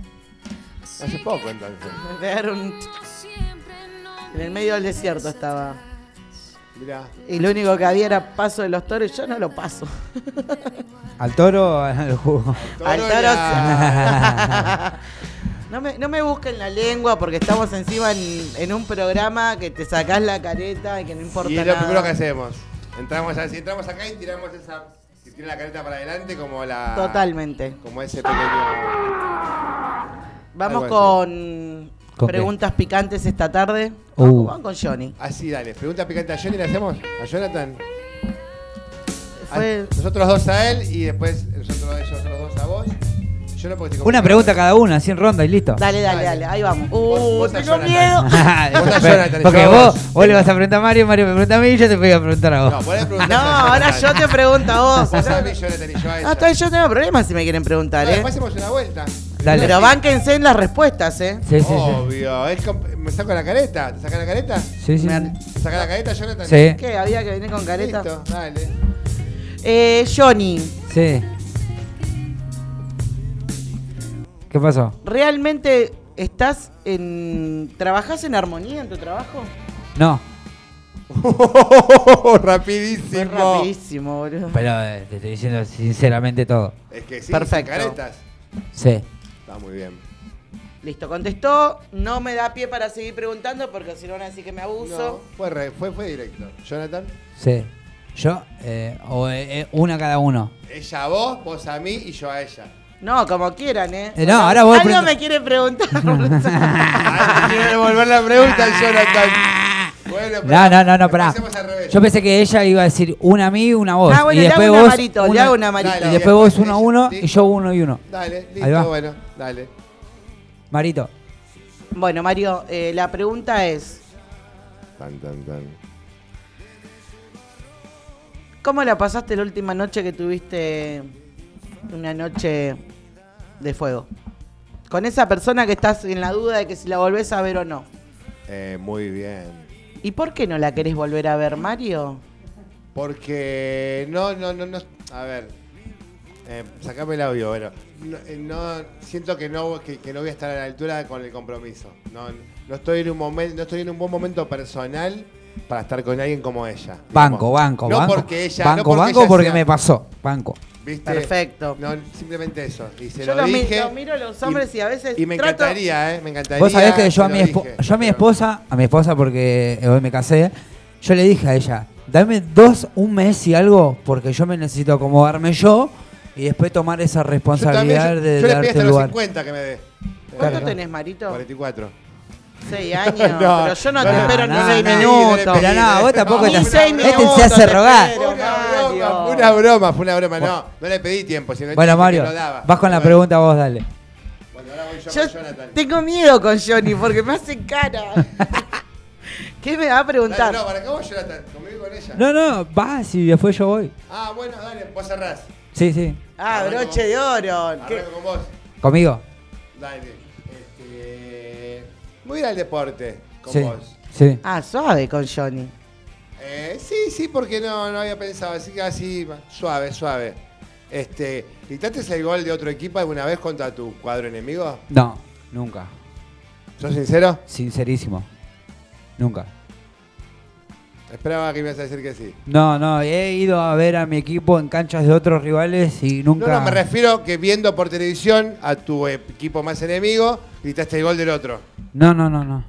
Speaker 5: Hace poco entonces.
Speaker 4: Me pegaron un ch- En el medio del desierto estaba.
Speaker 5: Mirá.
Speaker 4: Y lo único que había era paso de los toros. y Yo no lo paso.
Speaker 6: ¿Al toro o al jugo?
Speaker 4: Al
Speaker 5: Toro
Speaker 4: toro
Speaker 5: la-
Speaker 4: No me, no me busquen la lengua porque estamos encima en, en un programa que te sacás la careta y que no importa
Speaker 5: Y es lo
Speaker 4: nada.
Speaker 5: primero que hacemos. Entramos, así, entramos acá y tiramos esa. Que tiene la careta para adelante como la.
Speaker 4: Totalmente.
Speaker 5: Como ese pequeño.
Speaker 4: Vamos
Speaker 5: Algo
Speaker 4: con,
Speaker 6: ¿Con qué?
Speaker 4: preguntas picantes esta tarde.
Speaker 6: Uh.
Speaker 4: Vamos, vamos con Johnny.
Speaker 5: Así, dale. Pregunta picante a Johnny, ¿la hacemos? A Jonathan. A-
Speaker 4: Fue,
Speaker 5: Nosotros dos a él y después nosotros otro de ellos, otros dos a vos. Yo no porque Ah, estoy con
Speaker 6: Una
Speaker 5: mi
Speaker 6: pregunta
Speaker 5: madre.
Speaker 6: cada una, 100 rondas y listo.
Speaker 4: Dale, dale, dale, ahí vamos. Uh,
Speaker 5: vos a
Speaker 4: tengo
Speaker 5: Jonathan.
Speaker 4: miedo.
Speaker 5: a Jonathan,
Speaker 6: Porque
Speaker 5: yo a vos.
Speaker 6: vos, vos le vas a preguntar a Mario, Mario me pregunta a mí y yo te voy a preguntar a vos.
Speaker 5: No, vos le preguntás
Speaker 4: No,
Speaker 5: a
Speaker 4: ahora yo
Speaker 5: Jonathan.
Speaker 4: te pregunto a vos.
Speaker 5: Vos a mí, Jonathan, y yo a ella.
Speaker 4: Hasta ahí yo tengo problemas si me quieren preguntar,
Speaker 5: No,
Speaker 4: ¿eh?
Speaker 5: Después hacemos una vuelta.
Speaker 6: Dale.
Speaker 4: Pero bánquense en las respuestas, ¿eh?
Speaker 6: Sí, sí, sí.
Speaker 5: Obvio. es comp- ¿Me saco la careta? ¿Te sacas la careta? ¿Te
Speaker 6: Sí, sí.
Speaker 4: Me-
Speaker 5: sacas la careta, Jonathan?
Speaker 6: Sí,
Speaker 4: ¿Qué? Había que venir con careta.
Speaker 5: Listo, dale.
Speaker 4: Eh, Johnny,
Speaker 6: sí. ¿Qué pasó?
Speaker 4: ¿realmente estás en. ¿Trabajás en armonía en tu trabajo?
Speaker 6: No,
Speaker 4: Fue
Speaker 5: rapidísimo.
Speaker 4: rapidísimo, boludo.
Speaker 6: pero eh, te estoy diciendo sinceramente todo.
Speaker 5: Es que sí,
Speaker 4: Perfecto.
Speaker 5: sin caretas.
Speaker 6: Sí.
Speaker 5: Está muy bien.
Speaker 4: Listo, contestó. No me da pie para seguir preguntando porque si no van a decir que me
Speaker 5: No,
Speaker 4: abuso.
Speaker 5: fue, re- fue, fue directo. Jonathan,
Speaker 6: Sí. Yo, eh, o eh, eh, una cada uno.
Speaker 5: ella a vos, vos a mí y yo a ella.
Speaker 4: No, como quieran, ¿eh?
Speaker 6: Eh, no, ahora vos
Speaker 4: Algo
Speaker 6: pregunta-
Speaker 4: me quiere preguntar.
Speaker 5: Ay, Quiere devolver la pregunta, Jonathan. Bueno,
Speaker 6: No, no, no, no, pará.
Speaker 5: Hacemos al revés.
Speaker 6: Yo pensé que ella iba a decir una a mí, una a vos.
Speaker 4: ah, bueno,
Speaker 6: y
Speaker 4: le
Speaker 6: después
Speaker 4: hago un
Speaker 6: vos.
Speaker 4: amarito, le
Speaker 6: una-
Speaker 4: hago un amarito.
Speaker 6: Y
Speaker 5: Dale.
Speaker 6: después vos uno a
Speaker 5: Ella,
Speaker 6: uno
Speaker 5: sí.
Speaker 6: y yo uno y uno.
Speaker 5: Dale,
Speaker 6: Ahí va.
Speaker 5: listo, bueno, dale.
Speaker 6: Marito.
Speaker 4: Bueno, Mario, eh, la pregunta es:
Speaker 5: Tan, tan, tan.
Speaker 4: ¿Cómo la pasaste la última noche que tuviste una noche de fuego? Con esa persona que estás en la duda de que si la volvés a ver o no.
Speaker 5: Eh, muy bien.
Speaker 4: ¿Y por qué no la querés volver a ver, Mario?
Speaker 5: Porque no, no, no, no. A ver. Eh, sacame el audio, bueno. No, eh, no- siento que no, que, que no voy a estar a la altura con el compromiso. No, no estoy en un momento, no estoy en un buen momento personal para estar con alguien como ella. digamos.
Speaker 6: Banco, banco,
Speaker 5: no
Speaker 6: banco.
Speaker 5: Porque ella,
Speaker 6: banco,
Speaker 5: no porque
Speaker 6: banco,
Speaker 5: ella
Speaker 6: porque
Speaker 5: sea-
Speaker 6: me pasó. Banco.
Speaker 5: ¿viste?
Speaker 4: Perfecto.
Speaker 5: No, simplemente eso. Y se
Speaker 4: Yo
Speaker 5: lo
Speaker 4: lo mi-
Speaker 5: dije.
Speaker 4: lo miro a los hombres y a veces
Speaker 5: Y me
Speaker 4: trato-
Speaker 5: encantaría, ¿eh? Me encantaría.
Speaker 6: Vos sabés que yo a,
Speaker 5: se
Speaker 6: mi
Speaker 5: lo
Speaker 6: espo-
Speaker 5: dije,
Speaker 6: yo a mi
Speaker 5: pero-
Speaker 6: esposa, a mi esposa porque hoy me casé, yo le dije a ella, dame dos, un mes y algo, porque yo me necesito acomodarme yo y después tomar
Speaker 5: Yo
Speaker 6: esa
Speaker 5: también,
Speaker 6: responsabilidad
Speaker 5: yo-
Speaker 6: de
Speaker 5: yo le pedí
Speaker 6: darte
Speaker 5: hasta
Speaker 6: el
Speaker 5: los
Speaker 6: lugar.
Speaker 5: 50 que me dé.
Speaker 4: ¿Cuánto
Speaker 6: Claro.
Speaker 4: tenés, Marito?
Speaker 5: 44.
Speaker 4: Seis años.
Speaker 5: No,
Speaker 4: pero yo no, te
Speaker 5: no,
Speaker 4: espero
Speaker 6: no,
Speaker 4: ni seis
Speaker 6: no,
Speaker 4: minutos.
Speaker 5: no,
Speaker 6: Pero no, vos tampoco
Speaker 5: No,
Speaker 4: ni
Speaker 6: estás...
Speaker 4: seis
Speaker 6: Este
Speaker 4: minutos
Speaker 6: se
Speaker 4: te
Speaker 6: hace rogar.
Speaker 4: espero,
Speaker 5: Fue una broma, fue una
Speaker 4: Mario.
Speaker 5: broma, fue una broma. No, no le pedí tiempo. sino
Speaker 6: Bueno,
Speaker 5: que
Speaker 6: Mario,
Speaker 5: no daba.
Speaker 6: vas con la
Speaker 5: Bueno,
Speaker 6: pregunta vos, dale.
Speaker 5: bueno, ahora voy yo
Speaker 4: Yo
Speaker 5: con Jonathan.
Speaker 4: tengo miedo con Johnny porque me hacen cara. ¿Qué me va a
Speaker 5: Dale,
Speaker 4: preguntar?
Speaker 5: no, para acá vos, Jonathan. Conmigo y con ella.
Speaker 6: No, no, vas y después yo voy.
Speaker 5: Ah, bueno, dale, vos cerrás.
Speaker 6: Sí, sí.
Speaker 4: Ah, broche de oro. ¿Qué?
Speaker 5: Arranco con vos.
Speaker 6: ¿Conmigo?
Speaker 5: Dale. Este, voy a ir al deporte con
Speaker 6: sí.
Speaker 5: vos.
Speaker 6: Sí.
Speaker 4: Ah, suave con Johnny.
Speaker 5: Eh, sí, sí, porque no, no había pensado. Así que así, suave, suave. Este, ¿Gritaste el gol de otro equipo alguna vez contra tu cuadro enemigo?
Speaker 6: No, nunca.
Speaker 5: ¿Sos sincero?
Speaker 6: Sincerísimo. Nunca.
Speaker 5: Esperaba que me ibas a decir que sí.
Speaker 6: No, no, he ido a ver a mi equipo en canchas de otros rivales y nunca.
Speaker 5: No, no, me refiero que viendo por televisión a tu equipo más enemigo, gritaste el gol del otro.
Speaker 6: No, no, no, no.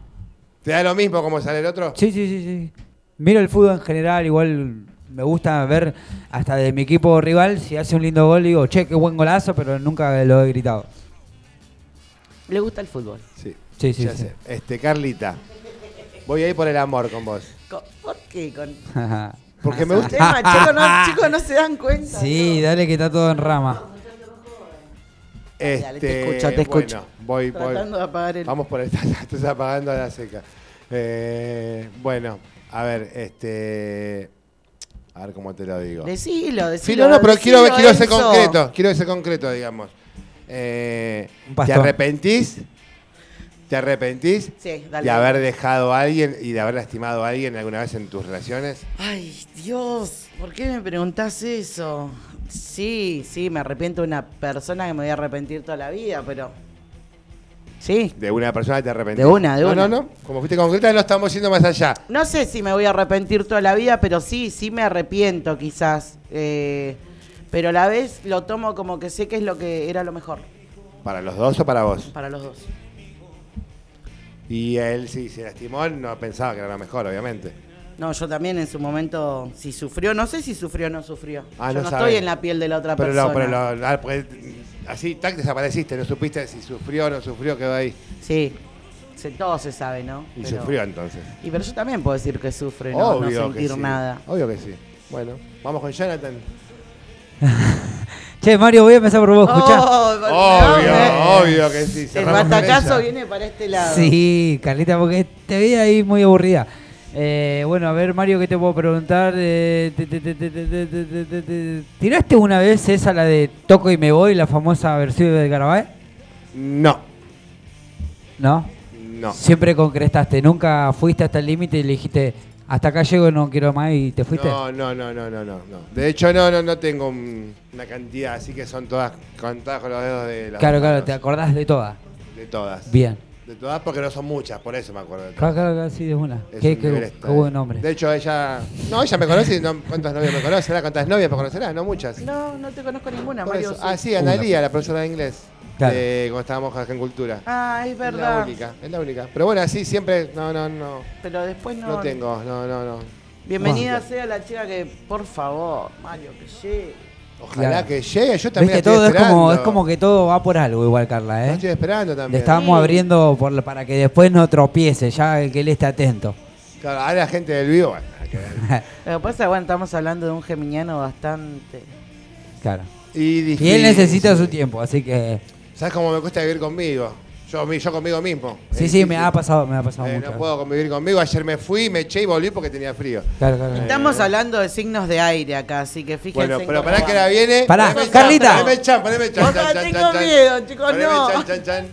Speaker 5: ¿Te da lo mismo como sale el otro?
Speaker 6: Sí, sí, sí, sí. Miro el fútbol en general, igual me gusta ver hasta de mi equipo rival, si hace un lindo gol digo, che, qué buen golazo, pero nunca lo he gritado.
Speaker 4: Le gusta el fútbol.
Speaker 5: Sí,
Speaker 6: Sí, sí,
Speaker 5: ya
Speaker 6: sí.
Speaker 5: sé. Este, Carlita, voy a ir por el amor con vos.
Speaker 4: Co- ¿Por qué? Con
Speaker 5: Porque me gusta.
Speaker 4: tema, chicos,
Speaker 5: Ah.
Speaker 4: no, chicos, no se dan cuenta.
Speaker 6: sí, dale que está todo en rama.
Speaker 5: Este,
Speaker 4: Dale, te escucho, te escucho.
Speaker 5: Bueno, voy,
Speaker 4: ¿no?
Speaker 5: voy.
Speaker 4: Tratando de apagar el.
Speaker 5: Vamos por el. Estás apagando a la seca. Eh, bueno, a ver, este. A ver cómo te lo digo.
Speaker 4: Decilo,
Speaker 5: Sí,
Speaker 4: decilo.
Speaker 5: no, no, pero
Speaker 4: decilo,
Speaker 5: quiero, quiero ser
Speaker 4: Enzo.
Speaker 5: concreto, quiero ser concreto, digamos. Eh,
Speaker 6: Un
Speaker 5: ¿Te
Speaker 6: pastor.
Speaker 5: arrepentís? ¿Te arrepentís
Speaker 4: Sí, dale.
Speaker 5: de haber dejado a alguien y de haber lastimado a alguien alguna vez en tus relaciones?
Speaker 4: Ay, Dios, ¿por qué me preguntás eso? Sí, sí, me arrepiento de una persona que me voy a arrepentir toda la vida, pero. Sí.
Speaker 5: ¿De una persona te arrepentís?
Speaker 4: De una, de
Speaker 5: no,
Speaker 4: una.
Speaker 5: No, no, como fuiste concreta, no estamos yendo más allá.
Speaker 4: No sé si me voy a arrepentir toda la vida, pero sí, sí me arrepiento quizás. Eh, pero a la vez lo tomo como que sé que es lo que era lo mejor
Speaker 5: ¿Para los dos o para vos?
Speaker 4: para los dos.
Speaker 5: Y él, si se lastimó, no pensaba que era lo mejor, obviamente.
Speaker 4: No, yo también en su momento, si sufrió, no sé si sufrió o no sufrió.
Speaker 5: Ah,
Speaker 4: yo
Speaker 5: no
Speaker 4: no
Speaker 5: sabe.
Speaker 4: estoy en la piel de la otra
Speaker 5: Pero no,
Speaker 4: persona.
Speaker 5: pero no, ah, porque así, tac, desapareciste, no supiste si sufrió o no sufrió, quedó ahí.
Speaker 4: Sí, se, todo se sabe, ¿no?
Speaker 5: Y
Speaker 4: Pero-
Speaker 5: sufrió entonces.
Speaker 4: Y pero yo también puedo decir que sufre, no, no sentir
Speaker 5: sí.
Speaker 4: nada.
Speaker 5: Obvio que sí. Bueno, vamos con Jonathan.
Speaker 6: Che, Mario, voy a empezar por vos, escuchá.
Speaker 4: Oh, por- no,
Speaker 5: Obvio,
Speaker 4: eh.
Speaker 5: obvio que sí.
Speaker 4: El
Speaker 5: cerramos con
Speaker 4: batacazo
Speaker 5: ella.
Speaker 4: viene para este lado.
Speaker 6: Sí, Carlita, porque te vi ahí muy aburrida. Eh, bueno, a ver, Mario, ¿qué te puedo preguntar? Eh, te- te- te- te- te- te- te- te- te- te- ¿Tiraste una vez esa, la de Toco y me voy, la famosa versión de Garabay?
Speaker 5: No,
Speaker 6: ¿No?
Speaker 5: no.
Speaker 6: Siempre concretaste, nunca fuiste hasta el límite y le dijiste, hasta acá llego, no quiero más y te fuiste.
Speaker 5: No, no, no, no, no, no, no. De hecho, no, no, no tengo un- una cantidad, así que son todas contadas con los dedos de las
Speaker 6: claro, claro,
Speaker 5: manos.
Speaker 6: te acordás de todas.
Speaker 5: De todas.
Speaker 6: Bien.
Speaker 5: De todas porque no son muchas, por eso me acuerdo de todas.
Speaker 6: Claro, claro, claro, sí, de una.
Speaker 5: Es
Speaker 6: Qué,
Speaker 5: un
Speaker 6: qué-
Speaker 5: nivel
Speaker 6: qué
Speaker 5: esta, eh.
Speaker 6: buen nombre.
Speaker 5: De hecho, ella. No, ella me conoce. y No, ¿Cuántas novias me conocerá? ¿Cuántas novias me conocerá? No muchas.
Speaker 4: No, no te conozco ninguna,
Speaker 5: Por
Speaker 4: Mario.
Speaker 5: eso.
Speaker 4: sí.
Speaker 5: Ah, sí, Analía, la profesora de inglés.
Speaker 6: Claro.
Speaker 5: De cuando estábamos acá en Cultura.
Speaker 4: Ah, es
Speaker 5: es la
Speaker 4: verdad.
Speaker 5: única, es la única. Pero bueno, así siempre. No, no, no.
Speaker 4: Pero después no.
Speaker 5: No tengo, no, no, no.
Speaker 4: Bienvenida
Speaker 5: Bueno.
Speaker 4: sea la chica que, por favor, Mario, que llegue.
Speaker 5: Ojalá
Speaker 6: Claro.
Speaker 5: Ah, que llegue. Yo también.
Speaker 6: Viste,
Speaker 5: la estoy
Speaker 6: todo es como,
Speaker 5: esperando.
Speaker 6: es como que todo va por algo igual, Carla,
Speaker 5: La
Speaker 6: ¿eh?
Speaker 5: estoy esperando
Speaker 6: Le
Speaker 5: también.
Speaker 6: estábamos abriendo por, la- para que después no tropiece, ya que él esté atento.
Speaker 5: Claro, ahora la gente del vivo. bueno, hay que ver.
Speaker 4: Lo que pasa es que, bueno, estamos hablando de un geminiano bastante.
Speaker 6: Claro.
Speaker 5: Y,
Speaker 6: Y él
Speaker 5: difícil.
Speaker 6: necesita su tiempo, así que...
Speaker 5: ¿Sabes cómo me cuesta vivir conmigo? Yo, mi- yo conmigo mismo.
Speaker 6: Sí,
Speaker 5: Es
Speaker 6: sí,
Speaker 5: difícil.
Speaker 6: me ha pasado, me ha pasado
Speaker 5: Eh,
Speaker 6: mucho.
Speaker 5: no puedo convivir conmigo. Ayer me fui, me eché y volví porque tenía frío.
Speaker 6: Claro, claro.
Speaker 4: Estamos hablando de signos de aire acá, así que fíjense.
Speaker 5: Eh. Bueno,
Speaker 4: en
Speaker 5: pero
Speaker 4: cómo
Speaker 5: pará
Speaker 4: va.
Speaker 5: que ahora viene.
Speaker 6: Pará,
Speaker 5: Poneme el
Speaker 6: Carlita.
Speaker 5: chan, Poneme el chan, poneme el chan.
Speaker 4: Papá,
Speaker 5: chan, chan,
Speaker 4: tengo
Speaker 5: chan, chan.
Speaker 4: miedo, chicos,
Speaker 5: Poneme
Speaker 4: no.
Speaker 5: el Chan, chan, chan.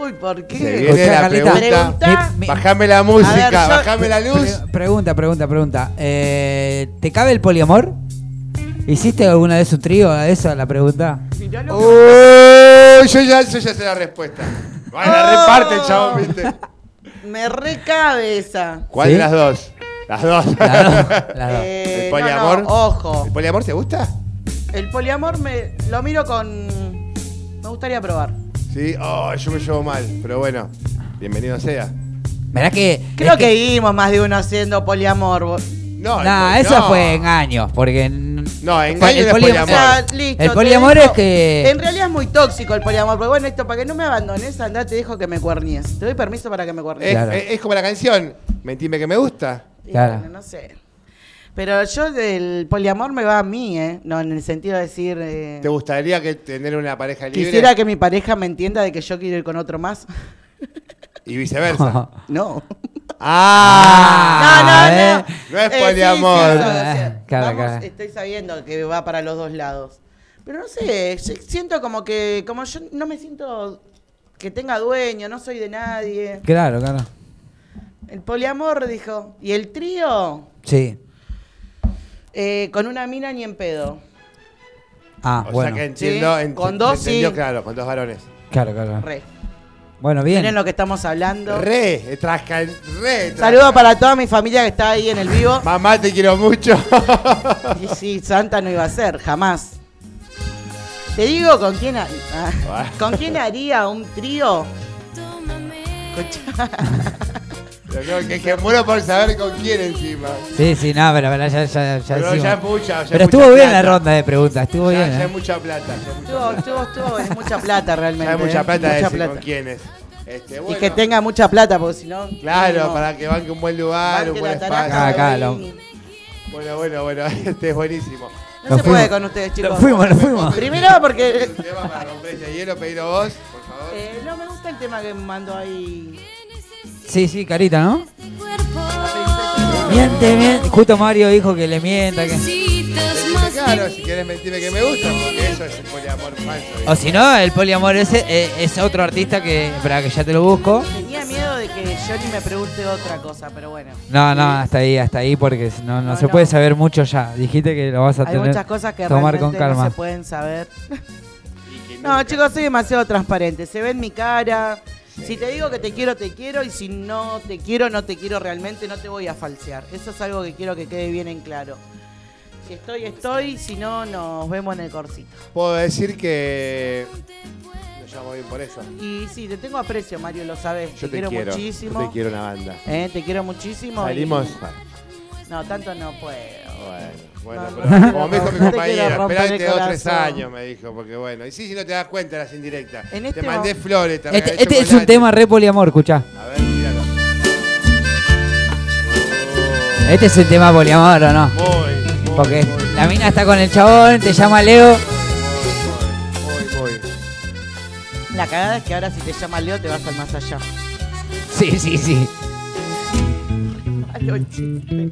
Speaker 4: Uy, ¿por qué?
Speaker 5: Se viene
Speaker 6: Escuchá,
Speaker 5: la
Speaker 6: Carlita.
Speaker 5: pregunta.
Speaker 4: Preguntá.
Speaker 6: Mi- mi-
Speaker 5: Bajame la música,
Speaker 4: A ver, yo-
Speaker 5: bajame la luz.
Speaker 6: Pre- pregunta, pregunta, pregunta. Eh, ¿Te cabe el poliamor? ¿Hiciste alguna vez un trío a esa la pregunta?
Speaker 4: Mirá lo que-
Speaker 5: Uy, yo ya, yo ya sé la respuesta. Bueno, la
Speaker 4: Oh.
Speaker 5: reparte, chabón, viste.
Speaker 4: Me recabe esa.
Speaker 5: ¿Cuál
Speaker 6: ¿Sí?
Speaker 5: de las dos? Las dos.
Speaker 6: Las dos, las dos.
Speaker 4: Eh,
Speaker 5: ¿El
Speaker 4: no,
Speaker 5: poliamor?
Speaker 4: no, ojo.
Speaker 5: ¿El poliamor te gusta?
Speaker 4: El poliamor me lo miro con. Me gustaría probar.
Speaker 5: Sí, oh, yo me llevo mal, pero bueno, bienvenido sea.
Speaker 6: Mirá que.
Speaker 4: Creo
Speaker 6: Eh, es
Speaker 4: que vimos más de uno haciendo poliamor. bo-
Speaker 5: No,
Speaker 6: Nah,
Speaker 5: no,
Speaker 6: eso
Speaker 5: no.
Speaker 6: fue engaños, porque. n-
Speaker 5: No, engaño no es
Speaker 6: poliam-
Speaker 4: O
Speaker 5: poliamor.
Speaker 4: sea, listo,
Speaker 6: El
Speaker 4: te
Speaker 6: poliamor
Speaker 4: dejo-
Speaker 6: es que-
Speaker 4: En realidad es muy tóxico el poliamor. Porque bueno, esto, para que no me abandones, andá, te dejo que me cuernies. Te doy permiso para que me cuernies.
Speaker 5: Es,
Speaker 6: Claro.
Speaker 5: es- es como la canción, mentime que me gusta.
Speaker 4: Y
Speaker 6: Claro.
Speaker 4: bueno, no sé. Pero yo del poliamor me va a mí, ¿eh? No, en el sentido de decir. eh,
Speaker 5: ¿Te gustaría que tener una pareja libre?
Speaker 4: quisiera que mi pareja me entienda de que yo quiero ir con otro más.
Speaker 5: Y viceversa.
Speaker 4: No.
Speaker 6: Ah,
Speaker 4: no, no,
Speaker 6: ¿eh? Ah,
Speaker 4: no.
Speaker 5: No es
Speaker 4: sí,
Speaker 5: poliamor.
Speaker 4: sí, o sea,
Speaker 6: Claro,
Speaker 4: vamos, eh.
Speaker 6: claro.
Speaker 4: Estoy sabiendo que va para los dos lados. Pero no sé, yo siento como que, como yo no me siento que tenga dueño, no soy de nadie.
Speaker 6: Claro, claro.
Speaker 4: El poliamor dijo. Y el trío,
Speaker 6: Sí.
Speaker 4: eh, con una mina ni en pedo.
Speaker 6: Ah,
Speaker 5: O
Speaker 6: bueno.
Speaker 5: sea que entiendo,
Speaker 4: Sí,
Speaker 5: ent-
Speaker 4: con dos,
Speaker 5: entendió
Speaker 4: sí.
Speaker 5: claro, con dos varones.
Speaker 6: Claro, claro.
Speaker 4: Re.
Speaker 6: Bueno, bien.
Speaker 4: Miren lo que estamos hablando.
Speaker 5: Re, eh, trasca, re. trasca.
Speaker 4: Saludos para toda mi familia que está ahí en el vivo.
Speaker 5: Mamá, te quiero mucho.
Speaker 4: Y sí, Santa no iba a ser, jamás. Te digo con quién, ha- ah, ¿con quién haría un trío.
Speaker 5: Pero no, que, que muero por saber con quién encima.
Speaker 6: Sí, sí, no, pero, pero ya, ya, ya,
Speaker 5: Pero
Speaker 6: hicimos.
Speaker 5: ya es mucha, ya es
Speaker 6: Pero estuvo
Speaker 5: mucha
Speaker 6: bien la
Speaker 5: plata.
Speaker 6: ronda de preguntas, estuvo
Speaker 5: Ya,
Speaker 6: bien.
Speaker 5: ya
Speaker 6: ¿eh?
Speaker 5: hay mucha plata. Ya hay mucha
Speaker 4: Estuvo,
Speaker 5: plata.
Speaker 4: estuvo, estuvo, es mucha plata realmente.
Speaker 5: Ya hay mucha
Speaker 4: ¿eh?
Speaker 5: plata,
Speaker 4: Mucha
Speaker 5: decir
Speaker 4: plata.
Speaker 5: con quién es. Este,
Speaker 4: Y
Speaker 5: bueno,
Speaker 4: que tenga mucha plata, porque si no.
Speaker 5: Claro,
Speaker 4: no.
Speaker 5: para que banque un buen lugar,
Speaker 4: Banque
Speaker 5: un buen
Speaker 4: la tarata,
Speaker 5: espacio.
Speaker 6: Acá, acá,
Speaker 4: ahí.
Speaker 6: lo-
Speaker 5: Bueno, bueno, bueno, este es buenísimo.
Speaker 4: No
Speaker 6: Nos
Speaker 4: se puede
Speaker 6: fuimos.
Speaker 4: con ustedes, chicos.
Speaker 6: Nos fuimos, nos fuimos.
Speaker 4: Primero porque.
Speaker 5: Un tema para romper este hielo, pedilo vos, por favor.
Speaker 4: eh, no me gusta el tema que me mandó ahí.
Speaker 6: Sí, sí, carita, ¿no? Miente, miente. Justo Mario dijo que le mienta. Que...
Speaker 5: Este, Claro, si quieres mentirme que me gusta, porque eso es el poliamor falso.
Speaker 6: O si no, el poliamor ese eh, es otro artista que. Espera, que ya te lo busco.
Speaker 4: Tenía miedo de que Johnny me pregunte otra cosa, pero bueno.
Speaker 6: No, no, hasta ahí, hasta ahí, porque si no, no,
Speaker 4: No,
Speaker 6: se
Speaker 4: no.
Speaker 6: puede saber mucho ya. Dijiste que lo vas a
Speaker 4: Hay
Speaker 6: tener.
Speaker 4: muchas cosas que
Speaker 6: tomar
Speaker 4: realmente
Speaker 6: con calma.
Speaker 4: no se pueden saber. No, chicos, soy demasiado transparente. Se ve en mi cara. Si te digo que te quiero, te quiero. Y si no te quiero, no te quiero realmente. No te voy a falsear. Eso es algo que quiero que quede bien en claro. Si estoy, estoy. Si no, nos vemos en el corsito.
Speaker 5: Puedo decir que. Me llamo bien por eso.
Speaker 4: Y sí, te tengo aprecio, Mario, lo sabes.
Speaker 5: Yo te,
Speaker 4: quiero,
Speaker 5: quiero.
Speaker 4: muchísimo.
Speaker 5: Yo te quiero una banda.
Speaker 4: Eh, te quiero muchísimo. y-
Speaker 5: Salimos.
Speaker 4: No, tanto no puedo.
Speaker 5: Bueno,
Speaker 4: No, no,
Speaker 5: pero
Speaker 4: no,
Speaker 5: como me
Speaker 4: no,
Speaker 5: dijo mi
Speaker 4: no te quiero
Speaker 5: compañero,
Speaker 4: romper
Speaker 5: esperate
Speaker 4: el
Speaker 5: dos, tres
Speaker 4: corazón.
Speaker 5: años, me dijo, porque bueno. Y sí, si no te das cuenta, las indirectas.
Speaker 4: En
Speaker 5: te
Speaker 4: este
Speaker 5: mandé
Speaker 4: mo-
Speaker 5: flores, te
Speaker 6: Este,
Speaker 5: regalé
Speaker 6: este es un
Speaker 5: chocolate.
Speaker 6: tema re poliamor, escuchá.
Speaker 5: A ver, míralo.
Speaker 6: Oh. Este es un tema poliamor, ¿o no?
Speaker 5: Muy, muy.
Speaker 6: Porque la mina está con el chabón, te llama Leo.
Speaker 5: Voy, voy.
Speaker 4: La cagada es que ahora si te llama Leo te vas al más allá.
Speaker 6: Sí, sí, sí.
Speaker 4: Malo chiste.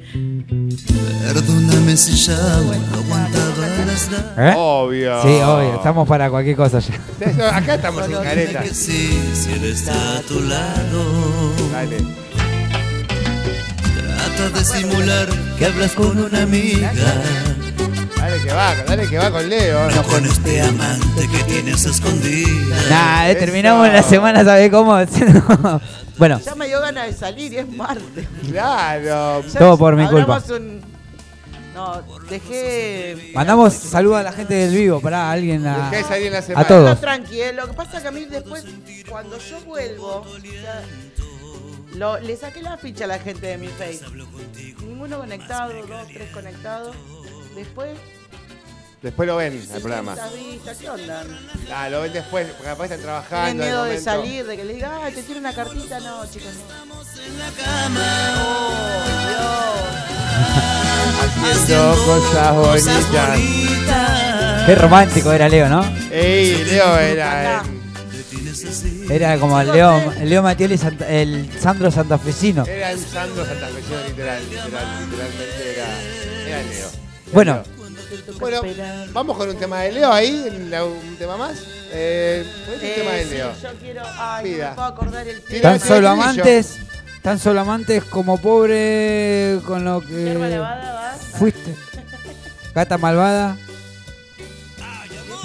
Speaker 11: Perdóname si ya no aguantaba las ganas.
Speaker 6: ¿Eh?
Speaker 5: Obvio.
Speaker 6: Sí, obvio, estamos para cualquier cosa ya.
Speaker 5: Eso, Acá estamos en
Speaker 4: Solo
Speaker 5: careta.
Speaker 11: Que sí, si él está a tu lado.
Speaker 5: Dale.
Speaker 11: Trata de simular que hablas con una amiga,
Speaker 5: Dale que va, dale que va con Leo.
Speaker 11: no con este amante que tienes escondida.
Speaker 6: Nada, eh,
Speaker 5: Eso.
Speaker 6: terminamos la semana, ¿sabes cómo? bueno,
Speaker 4: Ya me dio ganas de salir y es martes.
Speaker 5: Claro.
Speaker 4: Ya
Speaker 6: Todo por mi
Speaker 4: hablamos un- No, dejé...
Speaker 6: mandamos saludos a la gente del vivo, para alguien a...
Speaker 5: Dejé salir en la semana.
Speaker 6: a todos.
Speaker 4: No, tranqui, eh, lo que pasa que a mí después, cuando yo vuelvo, o sea, lo- le saqué la ficha a la gente de mi Face. Ninguno conectado, dos, tres conectados. Después,
Speaker 5: Después lo ven al programa.
Speaker 4: 500 vistas, ¿qué onda?
Speaker 5: Ah, lo ven después, porque capaz están trabajando. en
Speaker 4: Tienen
Speaker 5: el
Speaker 4: miedo de
Speaker 5: momento.
Speaker 4: salir, de que le diga, ah, te tiene una cartita. No, chicos, no.
Speaker 5: Haciendo cosas bonitas.
Speaker 6: Qué romántico era Leo, ¿no?
Speaker 5: Ey, Leo eh, era.
Speaker 4: Acá.
Speaker 6: Era como el Leo, el Leo Matioli, Santa- el Sandro Santafesino.
Speaker 5: Era un Sandro Santa Fe, literal, literal, literalmente era. Era Leo.
Speaker 6: Bueno,
Speaker 5: Bueno, vamos con un tema de Leo ahí, en la- un tema más. Eh, ¿cuál es el
Speaker 4: Eh,
Speaker 5: tema de
Speaker 4: sí,
Speaker 5: Leo?
Speaker 4: yo quiero. Ay, no
Speaker 5: Vida.
Speaker 4: me puedo acordar el
Speaker 5: Tira
Speaker 6: tan
Speaker 5: el
Speaker 4: tema.
Speaker 6: solo
Speaker 5: estribillo.
Speaker 6: amantes, tan solo amantes como pobre con lo
Speaker 4: Yerba
Speaker 6: que
Speaker 4: elevada, va.
Speaker 6: fuiste. Gata malvada.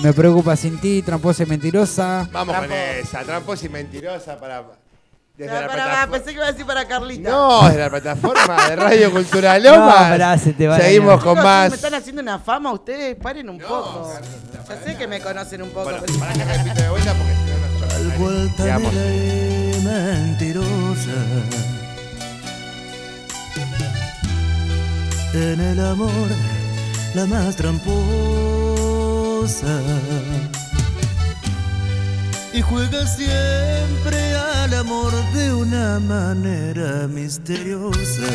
Speaker 6: Me preocupa sin ti, tramposa y mentirosa.
Speaker 5: Vamos con
Speaker 4: Trampo.
Speaker 5: esa, trampos y mentirosa para. Desde
Speaker 4: No,
Speaker 5: la
Speaker 4: pará,
Speaker 5: plataforma-
Speaker 4: pensé que iba a decir para Carlita.
Speaker 5: No, desde la plataforma de Radio Cultural Loma.
Speaker 6: No, pará, se te va la
Speaker 5: Seguimos
Speaker 6: mierda.
Speaker 5: con
Speaker 4: Chicos,
Speaker 5: más.
Speaker 4: Me están haciendo una fama ustedes, paren un poco. ya sé que me conocen un poco.
Speaker 5: Bueno,
Speaker 4: pero-
Speaker 5: pará que repito de vuelta porque si no nos chocan.
Speaker 11: Al
Speaker 5: Dale,
Speaker 11: vuelta
Speaker 5: sigamos.
Speaker 11: de la mentirosa. En el amor, la más tramposa. Y juega siempre al amor de una manera misteriosa.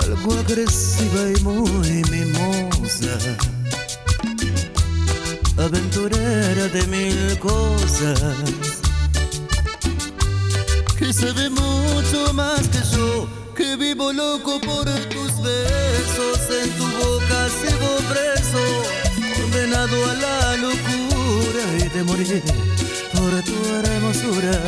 Speaker 11: Algo agresiva y muy mimosa aventurera de mil cosas. Que sabe mucho más que yo, que vivo loco por tus besos. En tu boca sigo preso, condenado a la locura y de morir por tu hermosura.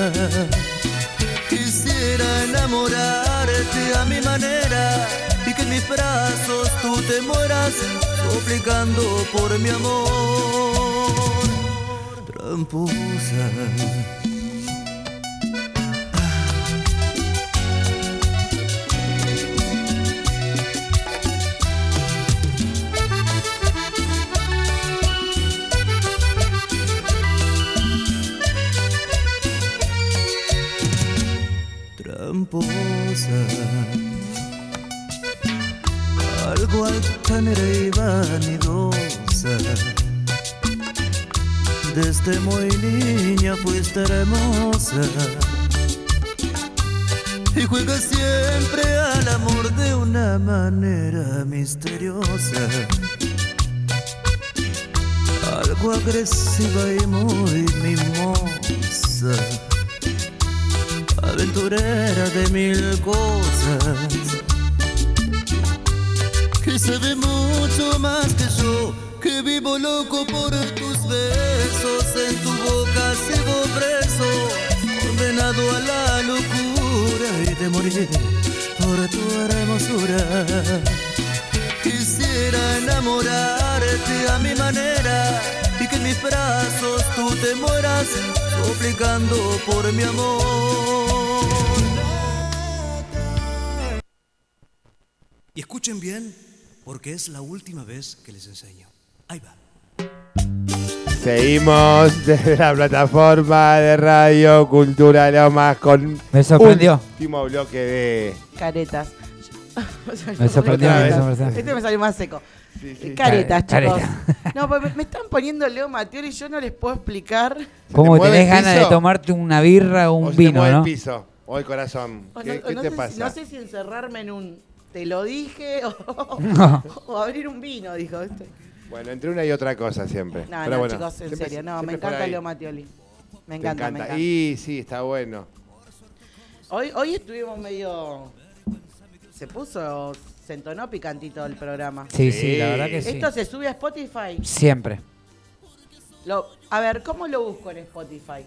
Speaker 11: Quisiera enamorarte a mi manera y que en mis brazos tú te mueras, suplicando por mi amor. Tramposa. tramposa. Algo altanera y vanidosa. Desde muy niña fuiste hermosa. Y juegas siempre al amor de una manera misteriosa. Algo agresiva y muy mimosa aventurera de mil cosas. Que sabe mucho más que yo, que vivo loco por tus besos. En tu boca sigo preso, condenado a la locura y de morir por tu hermosura. Quisiera enamorarte a mi manera y que en mis brazos tú te mueras, suplicando por mi amor. Y escuchen bien, porque es la última vez que les enseño. Ahí va.
Speaker 5: Seguimos desde la plataforma de Radio Cultura Lomas con
Speaker 6: Me sorprendió.
Speaker 5: último bloque de
Speaker 4: Caretas. O sea,
Speaker 6: Me sorprendió,
Speaker 5: me
Speaker 4: caretas.
Speaker 6: sorprendió.
Speaker 4: Este me salió más seco.
Speaker 5: sí.
Speaker 4: Caretas,
Speaker 6: Care-
Speaker 4: chicos.
Speaker 6: careta.
Speaker 4: No, pues me- me están poniendo Leo Matioli y yo no les puedo explicar.
Speaker 6: Como
Speaker 5: te mueve
Speaker 6: tenés
Speaker 5: el
Speaker 6: ganas de
Speaker 5: piso?
Speaker 6: tomarte una birra o
Speaker 5: O
Speaker 6: un
Speaker 5: se te
Speaker 6: vino,
Speaker 5: mueve
Speaker 6: ¿no?
Speaker 5: el piso o el corazón.
Speaker 4: O
Speaker 5: ¿Qué,
Speaker 4: no, o
Speaker 5: qué
Speaker 4: no
Speaker 5: te
Speaker 4: sé si-
Speaker 5: pasa?
Speaker 4: no sé si encerrarme en un te lo dije, o,
Speaker 6: No.
Speaker 4: o abrir un vino, dijo. ¿viste?
Speaker 5: Bueno, entre una y otra cosa siempre.
Speaker 4: No,
Speaker 5: Pero
Speaker 4: no,
Speaker 5: bueno,
Speaker 4: chicos, en
Speaker 5: siempre-
Speaker 4: serio, no, me
Speaker 5: siempre por
Speaker 4: encanta
Speaker 5: ahí.
Speaker 4: Leo Matioli. Me
Speaker 5: Te
Speaker 4: encanta, me encanta.
Speaker 5: Y sí, está bueno.
Speaker 4: Hoy, hoy estuvimos medio. Se puso. Se entonó picantito el programa.
Speaker 6: Sí, sí, la
Speaker 5: Sí.
Speaker 6: verdad que sí.
Speaker 4: Esto se sube a Spotify.
Speaker 6: Siempre.
Speaker 4: Lo- a ver, ¿cómo lo busco en Spotify?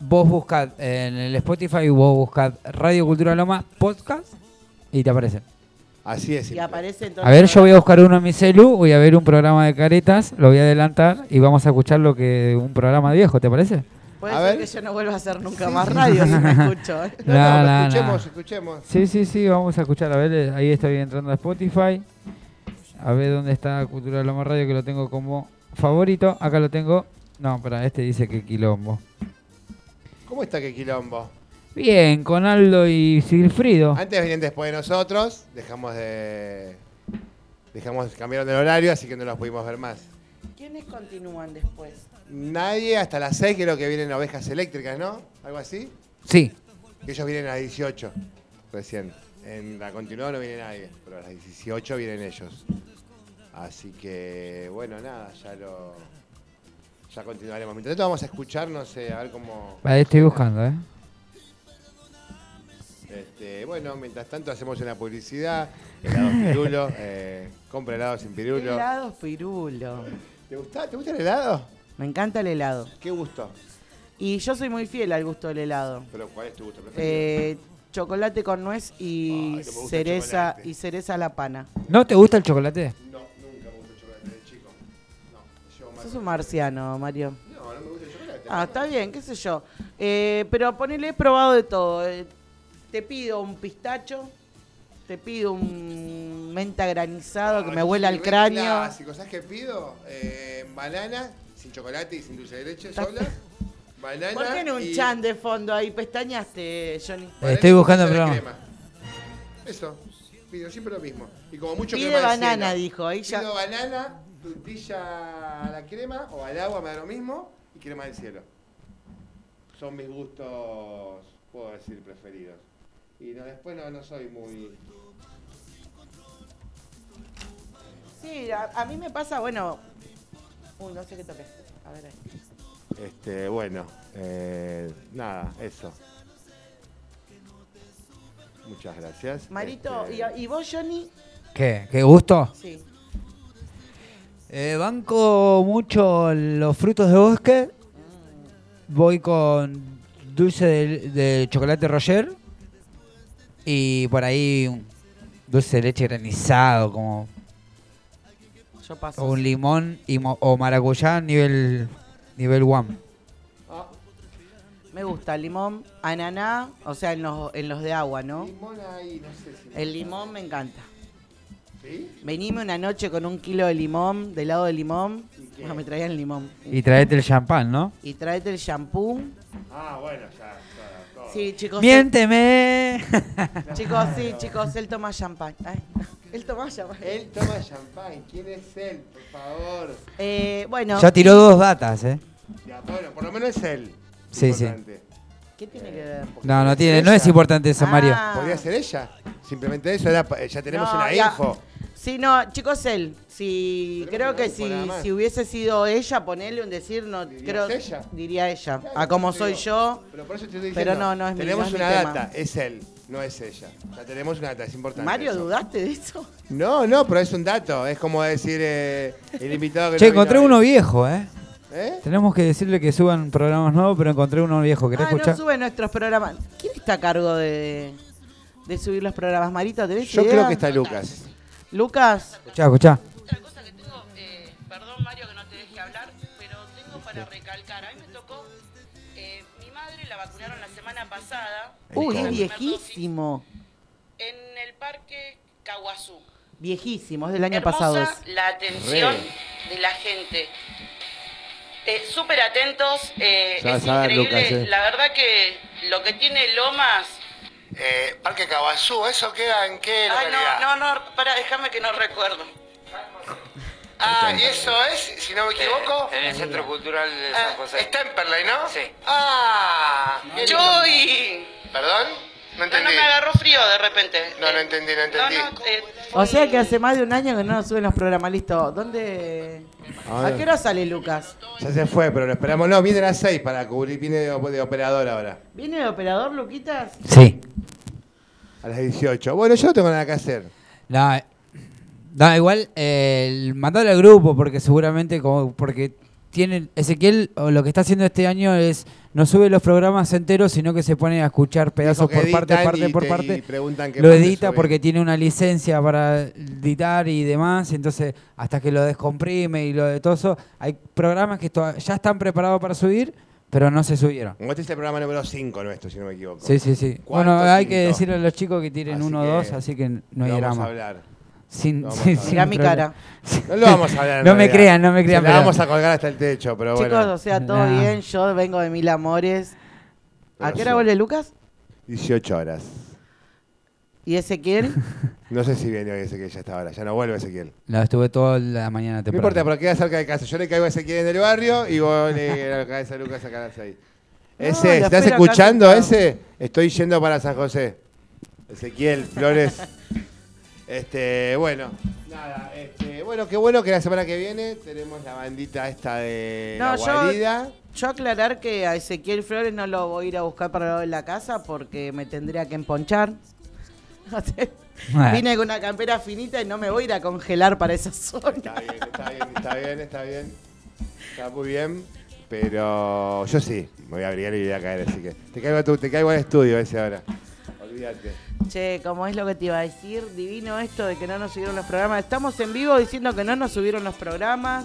Speaker 6: Vos buscad eh, en el Spotify, vos buscad Radio Cultura Loma Podcast y te aparece.
Speaker 5: Así es.
Speaker 4: Y
Speaker 5: simple.
Speaker 4: aparece entonces.
Speaker 6: A ver, yo voy a buscar uno en mi celu, voy a ver un programa de caretas, lo voy a adelantar y vamos a escuchar lo que un programa viejo, ¿te parece?
Speaker 4: Puede
Speaker 5: a
Speaker 4: ser
Speaker 5: ver.
Speaker 4: que yo no vuelva a hacer nunca
Speaker 5: Sí,
Speaker 4: más
Speaker 5: sí.
Speaker 4: radio si me escucho. ¿eh?
Speaker 5: No, no, escuchemos, escuchemos.
Speaker 6: Sí, sí, sí, vamos a escuchar. A ver, eh, ahí estoy entrando a Spotify. A ver dónde está Cultura Loma Radio, que lo tengo como favorito. Acá lo tengo. No, para este dice que quilombo.
Speaker 5: ¿Cómo está que quilombo?
Speaker 6: Bien, con Aldo y Silfrido.
Speaker 5: Antes venían después de nosotros, dejamos de. Dejamos, cambiaron del horario, así que no los pudimos ver más.
Speaker 4: ¿Quiénes continúan después?
Speaker 5: Nadie hasta las 6 creo que vienen ovejas eléctricas, ¿no? Algo así.
Speaker 6: Sí,
Speaker 5: Que ellos vienen a las 18 recién. En la continuada no viene nadie, pero a las 18 vienen ellos. Así que, bueno, nada, ya lo. Ya continuaremos. Mientras tanto, vamos a escuchar, no sé, a ver cómo.
Speaker 6: ahí estoy buscando, ¿eh?
Speaker 5: Este, bueno, mientras tanto, hacemos una publicidad. Helados pirulo. eh, compra helados sin pirulo.
Speaker 4: Helados pirulo.
Speaker 5: ¿Te gusta? ¿Te gusta el helado?
Speaker 4: Me encanta el helado.
Speaker 5: ¿Qué gusto?
Speaker 4: Y yo soy muy fiel al gusto del helado.
Speaker 5: Pero ¿cuál es tu gusto preferido?
Speaker 4: Eh, chocolate con nuez
Speaker 5: Ay, no
Speaker 4: y
Speaker 5: me gusta el
Speaker 4: cereza
Speaker 5: chocolate.
Speaker 4: y cereza a la pana.
Speaker 6: ¿No te gusta el chocolate?
Speaker 5: No, nunca me gusta el chocolate de chico. No, llevo mal.
Speaker 4: Sos un marciano, Mario.
Speaker 5: No, no me gusta el chocolate.
Speaker 4: Ah, está bien, qué sé yo. Eh, pero ponele, he probado de todo. Eh, te pido un pistacho, te pido un menta granizado que
Speaker 5: Ah,
Speaker 4: me
Speaker 5: yo
Speaker 4: huela
Speaker 5: soy
Speaker 4: al
Speaker 5: re
Speaker 4: cráneo.
Speaker 5: Clásico. ¿Sabes qué pido? Eh, banana, sin chocolate y sin dulce de leche sola. Banana.
Speaker 4: ¿Por qué en un
Speaker 5: y-
Speaker 4: chan de fondo ahí pestañaste, Johnny?
Speaker 5: banana
Speaker 6: Estoy
Speaker 5: y
Speaker 6: buscando
Speaker 5: dulce
Speaker 6: el
Speaker 5: de
Speaker 6: programa.
Speaker 5: crema. Eso. Pido siempre lo mismo. Y como mucho
Speaker 4: Pide
Speaker 5: crema de
Speaker 4: banana,
Speaker 5: siena.
Speaker 4: dijo. Ahí ya.
Speaker 5: Pido banana, tortilla a la crema o al agua, me da lo mismo, y crema del cielo. Son mis gustos, puedo decir, preferidos. Y no, después no, no soy muy...
Speaker 4: Sí, a, a mí me pasa, bueno. Uy, no sé qué toqué. A ver ahí.
Speaker 5: Este, bueno, eh, nada, eso. Muchas gracias.
Speaker 4: Marito,
Speaker 5: Este,
Speaker 4: ¿y, a- y vos, Johnny?
Speaker 6: ¿Qué? ¿Qué gusto?
Speaker 4: Sí.
Speaker 6: Eh, banco mucho los frutos de bosque. Voy con dulce de, de chocolate Roger. Y por ahí un dulce de leche granizado, como
Speaker 4: Yo paso.
Speaker 6: o un limón y mo- o maracuyá nivel nivel one.
Speaker 4: Ah. Me gusta limón, ananá, o sea, en los, en los de agua, ¿no?
Speaker 5: Limón ahí, no sé si...
Speaker 4: El limón me encanta.
Speaker 5: ¿Sí?
Speaker 4: Venime una noche con un kilo de limón, de helado de limón.
Speaker 5: ¿Y qué?
Speaker 4: Bueno, me traían limón.
Speaker 6: Y traete el champán, ¿no?
Speaker 4: Y tráete el shampoo.
Speaker 5: Ah, bueno, ya, ya, todo.
Speaker 4: Sí, chicos.
Speaker 6: ¡Miénteme!
Speaker 4: él- chicos, sí, chicos, él toma champán. Ay, Él toma champán.
Speaker 5: Él toma champán, ¿quién es él? Por favor.
Speaker 4: Eh, bueno,
Speaker 6: Ya tiró dos datas, ¿eh?
Speaker 5: Ya, bueno, por lo menos es él.
Speaker 6: Sí, sí.
Speaker 5: Importante.
Speaker 4: ¿qué tiene que ver?
Speaker 6: No, no tiene, no es importante eso, Mario.
Speaker 4: Ah.
Speaker 5: Podría ser ella. Simplemente eso, era pa- eh, ya tenemos
Speaker 4: No,
Speaker 5: una
Speaker 4: ya-
Speaker 5: hijo.
Speaker 4: Sí, no, chicos, él. Sí,
Speaker 5: Tenemos
Speaker 4: creo
Speaker 5: que
Speaker 4: que
Speaker 5: no por
Speaker 4: si,
Speaker 5: nada más.
Speaker 4: si hubiese sido ella, ponerle un decir, no
Speaker 5: ¿Dirías
Speaker 4: creo.
Speaker 5: ella?
Speaker 4: Diría ella. A como soy yo.
Speaker 5: Pero por eso te estoy
Speaker 4: Pero
Speaker 5: diciendo,
Speaker 4: no, no es mi-
Speaker 5: Tenemos
Speaker 4: no es mi
Speaker 5: una
Speaker 4: tema.
Speaker 5: data, es él, no es ella. Ya tenemos una data, es importante.
Speaker 4: Mario,
Speaker 5: eso.
Speaker 4: ¿dudaste de eso?
Speaker 5: No, no, pero es un dato. Es como decir eh, el invitado que
Speaker 6: Che,
Speaker 5: no vino
Speaker 6: encontré
Speaker 5: hoy.
Speaker 6: uno viejo, ¿eh?
Speaker 5: ¿Eh?
Speaker 6: Tenemos que decirle que suban programas nuevos, pero encontré uno viejo. ¿Querés
Speaker 4: Ah, no
Speaker 6: escuchar?
Speaker 4: sube nuestros programas. ¿Quién está a cargo de, de subir los programas, Marito? ¿Tenés
Speaker 5: Yo
Speaker 4: idea?
Speaker 5: creo que está Lucas.
Speaker 4: Lucas,
Speaker 6: Escuchá, escuchá.
Speaker 11: Otra cosa que tengo, eh, perdón Mario que no te deje hablar, pero tengo para recalcar, a mí me tocó, eh, mi madre la vacunaron la semana pasada
Speaker 4: uy,
Speaker 5: Nico.
Speaker 4: es viejísimo.
Speaker 11: en el parque Caguazú.
Speaker 4: Viejísimo, es del año
Speaker 11: Hermosa
Speaker 4: pasado. es.
Speaker 11: la atención de la gente. Eh, Súper atentos, eh,
Speaker 5: Ya
Speaker 11: es
Speaker 5: saben,
Speaker 11: increíble,
Speaker 5: Lucas, eh.
Speaker 11: la verdad que lo que tiene Lomas...
Speaker 5: Eh, Parque Cabazú, ¿eso queda en qué
Speaker 11: Ay, Ah, no, no, no, para, déjame que no recuerdo.
Speaker 5: Ah, y eso es, si
Speaker 11: Eh,
Speaker 5: no me equivoco, Ah,
Speaker 10: el Centro Cultural de
Speaker 5: en Perley, ¿no?
Speaker 10: Sí.
Speaker 5: Ah,
Speaker 11: Joy,
Speaker 5: ¿perdón? No
Speaker 11: No, no
Speaker 5: entendí.
Speaker 11: me agarró frío de repente.
Speaker 5: No, no entendí, no entendí.
Speaker 11: No, no, eh,
Speaker 4: O sea que hace más de un año que no nos suben los programas. Listo. ¿Dónde?
Speaker 5: Ahora.
Speaker 4: ¿A qué hora sale Lucas?
Speaker 5: Ya se fue, pero lo esperamos. No, viene a las 6 para cubrir. Viene de, de operador ahora.
Speaker 4: ¿Viene de operador, Luquitas?
Speaker 6: Sí.
Speaker 5: A las 18. Bueno, yo no tengo nada que hacer.
Speaker 6: No, eh, no, igual eh, el- mandalo al grupo porque seguramente como porque tienen Ezequiel o lo que está haciendo este año es no sube los programas enteros sino que se pone a escuchar pedazos
Speaker 5: Dijo que
Speaker 6: por parte,
Speaker 5: editan
Speaker 6: parte
Speaker 5: y
Speaker 6: por
Speaker 5: te- y
Speaker 6: parte.
Speaker 5: preguntan qué
Speaker 6: Lo
Speaker 5: parte
Speaker 6: edita
Speaker 5: subir.
Speaker 6: porque tiene una licencia para editar y demás, entonces hasta que lo descomprime y lo de todo eso, hay programas que to- ya están preparados para subir, pero no se subieron.
Speaker 5: Este es el programa número 5 nuestro, si no me equivoco.
Speaker 6: Sí, sí, sí.
Speaker 5: Cuarto,
Speaker 6: Bueno, hay
Speaker 5: quinto.
Speaker 6: que decirle a los chicos que tiren
Speaker 5: Así
Speaker 6: uno o
Speaker 5: que
Speaker 6: dos, así que no hay
Speaker 5: lo
Speaker 6: drama.
Speaker 5: vamos a hablar.
Speaker 6: Sin,
Speaker 5: Lo vamos a
Speaker 6: sin-
Speaker 5: hablar.
Speaker 6: sin
Speaker 4: Mirá mi
Speaker 6: problema.
Speaker 4: cara.
Speaker 5: No lo vamos a hablar. en
Speaker 6: No me
Speaker 5: realidad.
Speaker 6: crean, no me
Speaker 5: Se
Speaker 6: crean,
Speaker 5: la
Speaker 6: pero-
Speaker 5: vamos a colgar hasta el techo, pero
Speaker 4: Chicos,
Speaker 5: bueno.
Speaker 4: o sea, todo
Speaker 6: Nah.
Speaker 4: bien. Yo vengo de mil amores. ¿A
Speaker 5: Pero
Speaker 4: qué
Speaker 5: sí.
Speaker 4: hora vuelve Lucas?
Speaker 5: 18 horas.
Speaker 4: ¿Y Ezequiel?
Speaker 5: No sé si viene hoy Ezequiel ya está ahora. Ya no vuelve Ezequiel.
Speaker 6: No, estuve toda la mañana
Speaker 5: No
Speaker 6: temprano.
Speaker 5: importa, pero queda cerca de casa. Yo le caigo a Ezequiel en el barrio y vos le caes a Lucas acá a las 6.
Speaker 4: lo
Speaker 5: Ese, ¿estás
Speaker 4: espero acá
Speaker 5: escuchando
Speaker 4: sentado.
Speaker 5: ese? Estoy yendo para San José. Ezequiel Flores. Este, bueno. Nada, este, bueno, qué bueno que la semana que viene tenemos la bandita esta de la
Speaker 4: No, yo-
Speaker 5: guarida.
Speaker 4: Yo aclarar que a Ezequiel Flores no lo voy a ir a buscar para el lado de la casa porque me tendría que emponchar. O sea,
Speaker 6: Bueno.
Speaker 4: Vine con una campera finita y no me voy a ir a congelar para esa zona.
Speaker 5: Está bien, está bien, está bien, está bien. Está muy bien. Pero yo sí, me voy a abrigar y voy a caer, así que. Te caigo, a tu- te caigo al estudio ese ahora. Olvídate.
Speaker 4: Che, como es lo que te iba a decir, divino esto de que no nos subieron los programas. Estamos en vivo diciendo que no nos subieron los programas.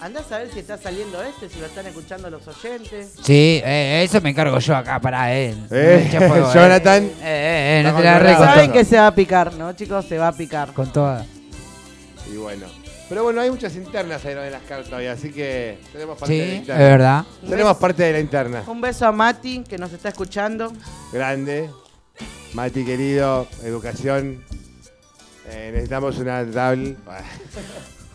Speaker 4: Andás a ver si está saliendo este, si lo están escuchando los oyentes.
Speaker 6: Sí, eh, eso me encargo yo acá para él.
Speaker 5: Eh, Jonathan.
Speaker 6: Eh, eh, eh, no
Speaker 5: Está
Speaker 6: te la
Speaker 5: controlado.
Speaker 6: reco-
Speaker 4: Saben
Speaker 5: Saben
Speaker 4: que se va a picar, ¿no, chicos? Se va a picar.
Speaker 6: Con toda.
Speaker 5: Y bueno. Pero bueno, hay muchas internas ahí en las cartas hoy, así que tenemos parte de la
Speaker 6: Sí, Eh. es
Speaker 5: interna.
Speaker 6: verdad.
Speaker 5: Tenemos parte de la interna.
Speaker 4: Un beso a Mati, que nos está escuchando.
Speaker 5: Grande. Mati querido, educación. Eh, necesitamos una tablet.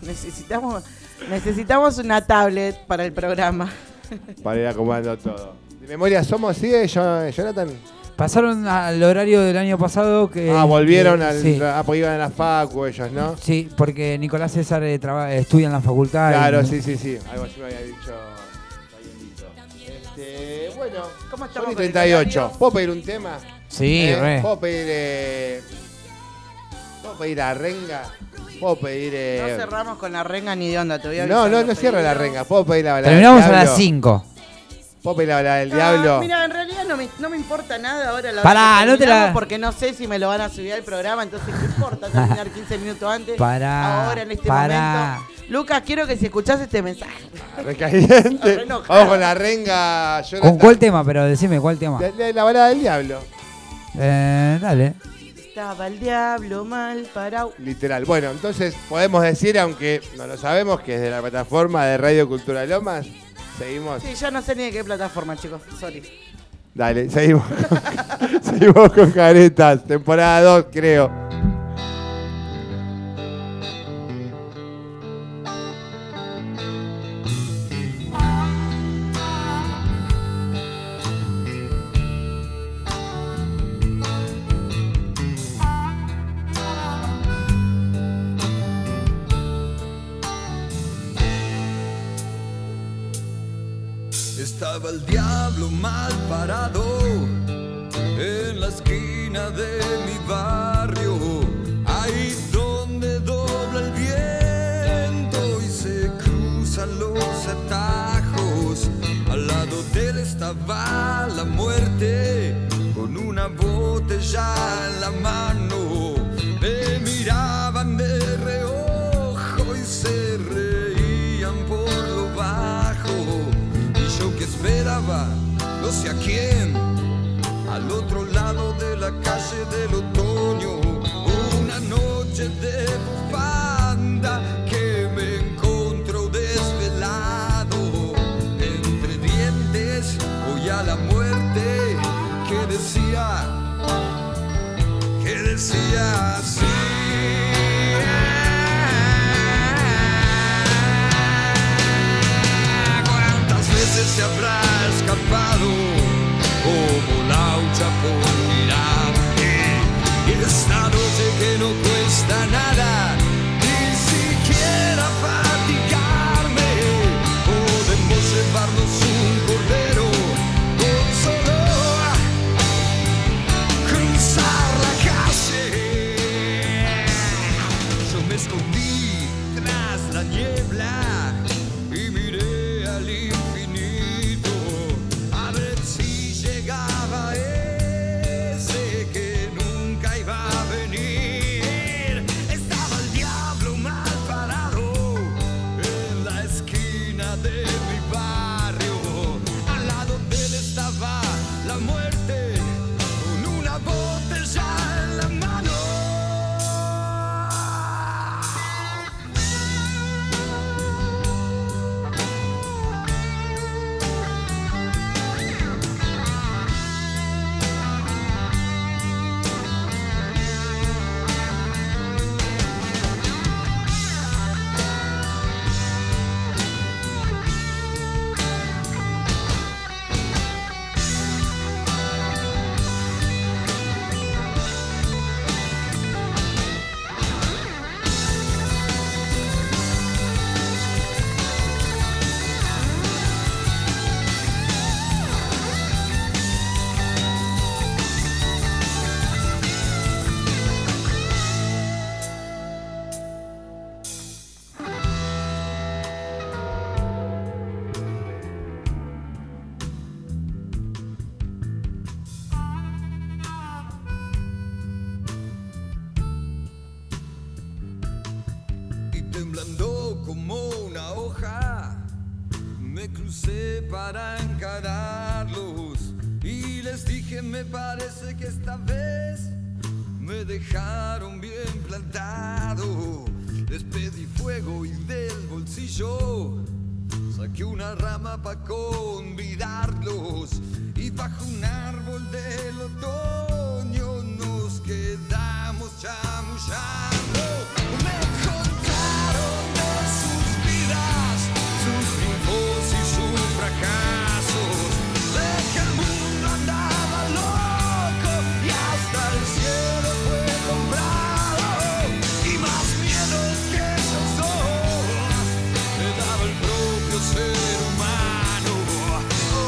Speaker 4: Necesitamos, necesitamos una tablet para el programa.
Speaker 5: Para ir acomodando todo. De memoria somos, ¿sí, eh, Jo- Jonathan?
Speaker 6: Pasaron al horario del año pasado que...
Speaker 5: ah, volvieron
Speaker 6: que-
Speaker 5: al.
Speaker 6: Sí,
Speaker 5: Ah, porque iban a la facu ellos, ¿no?
Speaker 6: sí, porque Nicolás César eh, traba- estudia en la facultad. y-
Speaker 5: Claro, sí, sí, sí. Algo así me había dicho. Danielito. Este, bueno,
Speaker 4: ¿Cómo estamos
Speaker 5: son y
Speaker 4: con el
Speaker 5: 38.
Speaker 4: horario?
Speaker 5: ¿Puedo pedir un tema?
Speaker 6: Sí,
Speaker 5: Eh,
Speaker 6: re.
Speaker 5: ¿Puedo pedir. eh, ¿Puedo pedir a Renga? ¿Puedo pedir. eh,
Speaker 4: No cerramos con la renga ni de onda, te voy a
Speaker 5: no,
Speaker 4: avisar
Speaker 5: no,
Speaker 4: los
Speaker 5: no cierra la
Speaker 4: pedidos.
Speaker 5: Renga. ¿Puedo pedir la balada
Speaker 6: Terminamos
Speaker 5: del
Speaker 6: a las
Speaker 5: diablo?
Speaker 6: 5.
Speaker 5: ¿Puedo pedir la balada del
Speaker 4: No,
Speaker 5: diablo?
Speaker 4: Mira, en realidad no me, no me importa nada ahora la
Speaker 6: Pará,
Speaker 4: que
Speaker 6: no te la-
Speaker 4: terminamos porque no sé si me lo van a subir al programa, entonces no importa terminar 15 minutos antes.
Speaker 6: Pará,
Speaker 4: Ahora en este
Speaker 6: pará.
Speaker 4: momento. Lucas, quiero que si escuchás este mensaje.
Speaker 5: Recaliente.
Speaker 4: Renojado.
Speaker 5: Vamos con la Renga. Jonathan.
Speaker 6: ¿Con cuál tema? Pero decime, ¿cuál tema?
Speaker 5: La, la- la balada del diablo.
Speaker 6: Eh, dale.
Speaker 4: Estaba el diablo mal parado.
Speaker 5: Literal. Bueno, entonces podemos decir, aunque no lo sabemos, que desde la plataforma de Radio Cultura Lomas seguimos.
Speaker 4: Sí, ya no sé ni de qué plataforma, chicos. Sorry.
Speaker 5: Dale, seguimos. con- seguimos con caretas. Temporada 2, creo.
Speaker 12: Estaba el diablo mal parado en la esquina de mi barrio, ahí donde dobla el viento y se cruzan los atajos. Al lado de él estaba la muerte con una botella en la mano. Me miraban de reojo y se reían por lo bajo. Y yo que esperaba, no sé a quién, al otro lado de la calle del otoño, una noche de bufanda que me encontró desvelado, entre dientes voy a la muerte que decía, que decía así. ¿Cuántas veces se habrá escapado como laucha por mirar de mi barrio. Al lado de él estaba la muerte, con una botella en la mano. y temblando como una hoja me crucé para encararlos y les dije me parece que esta vez me dejaron bien plantado les pedí fuego y del bolsillo saqué una rama para convidarlos y bajo un árbol del otoño nos quedamos chamullando me contaron de sus vidas sus triunfos y sus fracasos de que el mundo andaba loco y hasta el cielo fue comprado y más miedo que esas dos me daba el propio ser humano. Oh,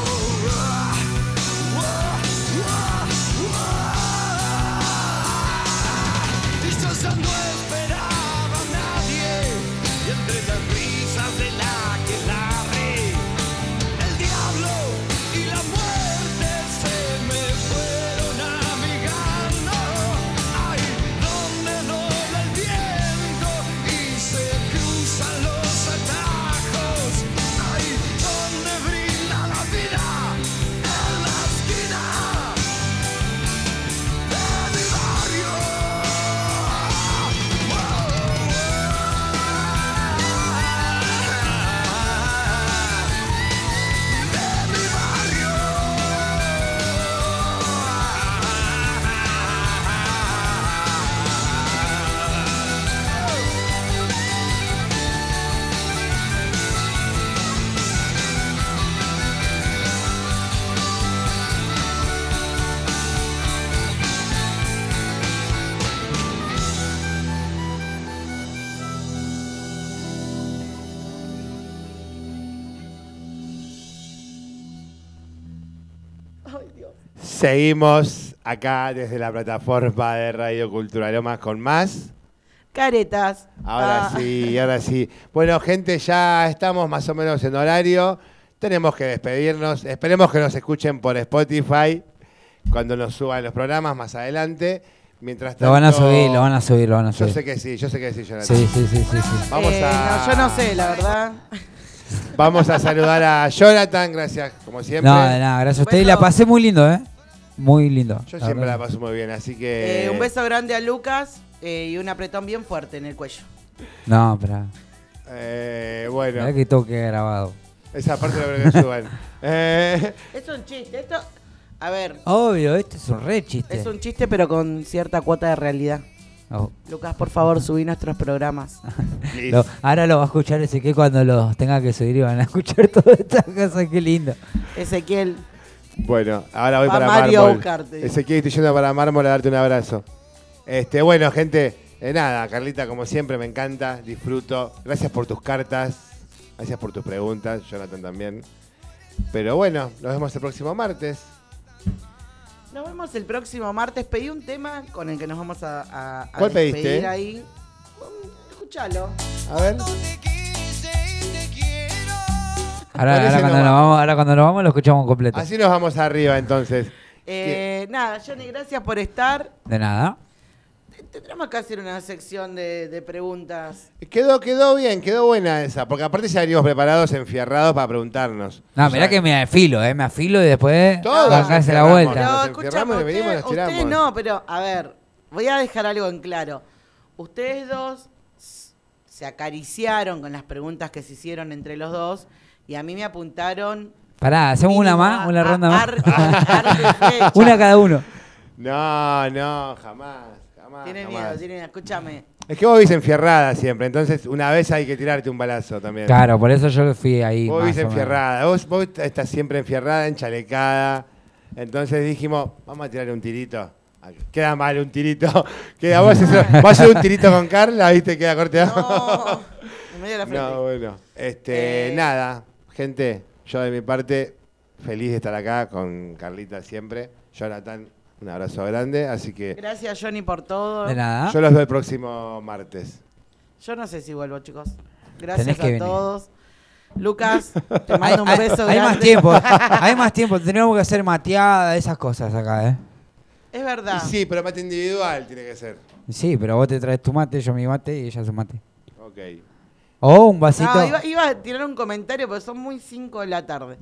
Speaker 12: ah, ah, ah, ah. Y yo ya no esperaba a nadie, y entre las risas de la que el diablo y la muerte se me fueron amigando. Ay, donde dobla el viento y se cruzan los atajos. Ay, donde brilla la vida en la esquina de mi barrio.
Speaker 5: Seguimos acá desde la plataforma de Radio Cultura Lomas con más.
Speaker 4: Caretas.
Speaker 5: Ahora
Speaker 4: Ah.
Speaker 5: sí, ahora sí. Bueno, gente, ya estamos más o menos en horario. Tenemos que despedirnos. Esperemos que nos escuchen por Spotify cuando nos suban los programas más adelante. Mientras tanto,
Speaker 6: Lo van a subir, lo van a subir, lo van a
Speaker 5: Yo
Speaker 6: subir.
Speaker 5: sé que sí, yo sé que sí, Jonathan.
Speaker 6: Sí, sí, sí, sí, sí.
Speaker 5: Vamos
Speaker 4: Eh,
Speaker 5: a
Speaker 4: no, yo no sé, la verdad.
Speaker 5: Vamos a saludar a Jonathan, gracias como siempre.
Speaker 6: No, de nada, gracias a usted. Y la pasé muy lindo, ¿eh? Muy lindo.
Speaker 5: Yo siempre la paso muy bien, así que
Speaker 4: Eh, un beso grande a Lucas eh, y un apretón bien fuerte en el cuello.
Speaker 6: No, pero.
Speaker 5: Eh, bueno,
Speaker 6: Mirá que todo queda grabado.
Speaker 5: esa parte la verdad que suban. Eh,
Speaker 4: Es un chiste, esto. A ver,
Speaker 6: Obvio, este es un re chiste.
Speaker 4: es un chiste, pero con cierta cuota de realidad.
Speaker 6: Oh.
Speaker 4: Lucas, por favor, subí nuestros programas.
Speaker 6: Lo- ahora lo va a escuchar ese que cuando los tenga que subir y van a escuchar toda esta cosa, qué lindo.
Speaker 4: Ezequiel,
Speaker 5: bueno, ahora voy
Speaker 4: Va
Speaker 5: para
Speaker 4: Mario a
Speaker 5: Mármol.
Speaker 4: buscarte.
Speaker 5: Ezequiel, estoy yendo para Mármol a darte un abrazo. Este, bueno, gente, eh, nada, Carlita, como siempre, me encanta, disfruto. Gracias por tus cartas, gracias por tus preguntas, Jonathan también. Pero bueno, nos vemos el próximo martes.
Speaker 4: nos vemos el próximo martes. Pedí un tema con el que nos vamos a, a, a
Speaker 5: ¿Cuál pediste?
Speaker 4: despedir ahí. Mm, Escúchalo.
Speaker 5: A ver.
Speaker 6: Ahora,
Speaker 5: Parece
Speaker 6: ahora cuando
Speaker 5: nomás.
Speaker 6: nos vamos, ahora cuando nos vamos lo escuchamos completo.
Speaker 5: Así nos vamos arriba entonces.
Speaker 4: Eh, nada, Johnny, gracias por estar.
Speaker 6: De nada.
Speaker 4: Tendremos que hacer una sección de, de preguntas.
Speaker 5: Quedó, quedó bien, quedó buena esa, porque aparte ya venimos preparados, enfierrados para preguntarnos.
Speaker 6: No, mirá que me afilo, ¿eh? Me afilo y después
Speaker 5: Todos
Speaker 6: bajarse la
Speaker 5: nos
Speaker 6: vuelta.
Speaker 5: cerramos.
Speaker 4: No,
Speaker 5: nos
Speaker 4: escuchame,
Speaker 5: enferramos y venimos y
Speaker 4: ustedes,
Speaker 5: nos tiramos.
Speaker 4: ustedes no, pero a ver, voy a dejar algo en claro. Ustedes dos s- se acariciaron con las preguntas que se hicieron entre los dos y a mí me apuntaron
Speaker 6: Pará, hacemos una más, una ronda más.
Speaker 4: arte, arte y fecha.
Speaker 6: una cada uno.
Speaker 5: No, no, jamás, jamás.
Speaker 4: Tiene
Speaker 5: jamás.
Speaker 4: miedo, tiene miedo. Escúchame.
Speaker 5: Es que vos vivís enfierrada siempre, entonces una vez hay que tirarte un balazo también.
Speaker 6: Claro, por eso yo fui ahí.
Speaker 5: Vos
Speaker 6: más
Speaker 5: vivís
Speaker 6: o menos.
Speaker 5: enfierrada, vos, vos estás siempre enfierrada, enchalecada. Entonces dijimos, vamos a tirar un tirito. Queda mal un tirito. Queda vos, eso- vos haces un tirito con Carla, viste, queda corteado.
Speaker 4: No, en medio de la frente. Eh.
Speaker 5: No, bueno. Este, nada, gente, yo de mi parte, feliz de estar acá con Carlita siempre. Jonathan, un abrazo grande. Así que
Speaker 4: Gracias, Johnny, por todo.
Speaker 6: De nada.
Speaker 5: yo los veo el próximo martes.
Speaker 4: Yo no sé si vuelvo, chicos. Gracias
Speaker 6: Tenés que
Speaker 4: a
Speaker 6: venir.
Speaker 4: todos. Lucas, te mando un
Speaker 6: Hay-
Speaker 4: beso
Speaker 6: hay
Speaker 4: grande.
Speaker 6: más tiempo, hay más tiempo. Tenemos que hacer mateada, esas cosas acá, ¿eh?
Speaker 4: Es verdad.
Speaker 5: Y sí, pero mate individual tiene que ser.
Speaker 6: Sí, pero vos te traes tu mate, yo mi mate y ella su mate.
Speaker 5: Ok.
Speaker 4: Eh.
Speaker 6: O un vasito.
Speaker 4: No, iba, iba a tirar un comentario, pero son muy 5 de la tarde.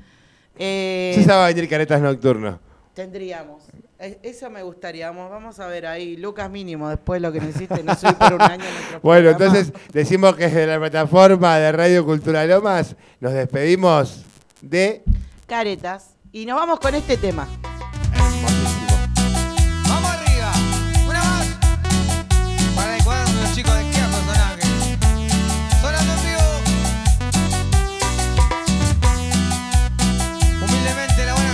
Speaker 4: Eh,
Speaker 5: Sí, se va a venir caretas nocturno.
Speaker 4: tendríamos. Es- Eso me gustaría. Vamos, vamos a ver ahí. Lucas mínimo, después de lo que no hiciste, no subí por un año nuestro
Speaker 5: Bueno,
Speaker 4: programa.
Speaker 5: entonces decimos que desde la plataforma de Radio Cultura Lomas nos despedimos de
Speaker 4: Caretas. Y nos vamos con este tema.